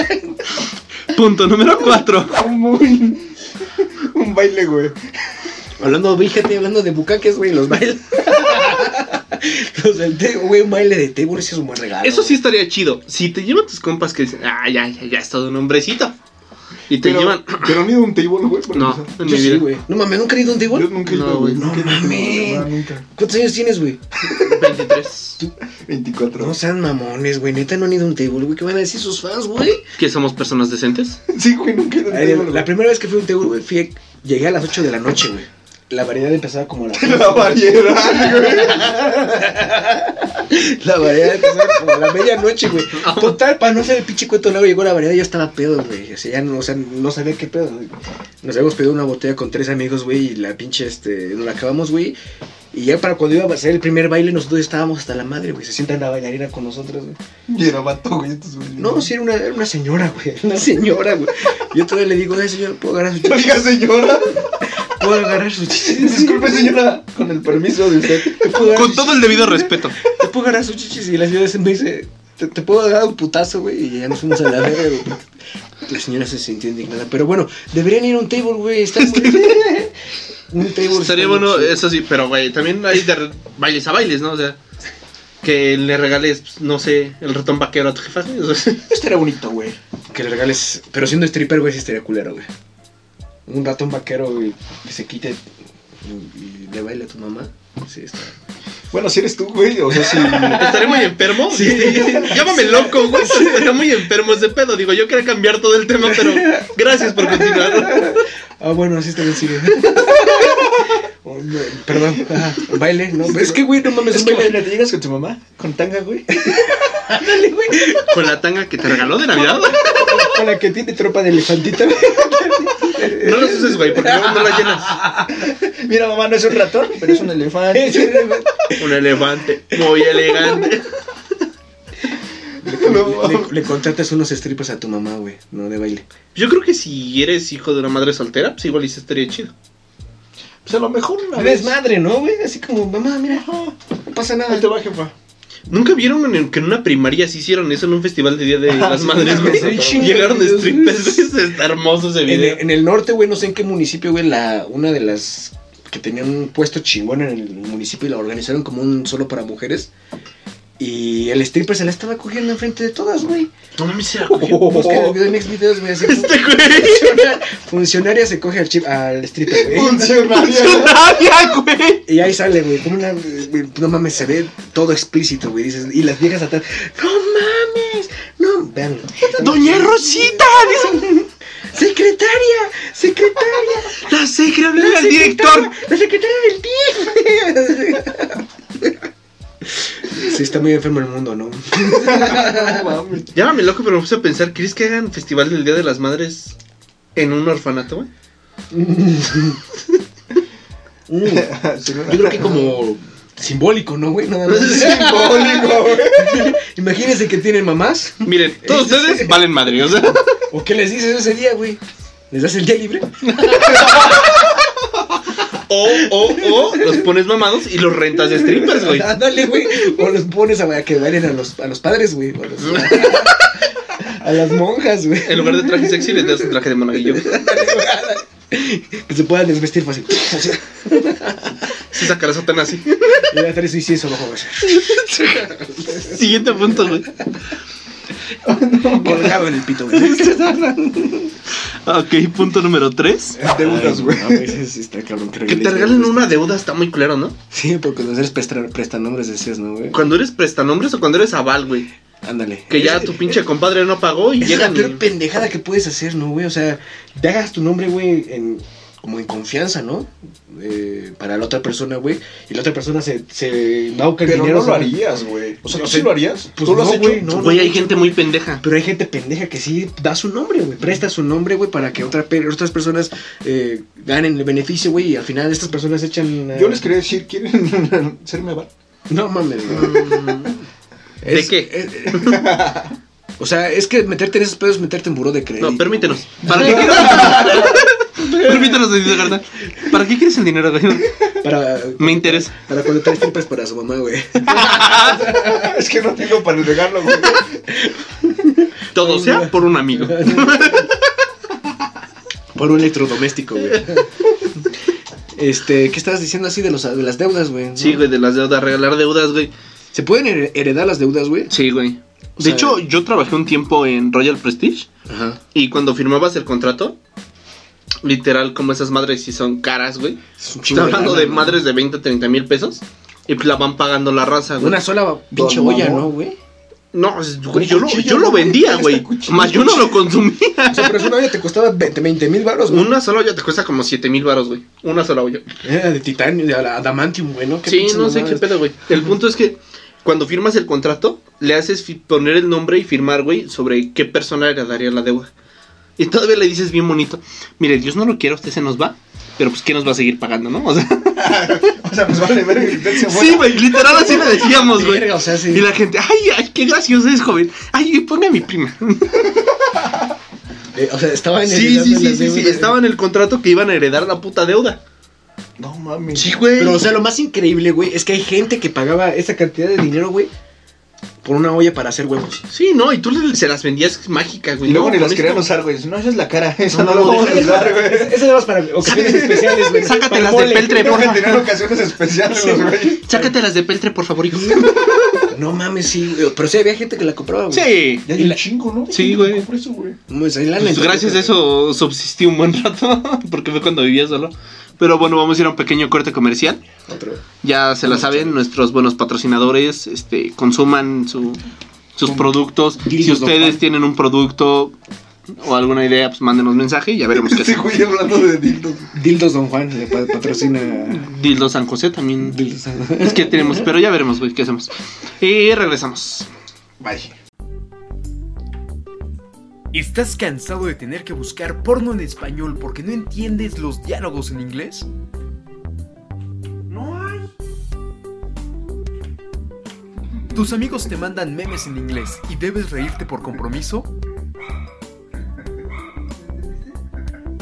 [SPEAKER 1] punto número 4.
[SPEAKER 2] Como un, un baile, güey.
[SPEAKER 3] Hablando, fíjate, hablando de bucaques, güey, los bailes. los del té, güey, un baile de té, güey, ese es un buen regalo.
[SPEAKER 1] Eso sí estaría chido. Si te llevan tus compas que dicen, ah, ya, ya, ya es todo un hombrecito. Y te
[SPEAKER 2] Pero,
[SPEAKER 1] llevan.
[SPEAKER 2] pero han ido a un table, güey. para
[SPEAKER 1] No,
[SPEAKER 2] empezar.
[SPEAKER 1] en
[SPEAKER 3] Yo
[SPEAKER 1] mi
[SPEAKER 3] sí,
[SPEAKER 1] vida.
[SPEAKER 3] güey. No mames, ¿nunca he ido a un table?
[SPEAKER 2] Yo nunca he
[SPEAKER 1] No,
[SPEAKER 2] ido,
[SPEAKER 1] güey.
[SPEAKER 2] güey.
[SPEAKER 3] No
[SPEAKER 2] Nunca he ido,
[SPEAKER 3] mames.
[SPEAKER 2] Nunca.
[SPEAKER 3] ¿Cuántos años tienes, güey?
[SPEAKER 1] 23.
[SPEAKER 3] Tú-
[SPEAKER 2] 24.
[SPEAKER 3] No sean mamones, güey. Neta, no han ido a un table, güey. ¿Qué van a decir sus fans, güey?
[SPEAKER 1] ¿Que somos personas decentes?
[SPEAKER 2] Sí, güey, nunca he ido a un
[SPEAKER 3] Ay,
[SPEAKER 2] table.
[SPEAKER 3] La
[SPEAKER 2] güey.
[SPEAKER 3] primera vez que fui a un table, güey, fui- llegué a las 8 de la noche, güey. La variedad empezaba como a las
[SPEAKER 2] La variedad, güey.
[SPEAKER 3] La variedad empezaba como a la medianoche, güey. Total, para no ser el pinche cuento largo, llegó la variedad y yo estaba pedo, güey. O sea, ya no, o sea, no sabía qué pedo. güey. Nos habíamos pedido una botella con tres amigos, güey, y la pinche, este, nos la acabamos, güey. Y ya para cuando iba a hacer el primer baile, nosotros ya estábamos hasta la madre, güey. Se sientan la bailarina con nosotros, güey.
[SPEAKER 2] Y era vato, güey. Estos, güey.
[SPEAKER 3] No, sí, era una, era una señora, güey. Una señora, güey. Yo todavía le digo, ay, señor, ¿puedo agarrar su chichi?
[SPEAKER 2] Oiga, señora.
[SPEAKER 3] ¿Puedo agarrar su chichis?
[SPEAKER 2] Disculpe, señora. Con el permiso de usted.
[SPEAKER 3] ¿Puedo agarrar
[SPEAKER 1] Con
[SPEAKER 3] su
[SPEAKER 1] todo
[SPEAKER 3] chichis?
[SPEAKER 1] el debido respeto.
[SPEAKER 3] Te puedo agarrar sus chichis y la señora se me dice, te, te puedo dar un putazo, güey, y ya nos fuimos a la verga, güey. La señora se sintió indignada, pero bueno, deberían ir a un table, güey, está muy... un table está
[SPEAKER 1] Estaría
[SPEAKER 3] muy
[SPEAKER 1] bueno,
[SPEAKER 3] chido.
[SPEAKER 1] eso sí, pero güey, también hay de re- bailes a bailes, ¿no? O sea, que le regales, pues, no sé, el ratón vaquero a tu jefa. güey, o sea,
[SPEAKER 3] Este
[SPEAKER 2] Esto era bonito, güey.
[SPEAKER 3] Que le regales, pero siendo stripper, güey, sí estaría culero, güey. Un ratón vaquero, güey, que se quite y, y le baile a tu mamá. Sí, está.
[SPEAKER 2] Bueno, si eres tú, güey. O sea, si.
[SPEAKER 1] Estaré muy enfermo.
[SPEAKER 3] Sí.
[SPEAKER 1] Llámame loco, güey. pero Estaría muy enfermo ese pedo. Digo, yo quería cambiar todo el tema, pero gracias por continuar.
[SPEAKER 3] Ah, bueno, así también sigue. Perdón. Ajá, baile, no. Es que, güey, no mames,
[SPEAKER 2] Es
[SPEAKER 3] un
[SPEAKER 2] que
[SPEAKER 3] baile.
[SPEAKER 2] imagínate, llegas con tu mamá, con tanga, güey.
[SPEAKER 3] Ándale, güey.
[SPEAKER 1] Con la tanga que te regaló de Navidad.
[SPEAKER 2] Con la que tiene tropa de elefantita, güey.
[SPEAKER 1] No las uses, güey, porque luego no las llenas.
[SPEAKER 2] Mira, mamá, no es un ratón, pero es un elefante.
[SPEAKER 1] Un elefante, muy elegante.
[SPEAKER 2] No,
[SPEAKER 3] Le, le contratas unos strippers a tu mamá, güey. No, de baile.
[SPEAKER 1] Yo creo que si eres hijo de una madre soltera, pues igual y sí estaría chido.
[SPEAKER 2] Pues a lo mejor una
[SPEAKER 3] Eres
[SPEAKER 2] vez.
[SPEAKER 3] madre, ¿no, güey? Así como, mamá, mira, no pasa nada.
[SPEAKER 2] Ahí te va, jefa.
[SPEAKER 1] ¿Nunca vieron en- que en una primaria sí hicieron eso en un festival de Día de
[SPEAKER 2] Ah,
[SPEAKER 1] las
[SPEAKER 2] sí,
[SPEAKER 1] Madres,
[SPEAKER 2] sí,
[SPEAKER 1] güey?
[SPEAKER 2] sí,
[SPEAKER 3] sí.
[SPEAKER 1] Llegaron
[SPEAKER 3] Dios,
[SPEAKER 1] strippers, güey. Está hermoso ese
[SPEAKER 3] En
[SPEAKER 1] video.
[SPEAKER 3] el, en el norte, güey, no sé en qué municipio, güey, la, una de las que tenían un puesto chingón en el municipio y la organizaron como un solo para mujeres. Y el stripper se la estaba cogiendo enfrente de todas, güey.
[SPEAKER 1] No mames, se la cogió.
[SPEAKER 2] Oh.
[SPEAKER 3] Busca el video en Xvideos, güey. así como
[SPEAKER 1] Este güey.
[SPEAKER 3] funciona- funcionaria se coge al, chip, al stripper, güey.
[SPEAKER 2] Funcionaria.
[SPEAKER 1] Funcionaria, güey.
[SPEAKER 3] Y ahí sale, güey, con una... güey, No mames, se ve todo explícito, güey. Dices, y las viejas atrás, no mames, no, vean.
[SPEAKER 1] Doña Rosita,
[SPEAKER 3] Secretaria, secretaria.
[SPEAKER 1] dice, la secre hablé al director.
[SPEAKER 3] La secretaria del TIF. Sí, está muy enfermo el mundo, ¿no?
[SPEAKER 2] No mames.
[SPEAKER 1] Llámame loco, pero me puse a pensar, ¿crees que hagan festival del Día de las Madres en un orfanato, güey?
[SPEAKER 3] Mm, Yo
[SPEAKER 2] Sin una-
[SPEAKER 3] creo que como simbólico, ¿no, güey? Nada
[SPEAKER 1] No sé
[SPEAKER 3] más.
[SPEAKER 1] si-
[SPEAKER 2] Simbólico, güey.
[SPEAKER 3] Imagínense que tienen mamás.
[SPEAKER 1] Miren, todos ustedes valen madre, o sea.
[SPEAKER 3] ¿O qué les dices ese día, güey? ¿Les das el día libre?
[SPEAKER 1] O, o, o, los pones mamados y los rentas de strippers, güey.
[SPEAKER 3] Ándale, güey. O los pones a, a que bailen a los, a los padres, güey. o A, los- a las monjas, güey.
[SPEAKER 1] En lugar de traje sexy, les das un traje de monaguillo.
[SPEAKER 3] Que se puedan desvestir fácil.
[SPEAKER 1] Se sacará tan así.
[SPEAKER 3] Y a tres sí, eso lo juego.
[SPEAKER 1] Siguiente punto, güey.
[SPEAKER 3] Oh, Colgado en el pito, güey.
[SPEAKER 1] Ok, punto número 3.
[SPEAKER 2] Deudas, güey.
[SPEAKER 3] Ay, no, sí está cabrón, creo
[SPEAKER 1] Que te
[SPEAKER 3] le-
[SPEAKER 1] regalen una deuda está muy culero, ¿no?
[SPEAKER 3] Sí, porque cuando eres prestra- prestanombres decías, ¿no, güey?
[SPEAKER 1] Cuando eres prestanombres o cuando eres aval, güey.
[SPEAKER 3] Ándale.
[SPEAKER 1] Que ya tu pinche compadre no pagó y
[SPEAKER 3] Es la
[SPEAKER 1] llegan y...
[SPEAKER 3] peor pendejada que puedes hacer, ¿no, güey? O sea, te hagas tu nombre, güey, en, como en confianza, ¿no? Eh, para la otra persona, güey. Y la otra persona se, se nauca el
[SPEAKER 2] Pero
[SPEAKER 3] dinero.
[SPEAKER 2] no lo
[SPEAKER 3] ¿sabes?
[SPEAKER 2] harías, güey. O sea,
[SPEAKER 3] No
[SPEAKER 2] ¿tú
[SPEAKER 3] sé.
[SPEAKER 2] sí lo harías?
[SPEAKER 3] Pues
[SPEAKER 2] ¿Tú lo has
[SPEAKER 3] no,
[SPEAKER 2] hecho?
[SPEAKER 3] güey, no.
[SPEAKER 1] Güey, hay gente muy pendeja.
[SPEAKER 3] Pero hay gente pendeja que sí da su nombre, güey. Presta su nombre, güey, para que otra pe- otras personas eh, ganen el beneficio, güey. Y al final estas personas echan... eh,
[SPEAKER 2] Yo les quería decir, ¿quieren serme aval?
[SPEAKER 3] No mames, güey.
[SPEAKER 1] Mm. ¿De
[SPEAKER 3] Es-
[SPEAKER 1] qué?
[SPEAKER 3] es- o sea, es que meterte en esos pedos es meterte en buró de crédito.
[SPEAKER 1] No, permítenos. ¿Para qué quieres? permítenos decir la verdad. ¿Para qué quieres el dinero, güey?
[SPEAKER 3] Para,
[SPEAKER 1] Me interesa.
[SPEAKER 3] para cuando traes tripas para su mamá, güey.
[SPEAKER 2] Es que no tengo para entregarlo, güey.
[SPEAKER 1] Todo sea por un amigo.
[SPEAKER 3] Por un electrodoméstico, güey. Este, ¿qué estabas diciendo así de, los, de las deudas, güey?
[SPEAKER 1] Sí, güey, de las deudas, regalar deudas, güey.
[SPEAKER 3] ¿Se pueden her- heredar las deudas, güey?
[SPEAKER 1] Sí, güey.
[SPEAKER 3] O
[SPEAKER 1] De
[SPEAKER 3] sea-
[SPEAKER 1] hecho, yo trabajé un tiempo en Royal Prestige
[SPEAKER 3] Ajá.
[SPEAKER 1] y cuando firmabas el contrato, literal, como esas madres si son caras, güey.
[SPEAKER 3] Es un
[SPEAKER 1] Estás hablando
[SPEAKER 3] lana,
[SPEAKER 1] de
[SPEAKER 3] ¿no?
[SPEAKER 1] madres de 20, 30 mil pesos y pues la van pagando la raza, güey. Pues
[SPEAKER 3] Una sola pinche
[SPEAKER 2] Don
[SPEAKER 3] olla,
[SPEAKER 2] mamón.
[SPEAKER 3] ¿no, güey?
[SPEAKER 1] No, es- güey, yo lo,
[SPEAKER 2] cuchillo,
[SPEAKER 1] yo lo
[SPEAKER 2] ¿no?
[SPEAKER 1] vendía,
[SPEAKER 2] Esta
[SPEAKER 1] güey.
[SPEAKER 2] cuchillo.
[SPEAKER 1] Más yo no lo consumía.
[SPEAKER 3] O sea, pero es una olla te costaba 20, 20 mil baros, güey.
[SPEAKER 1] Una sola olla te cuesta como 7 mil baros, güey. Una sola olla.
[SPEAKER 3] Era de titanio, de adamantium, güey, ¿no? ¿Qué
[SPEAKER 1] Sí,
[SPEAKER 3] pinches
[SPEAKER 1] no sé qué
[SPEAKER 3] mamadas?
[SPEAKER 1] pedo, güey. El punto es que cuando firmas el contrato, le haces fi- poner el nombre y firmar, güey, sobre qué persona heredaría la deuda. Y todavía le dices bien bonito, mire, Dios no lo quiera, usted se nos va, pero pues, ¿qué nos va a seguir pagando, no? O sea,
[SPEAKER 2] O sea, pues vale, ver se
[SPEAKER 1] sí, güey, literal así le decíamos, güey.
[SPEAKER 3] Verga, o sea, sí.
[SPEAKER 1] Y la gente, ay, ay, qué gracioso es, joven. Ay, ponga a mi prima.
[SPEAKER 3] Eh, o sea, estaba en
[SPEAKER 1] Sí, sí,
[SPEAKER 3] heredando
[SPEAKER 1] sí,
[SPEAKER 3] las
[SPEAKER 1] sí, sí,
[SPEAKER 3] deudas.
[SPEAKER 1] estaba en el contrato que iban a heredar la puta deuda.
[SPEAKER 2] No mames.
[SPEAKER 1] Sí, güey.
[SPEAKER 3] Pero, o sea, lo más increíble, güey, es que hay gente que pagaba esa cantidad de dinero, güey, por una olla para hacer huevos.
[SPEAKER 1] Sí, no, y tú le- se las vendías mágicas, güey.
[SPEAKER 2] Y luego
[SPEAKER 1] No,
[SPEAKER 2] ni
[SPEAKER 1] con
[SPEAKER 2] las querían
[SPEAKER 1] esto-
[SPEAKER 2] usar, güey. No, esa es la cara. Esa
[SPEAKER 1] No, no,
[SPEAKER 2] no, la vamos a
[SPEAKER 1] esa-
[SPEAKER 2] usar, güey.
[SPEAKER 3] Esa era para ocasiones especiales, güey.
[SPEAKER 1] Sácatelas
[SPEAKER 3] Para
[SPEAKER 1] de
[SPEAKER 3] mole.
[SPEAKER 1] peltre,
[SPEAKER 2] Creo que
[SPEAKER 1] porfa.
[SPEAKER 2] tenían ocasiones especiales,
[SPEAKER 3] Sí,
[SPEAKER 2] güey.
[SPEAKER 1] Sácatelas de peltre, por favor, hijo.
[SPEAKER 3] No mames, sí, güey. Pero sí había gente que la compraba, güey.
[SPEAKER 1] Sí.
[SPEAKER 2] Ya
[SPEAKER 3] Y
[SPEAKER 2] hay un
[SPEAKER 3] la-
[SPEAKER 2] chingo, ¿no?
[SPEAKER 1] Sí,
[SPEAKER 2] Yo
[SPEAKER 1] güey.
[SPEAKER 2] no compro eso, güey.
[SPEAKER 3] Pues, ahí la
[SPEAKER 1] Pues
[SPEAKER 3] neta.
[SPEAKER 1] gracias a eso subsistí un buen rato, porque fue cuando vivía solo. Pero bueno, vamos a ir a un pequeño corte comercial.
[SPEAKER 3] Otro.
[SPEAKER 1] Ya se la saben, nuestros buenos patrocinadores este, consuman su- sus productos. Si
[SPEAKER 3] Dildos
[SPEAKER 1] ustedes
[SPEAKER 3] Nopal.
[SPEAKER 1] tienen un producto o alguna idea, pues mándenos mensaje y ya veremos qué
[SPEAKER 2] Este
[SPEAKER 1] hacemos.
[SPEAKER 2] güey hablando de dildos.
[SPEAKER 3] Dildos Don Juan, le pa- patrocina.
[SPEAKER 1] Dildo San José también.
[SPEAKER 3] Dildos.
[SPEAKER 1] Es que tenemos, pero ya veremos, güey, qué hacemos. Y regresamos.
[SPEAKER 3] Bye.
[SPEAKER 4] ¿Estás cansado de tener que buscar porno en español porque no entiendes los diálogos en inglés? No hay. ¿Tus amigos te mandan memes en inglés y debes reírte por compromiso?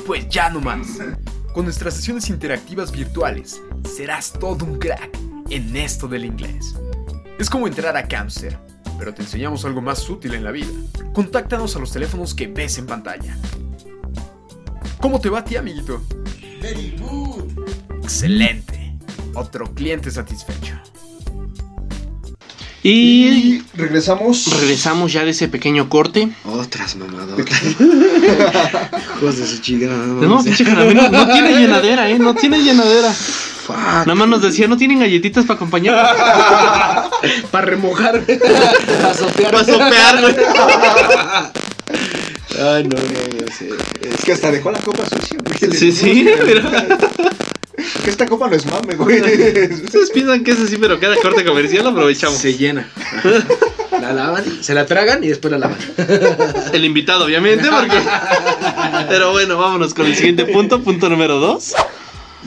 [SPEAKER 4] Pues ya no más. Con nuestras sesiones interactivas virtuales, serás todo un crack en esto del inglés. Es como entrar a cáncer, pero te enseñamos algo más útil en la vida. Contáctanos a los teléfonos que ves en pantalla. ¿Cómo te va a ti, amiguito? Excelente. Otro cliente satisfecho.
[SPEAKER 1] Y
[SPEAKER 2] Y regresamos.
[SPEAKER 1] regresamos ya de ese pequeño corte.
[SPEAKER 3] Otras mamadoras. Hijos de su chingada.
[SPEAKER 1] No, pinche caramelo, no tiene llenadera, eh, no tiene llenadera.
[SPEAKER 3] Fuck.
[SPEAKER 1] Nada más nos decía, no tienen galletitas para acompañar.
[SPEAKER 3] Para remojar. Para sopear.
[SPEAKER 1] Para sopear, güey.
[SPEAKER 3] Ay, no, no, no sé.
[SPEAKER 2] Es que hasta dejó la copa sucia, güey.
[SPEAKER 1] Sí, sí, mira.
[SPEAKER 2] Que esta copa no es mame, güey.
[SPEAKER 1] Ustedes piensan que es así, pero cada corte comercial aprovechamos.
[SPEAKER 3] Se llena. La lavan, se la tragan y después la lavan.
[SPEAKER 1] El invitado, obviamente, porque. Pero bueno, vámonos con el siguiente punto, punto número dos.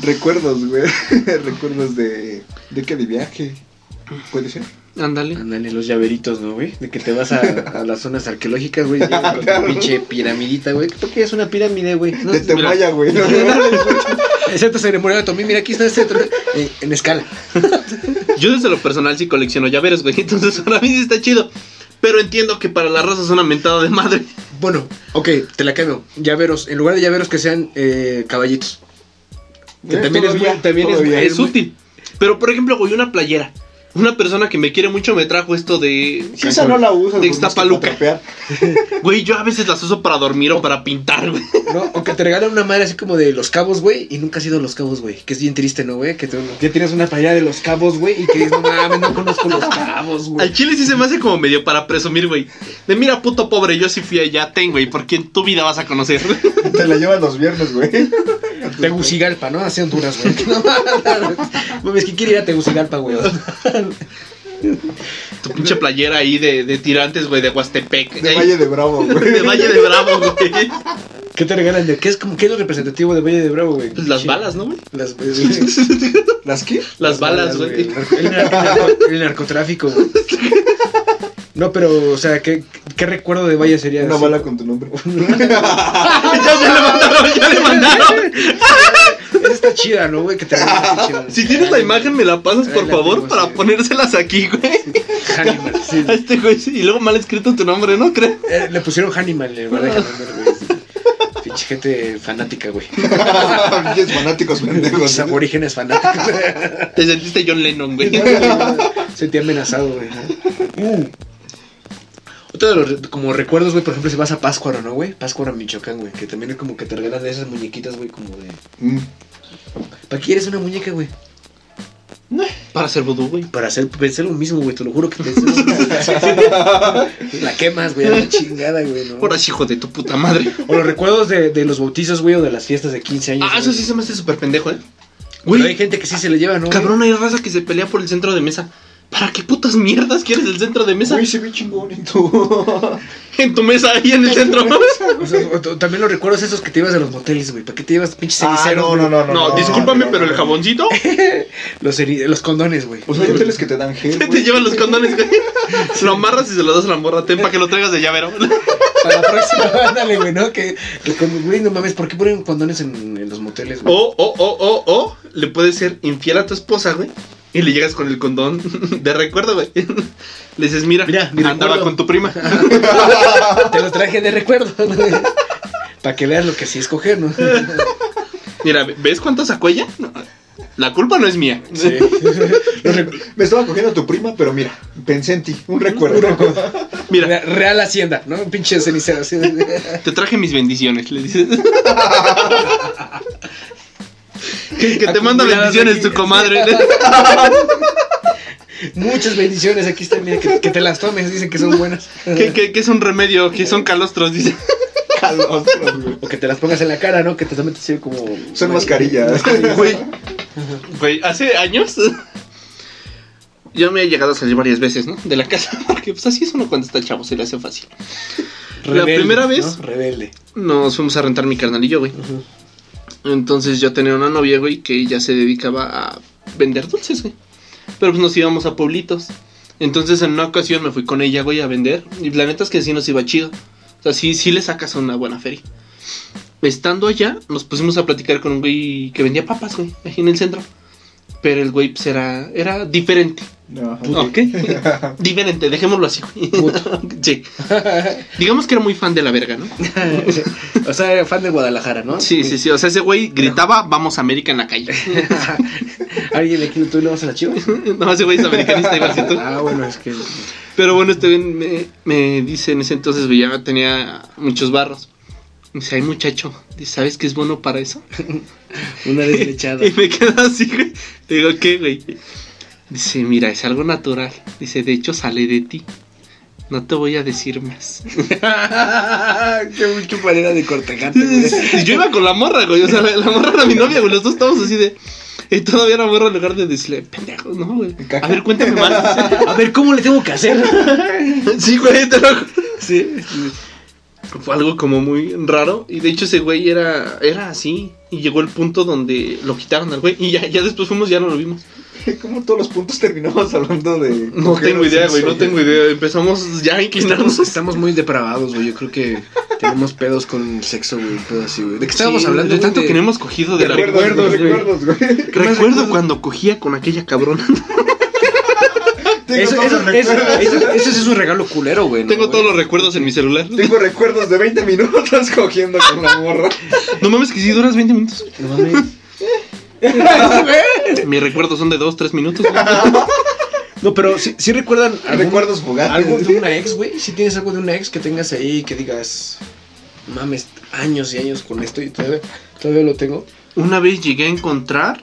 [SPEAKER 2] Recuerdos, güey. Recuerdos de. ¿De qué? De viaje. ¿Puede ser?
[SPEAKER 1] Ándale.
[SPEAKER 3] Ándale, los llaveritos, ¿no, güey? De que te vas a, a las zonas arqueológicas, güey. llegas con tu pinche piramidita, güey. ¿Por qué es una pirámide, güey? No,
[SPEAKER 2] de Temaya, güey. No,
[SPEAKER 3] Excepto ceremonia de Tomí. Mira, aquí está este otro, eh, en escala.
[SPEAKER 1] Yo desde lo personal sí colecciono llaveros, güey. Entonces para mí sí está chido. Pero entiendo que para la raza es una mentada de madre.
[SPEAKER 3] Bueno, ok, te la cambio. Llaveros. En lugar de llaveros que sean eh, caballitos. Que
[SPEAKER 2] Eh,
[SPEAKER 3] también, es,
[SPEAKER 2] todavía,
[SPEAKER 3] muy- también es,
[SPEAKER 2] todavía.
[SPEAKER 3] es
[SPEAKER 1] Es útil. Pero por ejemplo, güey, una playera. Una persona que me quiere mucho me trajo esto de.
[SPEAKER 2] Si esa no la usas,
[SPEAKER 1] De
[SPEAKER 2] pues, más que
[SPEAKER 1] Ixtapaluca.
[SPEAKER 2] para trapear.
[SPEAKER 1] Güey, yo a veces las uso para dormir o para pintar, güey.
[SPEAKER 3] No, o que te regalan una madre así como de los cabos, güey, y nunca has ido a los cabos, güey. Que es bien triste, ¿no, güey? Que tú ya tienes una playa de los cabos, güey, y que dices, no mames, no conozco los cabos,
[SPEAKER 1] Al
[SPEAKER 3] güey.
[SPEAKER 1] chile sí se me hace como medio para presumir, güey. De mira, puto pobre, yo sí fui allá, ten, güey, porque en tu vida vas a conocer.
[SPEAKER 2] Te la llevas los viernes, güey.
[SPEAKER 3] Tegucigalpa, ¿no? Así Honduras, güey. Que No mames, ¿quién quiere ir a Tegucigalpa, güey?
[SPEAKER 1] Tu pinche playera ahí de, de tirantes, güey, de Huastepec.
[SPEAKER 2] De
[SPEAKER 1] ahí,
[SPEAKER 2] Valle de Bravo, güey.
[SPEAKER 1] de Valle de Bravo, güey.
[SPEAKER 3] ¿Qué te regalan de qué es como qué es lo representativo de Valle de Bravo, güey?
[SPEAKER 1] Pues las
[SPEAKER 3] Sí.
[SPEAKER 1] balas, ¿no, güey?
[SPEAKER 3] Las, las,
[SPEAKER 2] ¿Las qué?
[SPEAKER 1] Las balas, güey.
[SPEAKER 3] El, narco- el narco- el narcotráfico, güey. No, pero, o sea, ¿qué, qué recuerdo de Valle sería?
[SPEAKER 2] Una
[SPEAKER 3] así?
[SPEAKER 2] bala con tu nombre.
[SPEAKER 1] Ya se le mandaron, ya le mandaron.
[SPEAKER 3] Esa está chida, ¿no, güey? Que te regalan esa chida.
[SPEAKER 1] Si tienes la imagen, me la pasas, por
[SPEAKER 3] Ahí la
[SPEAKER 1] favor,
[SPEAKER 3] tengo,
[SPEAKER 1] para
[SPEAKER 3] sí.
[SPEAKER 1] ponérselas aquí, güey.
[SPEAKER 3] Hannibal, sí.
[SPEAKER 1] A este güey, sí, y luego mal escrito tu nombre, ¿no crees?
[SPEAKER 3] Eh, le pusieron Hannibal, le van a dejar de ver, güey. Pinche gente fanática, güey.
[SPEAKER 2] Pinches fanáticos pendejos. ¿eh?
[SPEAKER 3] Los aborígenes fanáticos.
[SPEAKER 1] Te sentiste John Lennon, güey.
[SPEAKER 3] Sentí amenazado, güey. Uh. Otro de los re- como recuerdos, güey, por ejemplo, si vas a Páscuaro, ¿no, güey? Páscuaro, Michoacán, güey. Que también es como que te regalan de esas muñequitas, güey, como de...
[SPEAKER 2] Mm.
[SPEAKER 3] ¿Para qué quieres una muñeca, güey?
[SPEAKER 1] Para hacer vudú, güey.
[SPEAKER 3] Para hacer, pensé lo mismo, güey, te lo juro que pensé lo mismo. La quemas, güey, a la chingada, güey, ¿no?
[SPEAKER 1] Ahora sí, hijo de tu puta madre.
[SPEAKER 3] O los recuerdos de, de los bautizos, güey, o de las fiestas de 15 años.
[SPEAKER 1] Ah, eso
[SPEAKER 3] güey.
[SPEAKER 1] sí se me hace súper pendejo, ¿eh?
[SPEAKER 3] Pero
[SPEAKER 1] Güey,
[SPEAKER 3] hay gente que sí se le lleva, ¿no? güey?
[SPEAKER 1] Cabrón, hay raza que se pelea por el centro de mesa. ¿Para qué putas mierdas quieres el centro de mesa?
[SPEAKER 2] Güey, se ve chingón en tu.
[SPEAKER 1] En tu mesa, ahí en el centro.
[SPEAKER 3] O sea, o- o también los recuerdos esos que te ibas a los moteles, güey. ¿Para qué te ibas pinches
[SPEAKER 2] Ah,
[SPEAKER 3] ceniceros?
[SPEAKER 2] no,
[SPEAKER 3] güey?
[SPEAKER 2] no, no, no.
[SPEAKER 1] No, discúlpame,
[SPEAKER 2] no,
[SPEAKER 1] pero el
[SPEAKER 2] no.
[SPEAKER 1] jaboncito
[SPEAKER 3] Los, ceni- los condones, güey.
[SPEAKER 2] O sea, hay hoteles que te dan gel.
[SPEAKER 1] te
[SPEAKER 2] güey.
[SPEAKER 1] lleva los condones, güey. Lo amarras y se lo das a la morra, ten para que lo traigas de llavero.
[SPEAKER 3] Para la próxima, ándale, güey, ¿no? Que, que con- güey, no mames, ¿por qué ponen condones en, en los moteles, güey?
[SPEAKER 1] O, o, o, o, o, le puedes ser infiel a tu esposa, güey. Y le llegas con el condón de recuerdo, güey. Le dices, mira,
[SPEAKER 3] Mira, mi
[SPEAKER 1] andaba
[SPEAKER 3] recuerdo.
[SPEAKER 1] con tu prima. Oh.
[SPEAKER 3] Te lo traje de recuerdo, Para que veas lo que sí es coger, ¿no?
[SPEAKER 1] Mira, ¿ves cuánto sacó ella? No, La culpa no es mía.
[SPEAKER 3] Sí. Los recu-
[SPEAKER 2] Me estaba cogiendo a tu prima, pero mira, pensé en ti. Un recuerdo.
[SPEAKER 1] Mira,
[SPEAKER 3] Re- Real Hacienda, ¿no? Un pinche cenicero. así.
[SPEAKER 1] Te traje mis bendiciones, le dices. que, que te manda
[SPEAKER 3] Acumuladas
[SPEAKER 1] bendiciones
[SPEAKER 3] aquí.
[SPEAKER 1] tu comadre.
[SPEAKER 3] Muchas bendiciones, aquí están, mira, que, que te las tomes, dicen que son buenas.
[SPEAKER 1] que, que- que es un remedio, que son calostros, dice.
[SPEAKER 2] Calostros, güey.
[SPEAKER 3] O que te las pongas en la cara, ¿no? Que te las metes así como.
[SPEAKER 2] Son mascarillas.
[SPEAKER 1] Güey, güey, hace años yo me he llegado a salir varias veces, ¿no? De la casa, porque pues así es uno cuando está chavo, se le hace fácil.
[SPEAKER 3] Rebelde,
[SPEAKER 1] primera
[SPEAKER 3] ¿no?
[SPEAKER 1] vez-
[SPEAKER 3] Rebelde.
[SPEAKER 1] Nos fuimos a rentar mi carnal y yo, güey.
[SPEAKER 3] Ujú.
[SPEAKER 1] Entonces yo tenía una novia, güey, que ella se dedicaba a vender dulces, güey. Pero pues nos íbamos a pueblitos. Entonces en una ocasión me fui con ella, güey, a vender. Y la neta es que sí nos iba chido. O sea, sí, sí le sacas una buena feria. Estando allá, nos pusimos a platicar con un güey que vendía papas, güey, aquí en el centro. Pero el güey pues, era, era diferente.
[SPEAKER 2] No, pues, ajá.
[SPEAKER 1] Ok. diferente, dejémoslo así, güey.
[SPEAKER 3] Puto.
[SPEAKER 1] Sí. Digamos que era muy fan de la verga, ¿no?
[SPEAKER 3] o sea, era fan de Guadalajara, ¿no?
[SPEAKER 1] Sí, sí, sí. O sea, ese güey gritaba, vamos América en la calle.
[SPEAKER 3] ¿Alguien de aquí tú le vas a la chivas?
[SPEAKER 1] No, ese güey es americanista igual que tú.
[SPEAKER 3] ah, bueno, es que.
[SPEAKER 1] Pero bueno, este güey me, me dice en ese entonces, güey, ya tenía muchos barros. Me dice, ay muchacho, dice, ¿sabes qué es bueno para eso?
[SPEAKER 3] Una deslechada.
[SPEAKER 1] Y me quedo así, güey. Le digo, ¿qué, güey? Dice, mira, es algo natural. Dice, de hecho sale de ti. No te voy a decir más.
[SPEAKER 3] Qué mucha manera de cortejarte, güey.
[SPEAKER 1] Y Yo iba con la morra, güey. O sea, la, la morra era mi novia, güey. Los dos estábamos así de. Y todavía la morra, en lugar de decirle, pendejo, no, güey. A ver, cuéntame más.
[SPEAKER 3] A ver, ¿cómo le tengo que hacer?
[SPEAKER 1] Sí, güey, te lo juro.
[SPEAKER 3] sí.
[SPEAKER 1] Fue algo como muy raro. Y de hecho ese güey era, era así. Y llegó el punto donde lo quitaron al güey. Y ya, ya después fuimos, ya no lo vimos.
[SPEAKER 2] ¿Cómo todos los puntos terminamos hablando de.?
[SPEAKER 1] No tengo idea, güey. No tengo idea. Empezamos ya a
[SPEAKER 3] Estamos,
[SPEAKER 1] inclinarnos.
[SPEAKER 3] estamos muy depravados, güey. Yo creo que tenemos pedos con sexo, güey. pedo así, güey. ¿De qué estábamos
[SPEAKER 1] Sí,
[SPEAKER 3] hablando?
[SPEAKER 1] de
[SPEAKER 3] güey?
[SPEAKER 1] tanto
[SPEAKER 3] De-
[SPEAKER 1] que no hemos cogido de la
[SPEAKER 2] Recuerdos,
[SPEAKER 3] Recuerdos, güey.
[SPEAKER 2] recuerdos, güey.
[SPEAKER 1] Recuerdo cuando cogía con aquella cabrona.
[SPEAKER 2] Tengo
[SPEAKER 3] Eso,
[SPEAKER 2] todos
[SPEAKER 3] eso,
[SPEAKER 2] los
[SPEAKER 3] eso,
[SPEAKER 2] recuerdos.
[SPEAKER 3] eso- eso sí es un regalo culero, güey. ¿no,
[SPEAKER 1] Tengo
[SPEAKER 3] güey?
[SPEAKER 1] todos los recuerdos en mi celular.
[SPEAKER 2] Tengo recuerdos de 20 minutos cogiendo con la morra.
[SPEAKER 1] No mames, que si duras 20 minutos.
[SPEAKER 3] No mames.
[SPEAKER 1] Mis recuerdos son de 2, 3 minutos. güey.
[SPEAKER 3] No, pero si recuerdan algún-
[SPEAKER 2] Recuerdos fugaces.
[SPEAKER 3] algo de una ex, güey. Si tienes algo de una ex que tengas ahí que digas, mames, años y años con esto y todavía, todavía lo tengo.
[SPEAKER 1] Una vez llegué a encontrar.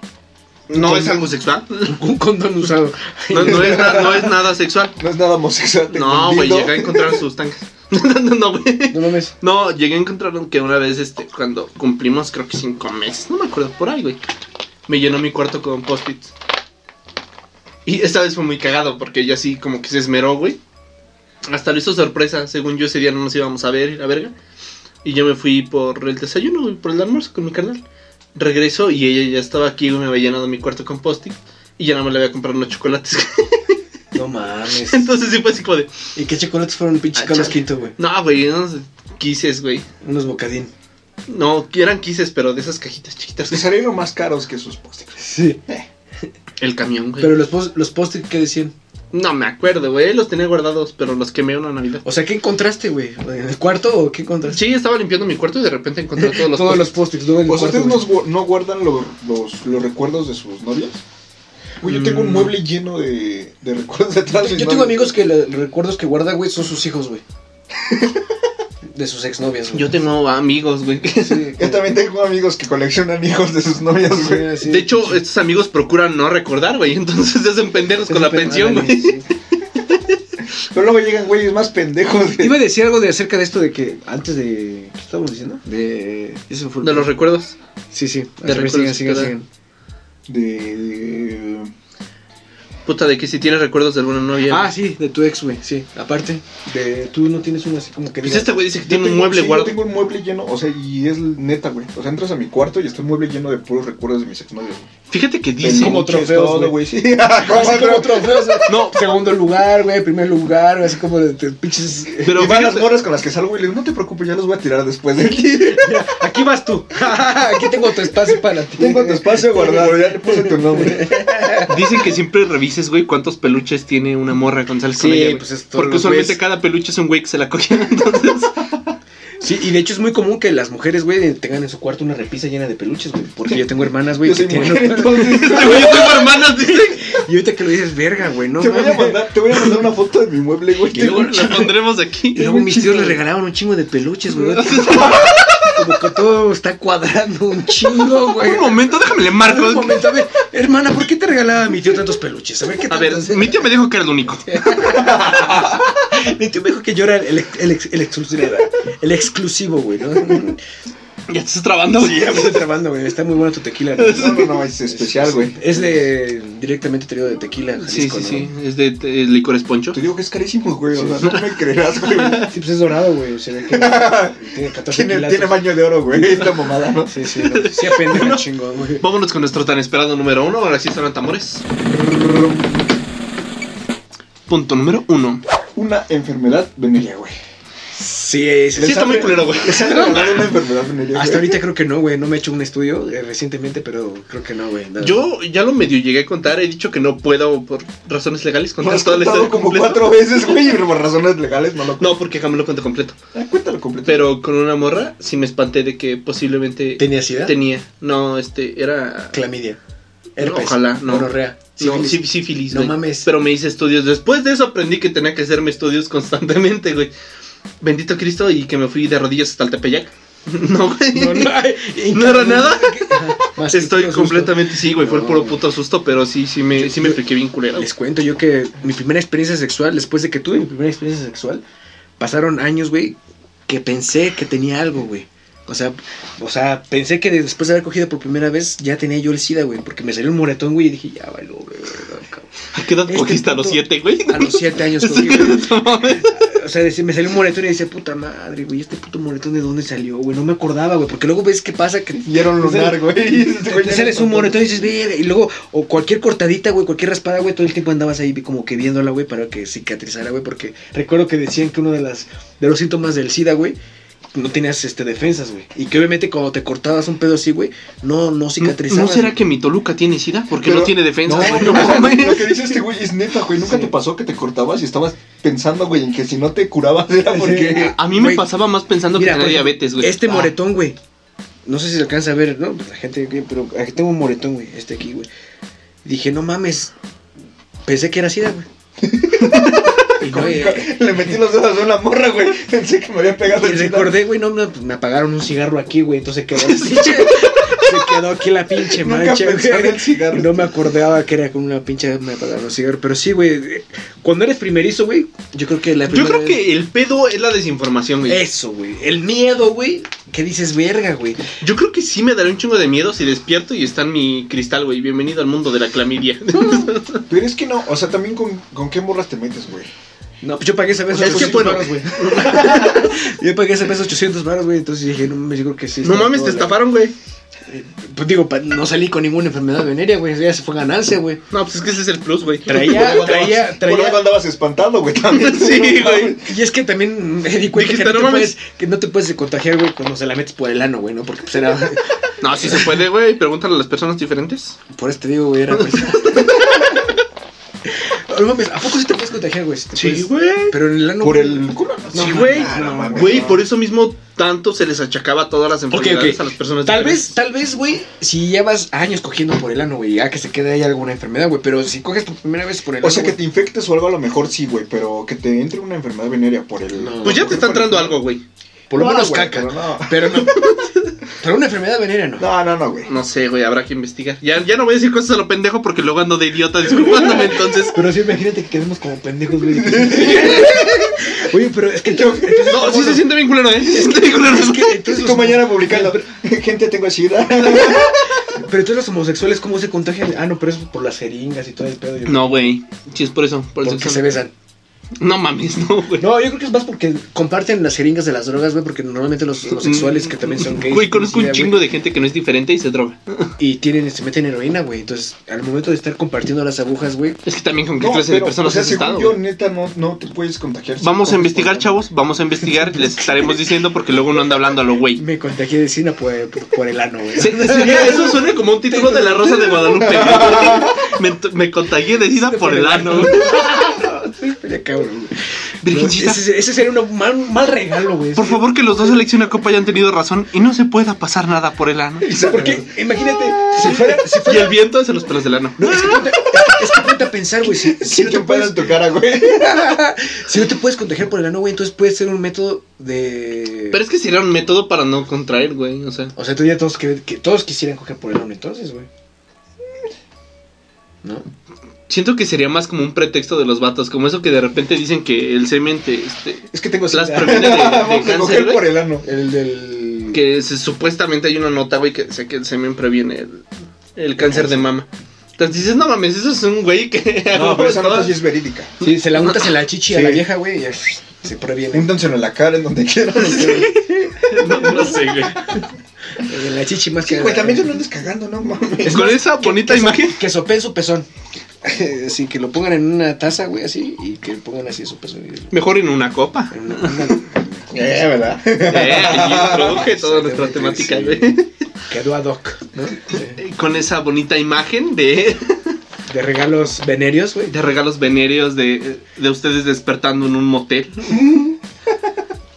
[SPEAKER 1] No
[SPEAKER 3] Con-
[SPEAKER 1] es algo sexual.
[SPEAKER 3] Un condón usado.
[SPEAKER 1] No, no es, na- no es nada sexual.
[SPEAKER 2] No es nada homosexual. te
[SPEAKER 1] No, güey,
[SPEAKER 2] convido.
[SPEAKER 1] llegué a encontrar sus tangas. No, no, no, güey.
[SPEAKER 3] No mames.
[SPEAKER 1] No, llegué a encontrar que una vez, este, cuando cumplimos creo que cinco meses, no me acuerdo, por ahí, güey. Me llenó mi cuarto con post-its. Y esta vez fue muy cagado porque ella sí como que se esmeró, güey. Hasta lo hizo sorpresa, según yo ese día no nos íbamos a ver y la verga. Y yo me fui por el desayuno, güey, por el almuerzo con mi carnal. Regreso y ella ya estaba aquí, güey, me había llenado mi cuarto con post-its. Y ya no me le había comprado unos chocolates.
[SPEAKER 3] No mames.
[SPEAKER 1] Entonces sí fue así como de...
[SPEAKER 3] ¿Y qué chocolates fueron pinches
[SPEAKER 1] Ah,
[SPEAKER 3] Carlos
[SPEAKER 1] chale.
[SPEAKER 3] Quinto, güey?
[SPEAKER 1] No, güey, unos quises, güey.
[SPEAKER 3] Unos bocadín.
[SPEAKER 1] No, eran quises, pero de esas cajitas chiquitas.
[SPEAKER 2] Te salieron más caros que sus postres.
[SPEAKER 3] Sí.
[SPEAKER 1] El camión, güey.
[SPEAKER 3] Pero los post los post ¿qué decían?
[SPEAKER 1] No me acuerdo, güey. Los tenía guardados, pero los quemé una Navidad.
[SPEAKER 3] O sea, ¿qué encontraste, güey? ¿En el cuarto o qué encontraste?
[SPEAKER 1] Sí, estaba limpiando mi cuarto y de repente encontré todos los.
[SPEAKER 3] Todos los
[SPEAKER 1] post-its.
[SPEAKER 3] post-its, ¿no? En el
[SPEAKER 2] Pues
[SPEAKER 3] cuarto,
[SPEAKER 2] ustedes
[SPEAKER 3] güey.
[SPEAKER 2] no, gu- no guardan lo- los, los recuerdos de sus novias. Güey, yo tengo un
[SPEAKER 1] Mm.
[SPEAKER 2] mueble lleno de, de recuerdos detrás de mis
[SPEAKER 3] Yo tengo
[SPEAKER 2] novias.
[SPEAKER 3] amigos que le- los recuerdos que guarda, güey, son sus hijos, güey. De sus exnovias, güey.
[SPEAKER 1] Yo tengo amigos, güey.
[SPEAKER 3] Sí,
[SPEAKER 2] Yo también tengo amigos que coleccionan hijos de sus novias,
[SPEAKER 3] sí,
[SPEAKER 2] güey.
[SPEAKER 3] así.
[SPEAKER 1] De hecho, estos amigos procuran no recordar, güey. Entonces se hacen pendejos
[SPEAKER 3] Sí,
[SPEAKER 1] con la
[SPEAKER 3] sí,
[SPEAKER 1] pensión,
[SPEAKER 3] ándale,
[SPEAKER 1] güey.
[SPEAKER 3] sí.
[SPEAKER 2] Pero luego llegan güeyes más pendejos.
[SPEAKER 3] Iba a decir algo de acerca de esto de que antes de. ¿Qué estábamos diciendo? De. Eso fue.
[SPEAKER 1] De los recuerdos.
[SPEAKER 3] Sí, sí.
[SPEAKER 1] de
[SPEAKER 3] A ver,
[SPEAKER 1] recuerdos,
[SPEAKER 3] sigan, sigan,
[SPEAKER 1] ¿verdad?
[SPEAKER 3] sigan.
[SPEAKER 2] De, de-
[SPEAKER 1] Puta, de que si tienes recuerdos de alguna novia.
[SPEAKER 3] Ah, sí, de tu ex, güey. Sí. Aparte, de tú no tienes uno así como que.
[SPEAKER 1] Pues
[SPEAKER 3] digas,
[SPEAKER 1] este güey dice que
[SPEAKER 2] Yo
[SPEAKER 1] tiene un
[SPEAKER 2] tengo-
[SPEAKER 1] mueble
[SPEAKER 2] sí,
[SPEAKER 1] guardado.
[SPEAKER 2] Yo tengo un mueble lleno, o sea, y es neta, güey. O sea, entras a mi cuarto y está un mueble lleno de puros recuerdos de mis exnovias. güey.
[SPEAKER 1] Fíjate que dice.
[SPEAKER 3] Como
[SPEAKER 2] Peluches,
[SPEAKER 3] trofeos,
[SPEAKER 2] todo, güey.
[SPEAKER 3] güey.
[SPEAKER 2] Sí,
[SPEAKER 3] Así como
[SPEAKER 2] como trofeos.
[SPEAKER 3] trofeos. "Ah, No, segundo lugar, güey, primer lugar, güey, así como de, de pinches.
[SPEAKER 1] Pero
[SPEAKER 2] y van las
[SPEAKER 1] fíjate-
[SPEAKER 2] morras con las que salgo y le digo, no te preocupes, ya los voy a tirar después de ti.
[SPEAKER 3] Mira, aquí vas tú. aquí tengo tu espacio para ti.
[SPEAKER 2] Tengo tu espacio guardado, ya le puse tu nombre.
[SPEAKER 1] Dicen que siempre revises, güey, cuántos peluches tiene una morra con sales
[SPEAKER 3] Sí,
[SPEAKER 1] con ella, güey.
[SPEAKER 3] pues es todo
[SPEAKER 1] Porque
[SPEAKER 3] lo
[SPEAKER 1] usualmente
[SPEAKER 3] juez.
[SPEAKER 1] cada peluche es un güey que se la coge. Entonces.
[SPEAKER 3] Sí, y de hecho es muy común que las mujeres, güey, tengan en su cuarto una repisa llena de peluches, güey. Porque yo tengo hermanas, güey,
[SPEAKER 2] Yo
[SPEAKER 3] que
[SPEAKER 2] soy
[SPEAKER 3] tienen.
[SPEAKER 2] mujer, entonces.
[SPEAKER 1] Este güey, yo tengo hermanas, dicen.
[SPEAKER 3] Y ahorita que lo dices, verga, güey, no
[SPEAKER 2] te, voy a
[SPEAKER 3] mames.
[SPEAKER 2] mandar, te voy a mandar una foto de mi mueble, güey.
[SPEAKER 1] Y luego la pondremos aquí.
[SPEAKER 3] Y luego mis tíos le regalaban un chingo de peluches, güey. Como que todo está cuadrando un chingo, güey.
[SPEAKER 1] Un momento, déjame le marco.
[SPEAKER 3] Un momento, a ver, hermana, ¿por qué te regalaba mi tío tantos peluches? A ver, ¿qué
[SPEAKER 1] A ver,
[SPEAKER 3] tantos-
[SPEAKER 1] mi tío me dijo que era el único.
[SPEAKER 3] Mi tío me dijo que yo era el, el, el, ex- el exclusivo, el exclusivo, güey, ¿no?
[SPEAKER 1] Ya te estás trabando.
[SPEAKER 3] Sí, ya me estoy trabando, güey. Está muy buena tu tequila. ¿no?
[SPEAKER 2] No, no, no, es especial, güey.
[SPEAKER 3] Es de directamente traído de tequila.
[SPEAKER 1] Sí,
[SPEAKER 3] Jalisco,
[SPEAKER 1] sí, sí.
[SPEAKER 3] ¿no?
[SPEAKER 1] Es de, de licores poncho.
[SPEAKER 2] Te digo que es carísimo, güey. O sea, no me creerás, güey.
[SPEAKER 3] Sí, pues es dorado, güey. Se ve que tiene 14
[SPEAKER 2] Tiene,
[SPEAKER 3] quilates.
[SPEAKER 2] tiene baño de oro, güey. Esta mamada, ¿no?
[SPEAKER 3] Sí, sí, no, sí apende un chingo, güey.
[SPEAKER 1] Vámonos con nuestro tan esperado número uno. Ahora sí suenan tambores. Punto número uno.
[SPEAKER 2] Una enfermedad venérea, güey.
[SPEAKER 3] Sí, sí,
[SPEAKER 1] Sí, está muy culero, güey.
[SPEAKER 2] ¿Se han regalado una enfermedad venérea?
[SPEAKER 3] Hasta
[SPEAKER 2] güey?
[SPEAKER 3] ahorita creo que no, güey. No me he hecho un estudio eh, recientemente, pero creo que no, güey. no.
[SPEAKER 1] Yo ya lo medio llegué a contar. He dicho que no puedo, por razones legales,
[SPEAKER 2] Lo
[SPEAKER 1] contar
[SPEAKER 2] has
[SPEAKER 1] toda la
[SPEAKER 2] contado
[SPEAKER 1] historia
[SPEAKER 2] como
[SPEAKER 1] completa.
[SPEAKER 2] cuatro veces, güey, y por razones legales no lo
[SPEAKER 1] No, porque jamás lo conté completo.
[SPEAKER 2] Ah, Cuéntalo completo.
[SPEAKER 1] Pero con una morra sí me espanté de que posiblemente
[SPEAKER 3] ¿Tenía sida?
[SPEAKER 1] tenía. No, este, era.
[SPEAKER 3] Clamidia. Herpes.
[SPEAKER 1] Ojalá, no.
[SPEAKER 3] Gonorrea.
[SPEAKER 1] No,
[SPEAKER 3] sífilis.
[SPEAKER 1] sí, sífilis,
[SPEAKER 3] No
[SPEAKER 1] güey.
[SPEAKER 3] mames.
[SPEAKER 1] Pero me hice estudios. Después de eso aprendí que tenía que hacerme estudios constantemente, güey. Bendito Cristo y que me fui de rodillas hasta el Tepeyac. No, güey.
[SPEAKER 3] No, no,
[SPEAKER 1] ¿No era nada?
[SPEAKER 3] Ajá, más que
[SPEAKER 1] Estoy
[SPEAKER 3] puro susto.
[SPEAKER 1] completamente, sí, güey, fue el
[SPEAKER 3] No,
[SPEAKER 1] puro
[SPEAKER 3] güey.
[SPEAKER 1] puto susto, pero sí, sí me, sí me friqué bien culero.
[SPEAKER 3] Les cuento yo que mi primera experiencia sexual, después de que tuve mi primera experiencia sexual, pasaron años, güey, que pensé que tenía algo, güey. O sea, o sea, pensé que después de haber cogido por primera vez ya tenía yo el SIDA, güey, porque me salió un moretón, güey, y dije, ya valió, güey, verga, cabrón.
[SPEAKER 1] ¿A qué edad
[SPEAKER 3] Este
[SPEAKER 1] cogiste? ¿A los
[SPEAKER 3] puto-
[SPEAKER 1] siete, güey?
[SPEAKER 3] A los siete años
[SPEAKER 1] Sí,
[SPEAKER 3] cogí,
[SPEAKER 1] que
[SPEAKER 3] güey.
[SPEAKER 1] no mames.
[SPEAKER 3] O sea, decía- me salió un moretón y decía, puta madre, güey, este puto moretón de dónde salió, güey, no me acordaba, güey, porque luego ves qué pasa que
[SPEAKER 2] Dieron lunar, güey. Este güey
[SPEAKER 3] te
[SPEAKER 2] ya
[SPEAKER 3] sales
[SPEAKER 2] no-
[SPEAKER 3] un moretón y dices, "Verga", y luego, o cualquier cortadita, güey, cualquier raspada, güey, todo el tiempo andabas ahí como que viéndola, güey, para que cicatrizara, güey, porque recuerdo que decían que uno de las, de los síntomas del SIDA, güey, no tenías, este, defensas, güey, y que obviamente cuando te cortabas un pedo así, güey, no, no cicatrizaba.
[SPEAKER 1] ¿No será que mi Toluca tiene sida? Porque
[SPEAKER 2] Pero-
[SPEAKER 1] no tiene defensa,
[SPEAKER 2] No,
[SPEAKER 1] güey.
[SPEAKER 2] no,
[SPEAKER 1] No mames.
[SPEAKER 2] lo que dice este güey es neta, güey. Nunca
[SPEAKER 3] Sí.
[SPEAKER 2] te pasó que te cortabas y estabas pensando, güey, en que si no te curabas era porque.
[SPEAKER 1] A mí me
[SPEAKER 3] Güey,
[SPEAKER 1] pasaba más pensando que tenía diabetes, güey.
[SPEAKER 3] Este
[SPEAKER 2] Ah.
[SPEAKER 3] moretón, güey. No sé si se alcanza a ver, ¿no? La gente, que- pero aquí tengo un moretón, güey. Este aquí, güey. Dije, no mames. Pensé que era sida, güey. eh, Güey,
[SPEAKER 2] Le metí los dedos a una morra, güey. Pensé que me había pegado
[SPEAKER 3] Y
[SPEAKER 2] el sida.
[SPEAKER 3] recordé, güey, no, no, pues me apagaron un cigarro aquí, güey, entonces quedó se quedó aquí la pinche
[SPEAKER 2] Nunca
[SPEAKER 3] mancha,
[SPEAKER 2] pensé en el cigarro.
[SPEAKER 3] güey. No me acordaba que era con una pinche me apagaron un cigarro, pero sí, güey, eh, cuando eres primerizo, güey, yo creo que la
[SPEAKER 1] Yo
[SPEAKER 3] primera
[SPEAKER 1] creo
[SPEAKER 3] vez-
[SPEAKER 1] que el pedo es la desinformación, güey.
[SPEAKER 3] eso, güey, el miedo, güey, que dices, "Verga, güey."
[SPEAKER 1] Yo creo que sí me daré un chingo de miedo si despierto y está en mi cristal, güey. Bienvenido al mundo de la clamidia.
[SPEAKER 2] Pero es que no, o sea, también con, con qué morras te metes, güey.
[SPEAKER 3] No, pues yo pagué esa vez
[SPEAKER 1] O sea, es que,
[SPEAKER 3] 800
[SPEAKER 1] bueno.
[SPEAKER 3] varos, güey. yo pagué esa vez 800 baros, güey, entonces dije, "No mames, yo creo que sí."
[SPEAKER 1] No
[SPEAKER 3] está
[SPEAKER 1] mames,
[SPEAKER 3] todo
[SPEAKER 1] te
[SPEAKER 3] la-
[SPEAKER 1] estafaron, güey.
[SPEAKER 3] Pues digo, pa- no salí con ninguna enfermedad venérea, güey, ya se fue ganancia, güey.
[SPEAKER 1] No, pues es que ese es el plus, güey.
[SPEAKER 3] Traía,
[SPEAKER 2] Por algo
[SPEAKER 3] traía,
[SPEAKER 2] andabas- Por
[SPEAKER 3] traía
[SPEAKER 2] algo andabas espantado, güey, también.
[SPEAKER 1] Sí, güey.
[SPEAKER 3] Y es que también me di cuenta
[SPEAKER 1] Dijiste,
[SPEAKER 3] que, no
[SPEAKER 1] "No
[SPEAKER 3] te
[SPEAKER 1] mames".
[SPEAKER 3] puedes, que no te puedes contagiar, güey, cuando se la metes por el ano, güey, ¿no? Porque pues era...
[SPEAKER 1] No, sí se puede, güey. Pregúntale a las personas diferentes.
[SPEAKER 3] Por eso te digo, güey, era... pues- No mames, ¿a poco sí te puedes contagiar, güey? Sí, te puedes-
[SPEAKER 1] güey.
[SPEAKER 3] Pero en el ano...
[SPEAKER 2] Por
[SPEAKER 3] güey.
[SPEAKER 2] el culo. no,
[SPEAKER 1] Sí,
[SPEAKER 2] no,
[SPEAKER 1] güey.
[SPEAKER 2] no, no, mames,
[SPEAKER 1] Güey,
[SPEAKER 2] no.
[SPEAKER 1] por eso mismo tanto se les achacaba todas las
[SPEAKER 3] Ok,
[SPEAKER 1] enfermedades
[SPEAKER 3] ok.
[SPEAKER 1] a las personas
[SPEAKER 3] Tal vez,
[SPEAKER 1] diferentes.
[SPEAKER 3] tal vez, güey, si llevas años cogiendo por el ano, güey, ya que se quede ahí alguna enfermedad, güey, pero si coges por primera vez por el
[SPEAKER 2] O
[SPEAKER 3] ano,
[SPEAKER 2] sea, que te
[SPEAKER 3] güey,
[SPEAKER 2] infectes o algo a lo mejor sí, güey, pero que te entre una enfermedad venérea por el...
[SPEAKER 3] No.
[SPEAKER 1] Pues ya te está
[SPEAKER 2] por el-
[SPEAKER 1] entrando algo, güey.
[SPEAKER 3] por lo
[SPEAKER 2] No,
[SPEAKER 3] menos
[SPEAKER 2] güey,
[SPEAKER 3] caca.
[SPEAKER 2] pero no.
[SPEAKER 3] Pero no... Pero una enfermedad venérea no.
[SPEAKER 2] No, no, no, güey.
[SPEAKER 1] No sé, güey, habrá que investigar. Ya, ya no voy a decir cosas a lo pendejo porque luego ando de idiota disculpándome, entonces.
[SPEAKER 3] Pero sí, imagínate que quedemos como pendejos, güey. Oye, pero es que yo...
[SPEAKER 1] No, sí se siente bien culero, ¿eh? Sí se siente bien culero.
[SPEAKER 3] Es que entonces
[SPEAKER 2] Entonces
[SPEAKER 3] los-
[SPEAKER 2] tú mañana publicando, gente, tengo sida.
[SPEAKER 3] Pero entonces los homosexuales, ¿cómo se contagian? Ah, no, pero es por las jeringas y todo el pedo. Yo
[SPEAKER 1] No, pues güey. Sí, es por eso. Por el
[SPEAKER 3] porque
[SPEAKER 1] sexo.
[SPEAKER 3] se besan.
[SPEAKER 1] No mames, no, güey.
[SPEAKER 3] No, yo creo que es más porque comparten las jeringas de las drogas, güey, porque normalmente los homosexuales que también son gays.
[SPEAKER 1] Mm,
[SPEAKER 3] pues,
[SPEAKER 1] Güey, conozco un
[SPEAKER 3] güey,
[SPEAKER 1] chingo de gente que no es diferente y se droga.
[SPEAKER 3] Y tienen, se meten heroína, güey. Entonces, al momento de estar compartiendo las agujas, güey.
[SPEAKER 1] Es que también con qué
[SPEAKER 2] No,
[SPEAKER 1] clase de
[SPEAKER 2] pero,
[SPEAKER 1] personas
[SPEAKER 2] o sea,
[SPEAKER 1] has
[SPEAKER 2] según
[SPEAKER 1] estado.
[SPEAKER 2] yo,
[SPEAKER 1] güey.
[SPEAKER 2] neta, no, no te puedes contagiar.
[SPEAKER 1] Vamos a
[SPEAKER 2] Sí,
[SPEAKER 1] investigar,
[SPEAKER 2] por-
[SPEAKER 1] chavos. Vamos a investigar. y Les estaremos diciendo porque luego uno anda hablando a lo güey.
[SPEAKER 3] Me contagié de sina por, por- por el ano, güey.
[SPEAKER 1] Se- sería- eso suena como un título de la Rosa de Guadalupe. güey. Me, me contagié de sida por el ano. güey.
[SPEAKER 3] Sí, pero ya cabrón, güey.
[SPEAKER 1] Virgencita,
[SPEAKER 3] ese, ese sería un mal, un mal regalo, güey.
[SPEAKER 1] por favor que los dos de elección a copa hayan tenido razón y no se pueda pasar nada por el ano.
[SPEAKER 3] Sí, Porque, imagínate, si fuera. Si
[SPEAKER 1] Y
[SPEAKER 3] fuera
[SPEAKER 1] el viento hace los pelos del ano.
[SPEAKER 3] no, es que ponte- es que ponte a pensar, güey. Si, si
[SPEAKER 2] ¿Qué
[SPEAKER 3] no te puedes,
[SPEAKER 2] en tu cara, güey?
[SPEAKER 3] si no te puedes contagiar por el ano, güey, entonces puede ser un método de.
[SPEAKER 1] Pero es que sería un método para no contraer, güey. O sea,
[SPEAKER 3] O sea, tendría todos que, que todos quisieran coger por el ano entonces, güey. ¿No?
[SPEAKER 1] siento que sería más como un pretexto de los vatos, como eso que de repente dicen que el semen te, este,
[SPEAKER 3] Es que tengo
[SPEAKER 1] Las
[SPEAKER 3] sida.
[SPEAKER 1] previene de- de
[SPEAKER 2] Vamos a
[SPEAKER 1] cáncer,
[SPEAKER 2] coger
[SPEAKER 1] güey.
[SPEAKER 2] por el ano.
[SPEAKER 3] El del.
[SPEAKER 1] que se- supuestamente hay una nota, güey, que dice que el semen previene el, el cáncer de mama. Entonces dices, no mames, eso es un güey que...
[SPEAKER 2] No, pero esa nota sí es verídica.
[SPEAKER 3] Sí, se la untas en la chichi a
[SPEAKER 2] Sí.
[SPEAKER 3] la vieja, güey, y ya, se previene.
[SPEAKER 2] Úntanselo en la cara, en donde quieran.
[SPEAKER 1] no, no sé, güey.
[SPEAKER 3] En la chichi más
[SPEAKER 2] Sí,
[SPEAKER 3] que
[SPEAKER 2] güey, también tú no andes cagando, no mames.
[SPEAKER 1] Con esa bonita
[SPEAKER 3] que so-
[SPEAKER 1] imagen.
[SPEAKER 3] que sopen su pezón. Así que lo pongan en una taza, güey, así, y que pongan así su pezón. y-
[SPEAKER 1] Mejor en una copa.
[SPEAKER 3] en una- una-
[SPEAKER 2] Eh, ¿verdad?
[SPEAKER 1] Eh, ahí introduje toda nuestra
[SPEAKER 3] Exactamente,
[SPEAKER 1] temática,
[SPEAKER 3] sí.
[SPEAKER 1] güey.
[SPEAKER 3] Quedó ad hoc, ¿no? De,
[SPEAKER 1] Eh, Con esa bonita imagen de,
[SPEAKER 3] de regalos venerios, güey.
[SPEAKER 1] de regalos venéreos de, de ustedes despertando en un motel.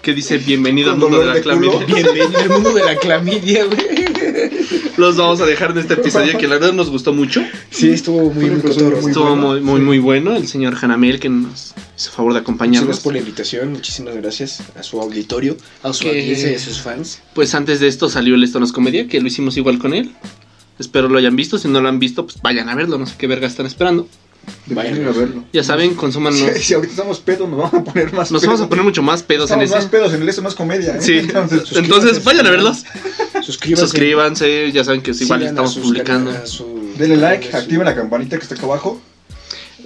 [SPEAKER 1] Que dice bienvenido al
[SPEAKER 2] Con
[SPEAKER 1] mundo de
[SPEAKER 2] dolor
[SPEAKER 1] la
[SPEAKER 2] de culo.
[SPEAKER 1] clamidia.
[SPEAKER 3] Bienvenido al mundo de la clamidia, güey.
[SPEAKER 1] Los vamos a dejar en este episodio que la verdad nos gustó mucho.
[SPEAKER 3] Sí, estuvo muy, muy cotorro, muy
[SPEAKER 1] Estuvo
[SPEAKER 3] bueno.
[SPEAKER 1] muy, muy, muy bueno. El señor Hanamel que nos hizo favor de
[SPEAKER 3] Muchas gracias
[SPEAKER 1] acompañarnos.
[SPEAKER 3] por la invitación, muchísimas gracias a su auditorio, a su
[SPEAKER 1] Que-
[SPEAKER 3] audiencia y a sus fans.
[SPEAKER 1] Pues antes de esto salió el Esto nos Comedia, que lo hicimos igual con él. Espero lo hayan visto. Si no lo han visto, pues vayan a verlo. No sé qué verga están esperando.
[SPEAKER 2] Vayan a verlo.
[SPEAKER 1] Ya saben, consuman.
[SPEAKER 2] Si, si ahorita estamos pedos, nos vamos a poner más
[SPEAKER 1] Nos
[SPEAKER 2] pedos.
[SPEAKER 1] vamos a poner mucho más pedos en
[SPEAKER 2] Estamos más
[SPEAKER 1] ese.
[SPEAKER 2] pedos en el eso, más comedia. ¿eh?
[SPEAKER 1] Sí, entonces vayan a verlos.
[SPEAKER 3] Suscríbanse.
[SPEAKER 1] Suscríbanse, ya saben que
[SPEAKER 3] sigan
[SPEAKER 1] igual
[SPEAKER 3] a
[SPEAKER 1] estamos
[SPEAKER 3] sus
[SPEAKER 1] publicando.
[SPEAKER 3] cana- a su-
[SPEAKER 2] Denle like,
[SPEAKER 3] a su-
[SPEAKER 2] activen la campanita que está acá abajo.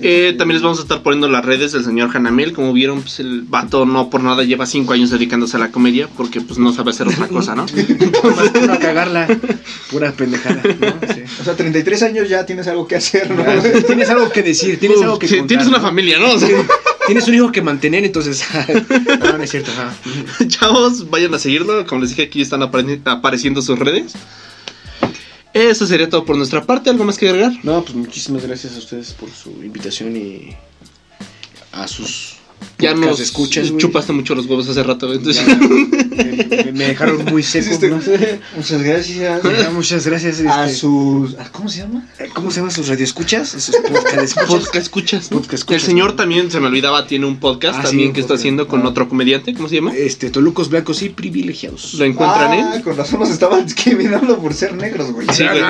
[SPEAKER 1] Eh, también les vamos a estar poniendo las redes del señor Hanamel. Como vieron, pues el vato no por nada lleva cinco años dedicándose a la comedia porque pues no sabe hacer otra cosa, ¿no?
[SPEAKER 3] Nomás puro a cagarla, pura pendejada. ¿no? Sí.
[SPEAKER 2] O sea, 33 años ya tienes algo que hacer, ¿no?
[SPEAKER 3] Tienes algo que decir, tienes algo que
[SPEAKER 1] Sí,
[SPEAKER 3] contar.
[SPEAKER 1] tienes una
[SPEAKER 3] ¿no?
[SPEAKER 1] familia, ¿no? O sea,
[SPEAKER 3] Tienes un hijo que mantener, entonces. ah, no, no es cierto. ajá.
[SPEAKER 1] chavos, vayan a seguirlo. Como les dije, aquí están apare- apareciendo sus redes. Eso sería todo por nuestra parte. ¿Algo más que agregar?
[SPEAKER 3] No, pues muchísimas gracias a ustedes por su invitación y a sus.
[SPEAKER 1] Ya
[SPEAKER 3] podcasts
[SPEAKER 1] nos
[SPEAKER 3] escuchas, güey.
[SPEAKER 1] chupaste mucho los huevos hace rato. Entonces,
[SPEAKER 3] Ya, me, me dejaron muy seco.
[SPEAKER 2] Hiciste-
[SPEAKER 3] ¿no?
[SPEAKER 2] pues, Muchas gracias.
[SPEAKER 3] Ya, Muchas gracias.
[SPEAKER 2] A
[SPEAKER 3] este, eh,
[SPEAKER 2] sus. ¿a Este, ah, ¿Cómo se llama?
[SPEAKER 3] ¿Cómo se llaman sus radioescuchas? ¿A ¿Sus podcast
[SPEAKER 1] podcast escuchas. ¿no?
[SPEAKER 3] Podcast escuchas,
[SPEAKER 1] El señor
[SPEAKER 3] ¿no?
[SPEAKER 1] también, se me olvidaba, tiene un podcast
[SPEAKER 3] Ah,
[SPEAKER 1] también
[SPEAKER 3] sí,
[SPEAKER 1] que está
[SPEAKER 3] podcast.
[SPEAKER 1] haciendo con
[SPEAKER 3] Ah.
[SPEAKER 1] otro comediante. ¿Cómo se llama?
[SPEAKER 3] Este, Tolucos Blancos y Privilegiados.
[SPEAKER 1] Lo encuentran
[SPEAKER 2] ah,
[SPEAKER 1] en.
[SPEAKER 2] con razón nos estaban discriminando por ser negros, güey.
[SPEAKER 1] Sí, güey.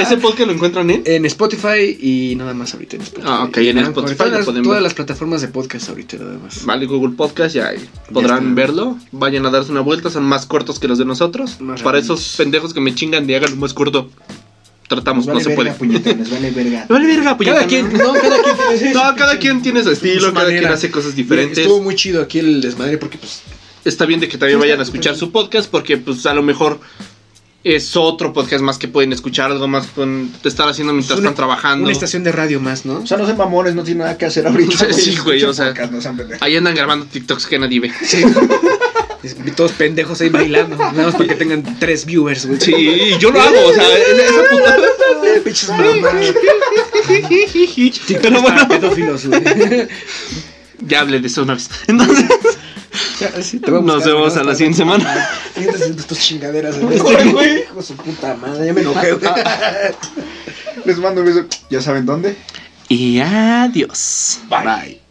[SPEAKER 1] Ese podcast lo encuentran en.
[SPEAKER 3] En Spotify y nada más ahorita en Spotify.
[SPEAKER 1] Ah, ok, en
[SPEAKER 3] Y
[SPEAKER 1] Spotify
[SPEAKER 3] todas,
[SPEAKER 1] lo
[SPEAKER 3] las-
[SPEAKER 1] pueden
[SPEAKER 3] todas
[SPEAKER 1] ver.
[SPEAKER 3] las plataformas de podcast ahorita nada más.
[SPEAKER 1] Vale, Google Podcast, ya ahí podrán
[SPEAKER 3] está.
[SPEAKER 1] verlo. Vayan a darse una vuelta, son más cortos que los de nosotros.
[SPEAKER 3] Más
[SPEAKER 1] Para
[SPEAKER 3] rápidos.
[SPEAKER 1] esos pendejos que me chingan de háganlo más corto. Tratamos,
[SPEAKER 2] Nos vale
[SPEAKER 1] no se
[SPEAKER 2] verga,
[SPEAKER 1] puede.
[SPEAKER 2] puñetones, vale verga.
[SPEAKER 1] Me Vale, verga, puñetón.
[SPEAKER 3] Cada quien, no, cada quien tiene
[SPEAKER 1] No, cada quien tiene su estilo,
[SPEAKER 3] Su
[SPEAKER 1] cada quien
[SPEAKER 3] manera.
[SPEAKER 1] hace cosas diferentes.
[SPEAKER 3] Estuvo muy chido aquí el desmadre porque pues
[SPEAKER 1] está bien de que también vayan a escuchar su podcast porque pues a lo mejor es otro podcast más que pueden escuchar, algo más con estar haciendo mientras
[SPEAKER 3] una-
[SPEAKER 1] están trabajando.
[SPEAKER 3] una estación de radio más, ¿no?
[SPEAKER 2] O sea, no sean mamones, no tienen nada que hacer ahorita.
[SPEAKER 1] Sí, güey, o sea.
[SPEAKER 2] Podcast, no sean pendejos.
[SPEAKER 1] Ahí andan grabando TikToks que nadie ve.
[SPEAKER 3] Sí. Es- Todos pendejos ahí bailando, nada más para que tengan tres viewers, güey.
[SPEAKER 1] Sí, y yo lo hago, o sea, es- esa putada.
[SPEAKER 3] Ah, Pinches mamadas.
[SPEAKER 1] Pero
[SPEAKER 3] TikToks
[SPEAKER 1] bueno,
[SPEAKER 3] para pedófilos, güey.
[SPEAKER 1] ya hablé de eso una vez. Entonces,
[SPEAKER 3] Sí, te voy a
[SPEAKER 1] nos
[SPEAKER 3] buscar,
[SPEAKER 1] vemos
[SPEAKER 3] ¿no?
[SPEAKER 1] a la siguiente semana.
[SPEAKER 3] Siguiente haciendo tus chingaderas, güey.
[SPEAKER 2] güey.
[SPEAKER 3] Hijo de su puta madre, ya me enojé, güey.
[SPEAKER 2] Les mando un beso. ¿Ya saben dónde?
[SPEAKER 1] Y adiós.
[SPEAKER 3] Bye.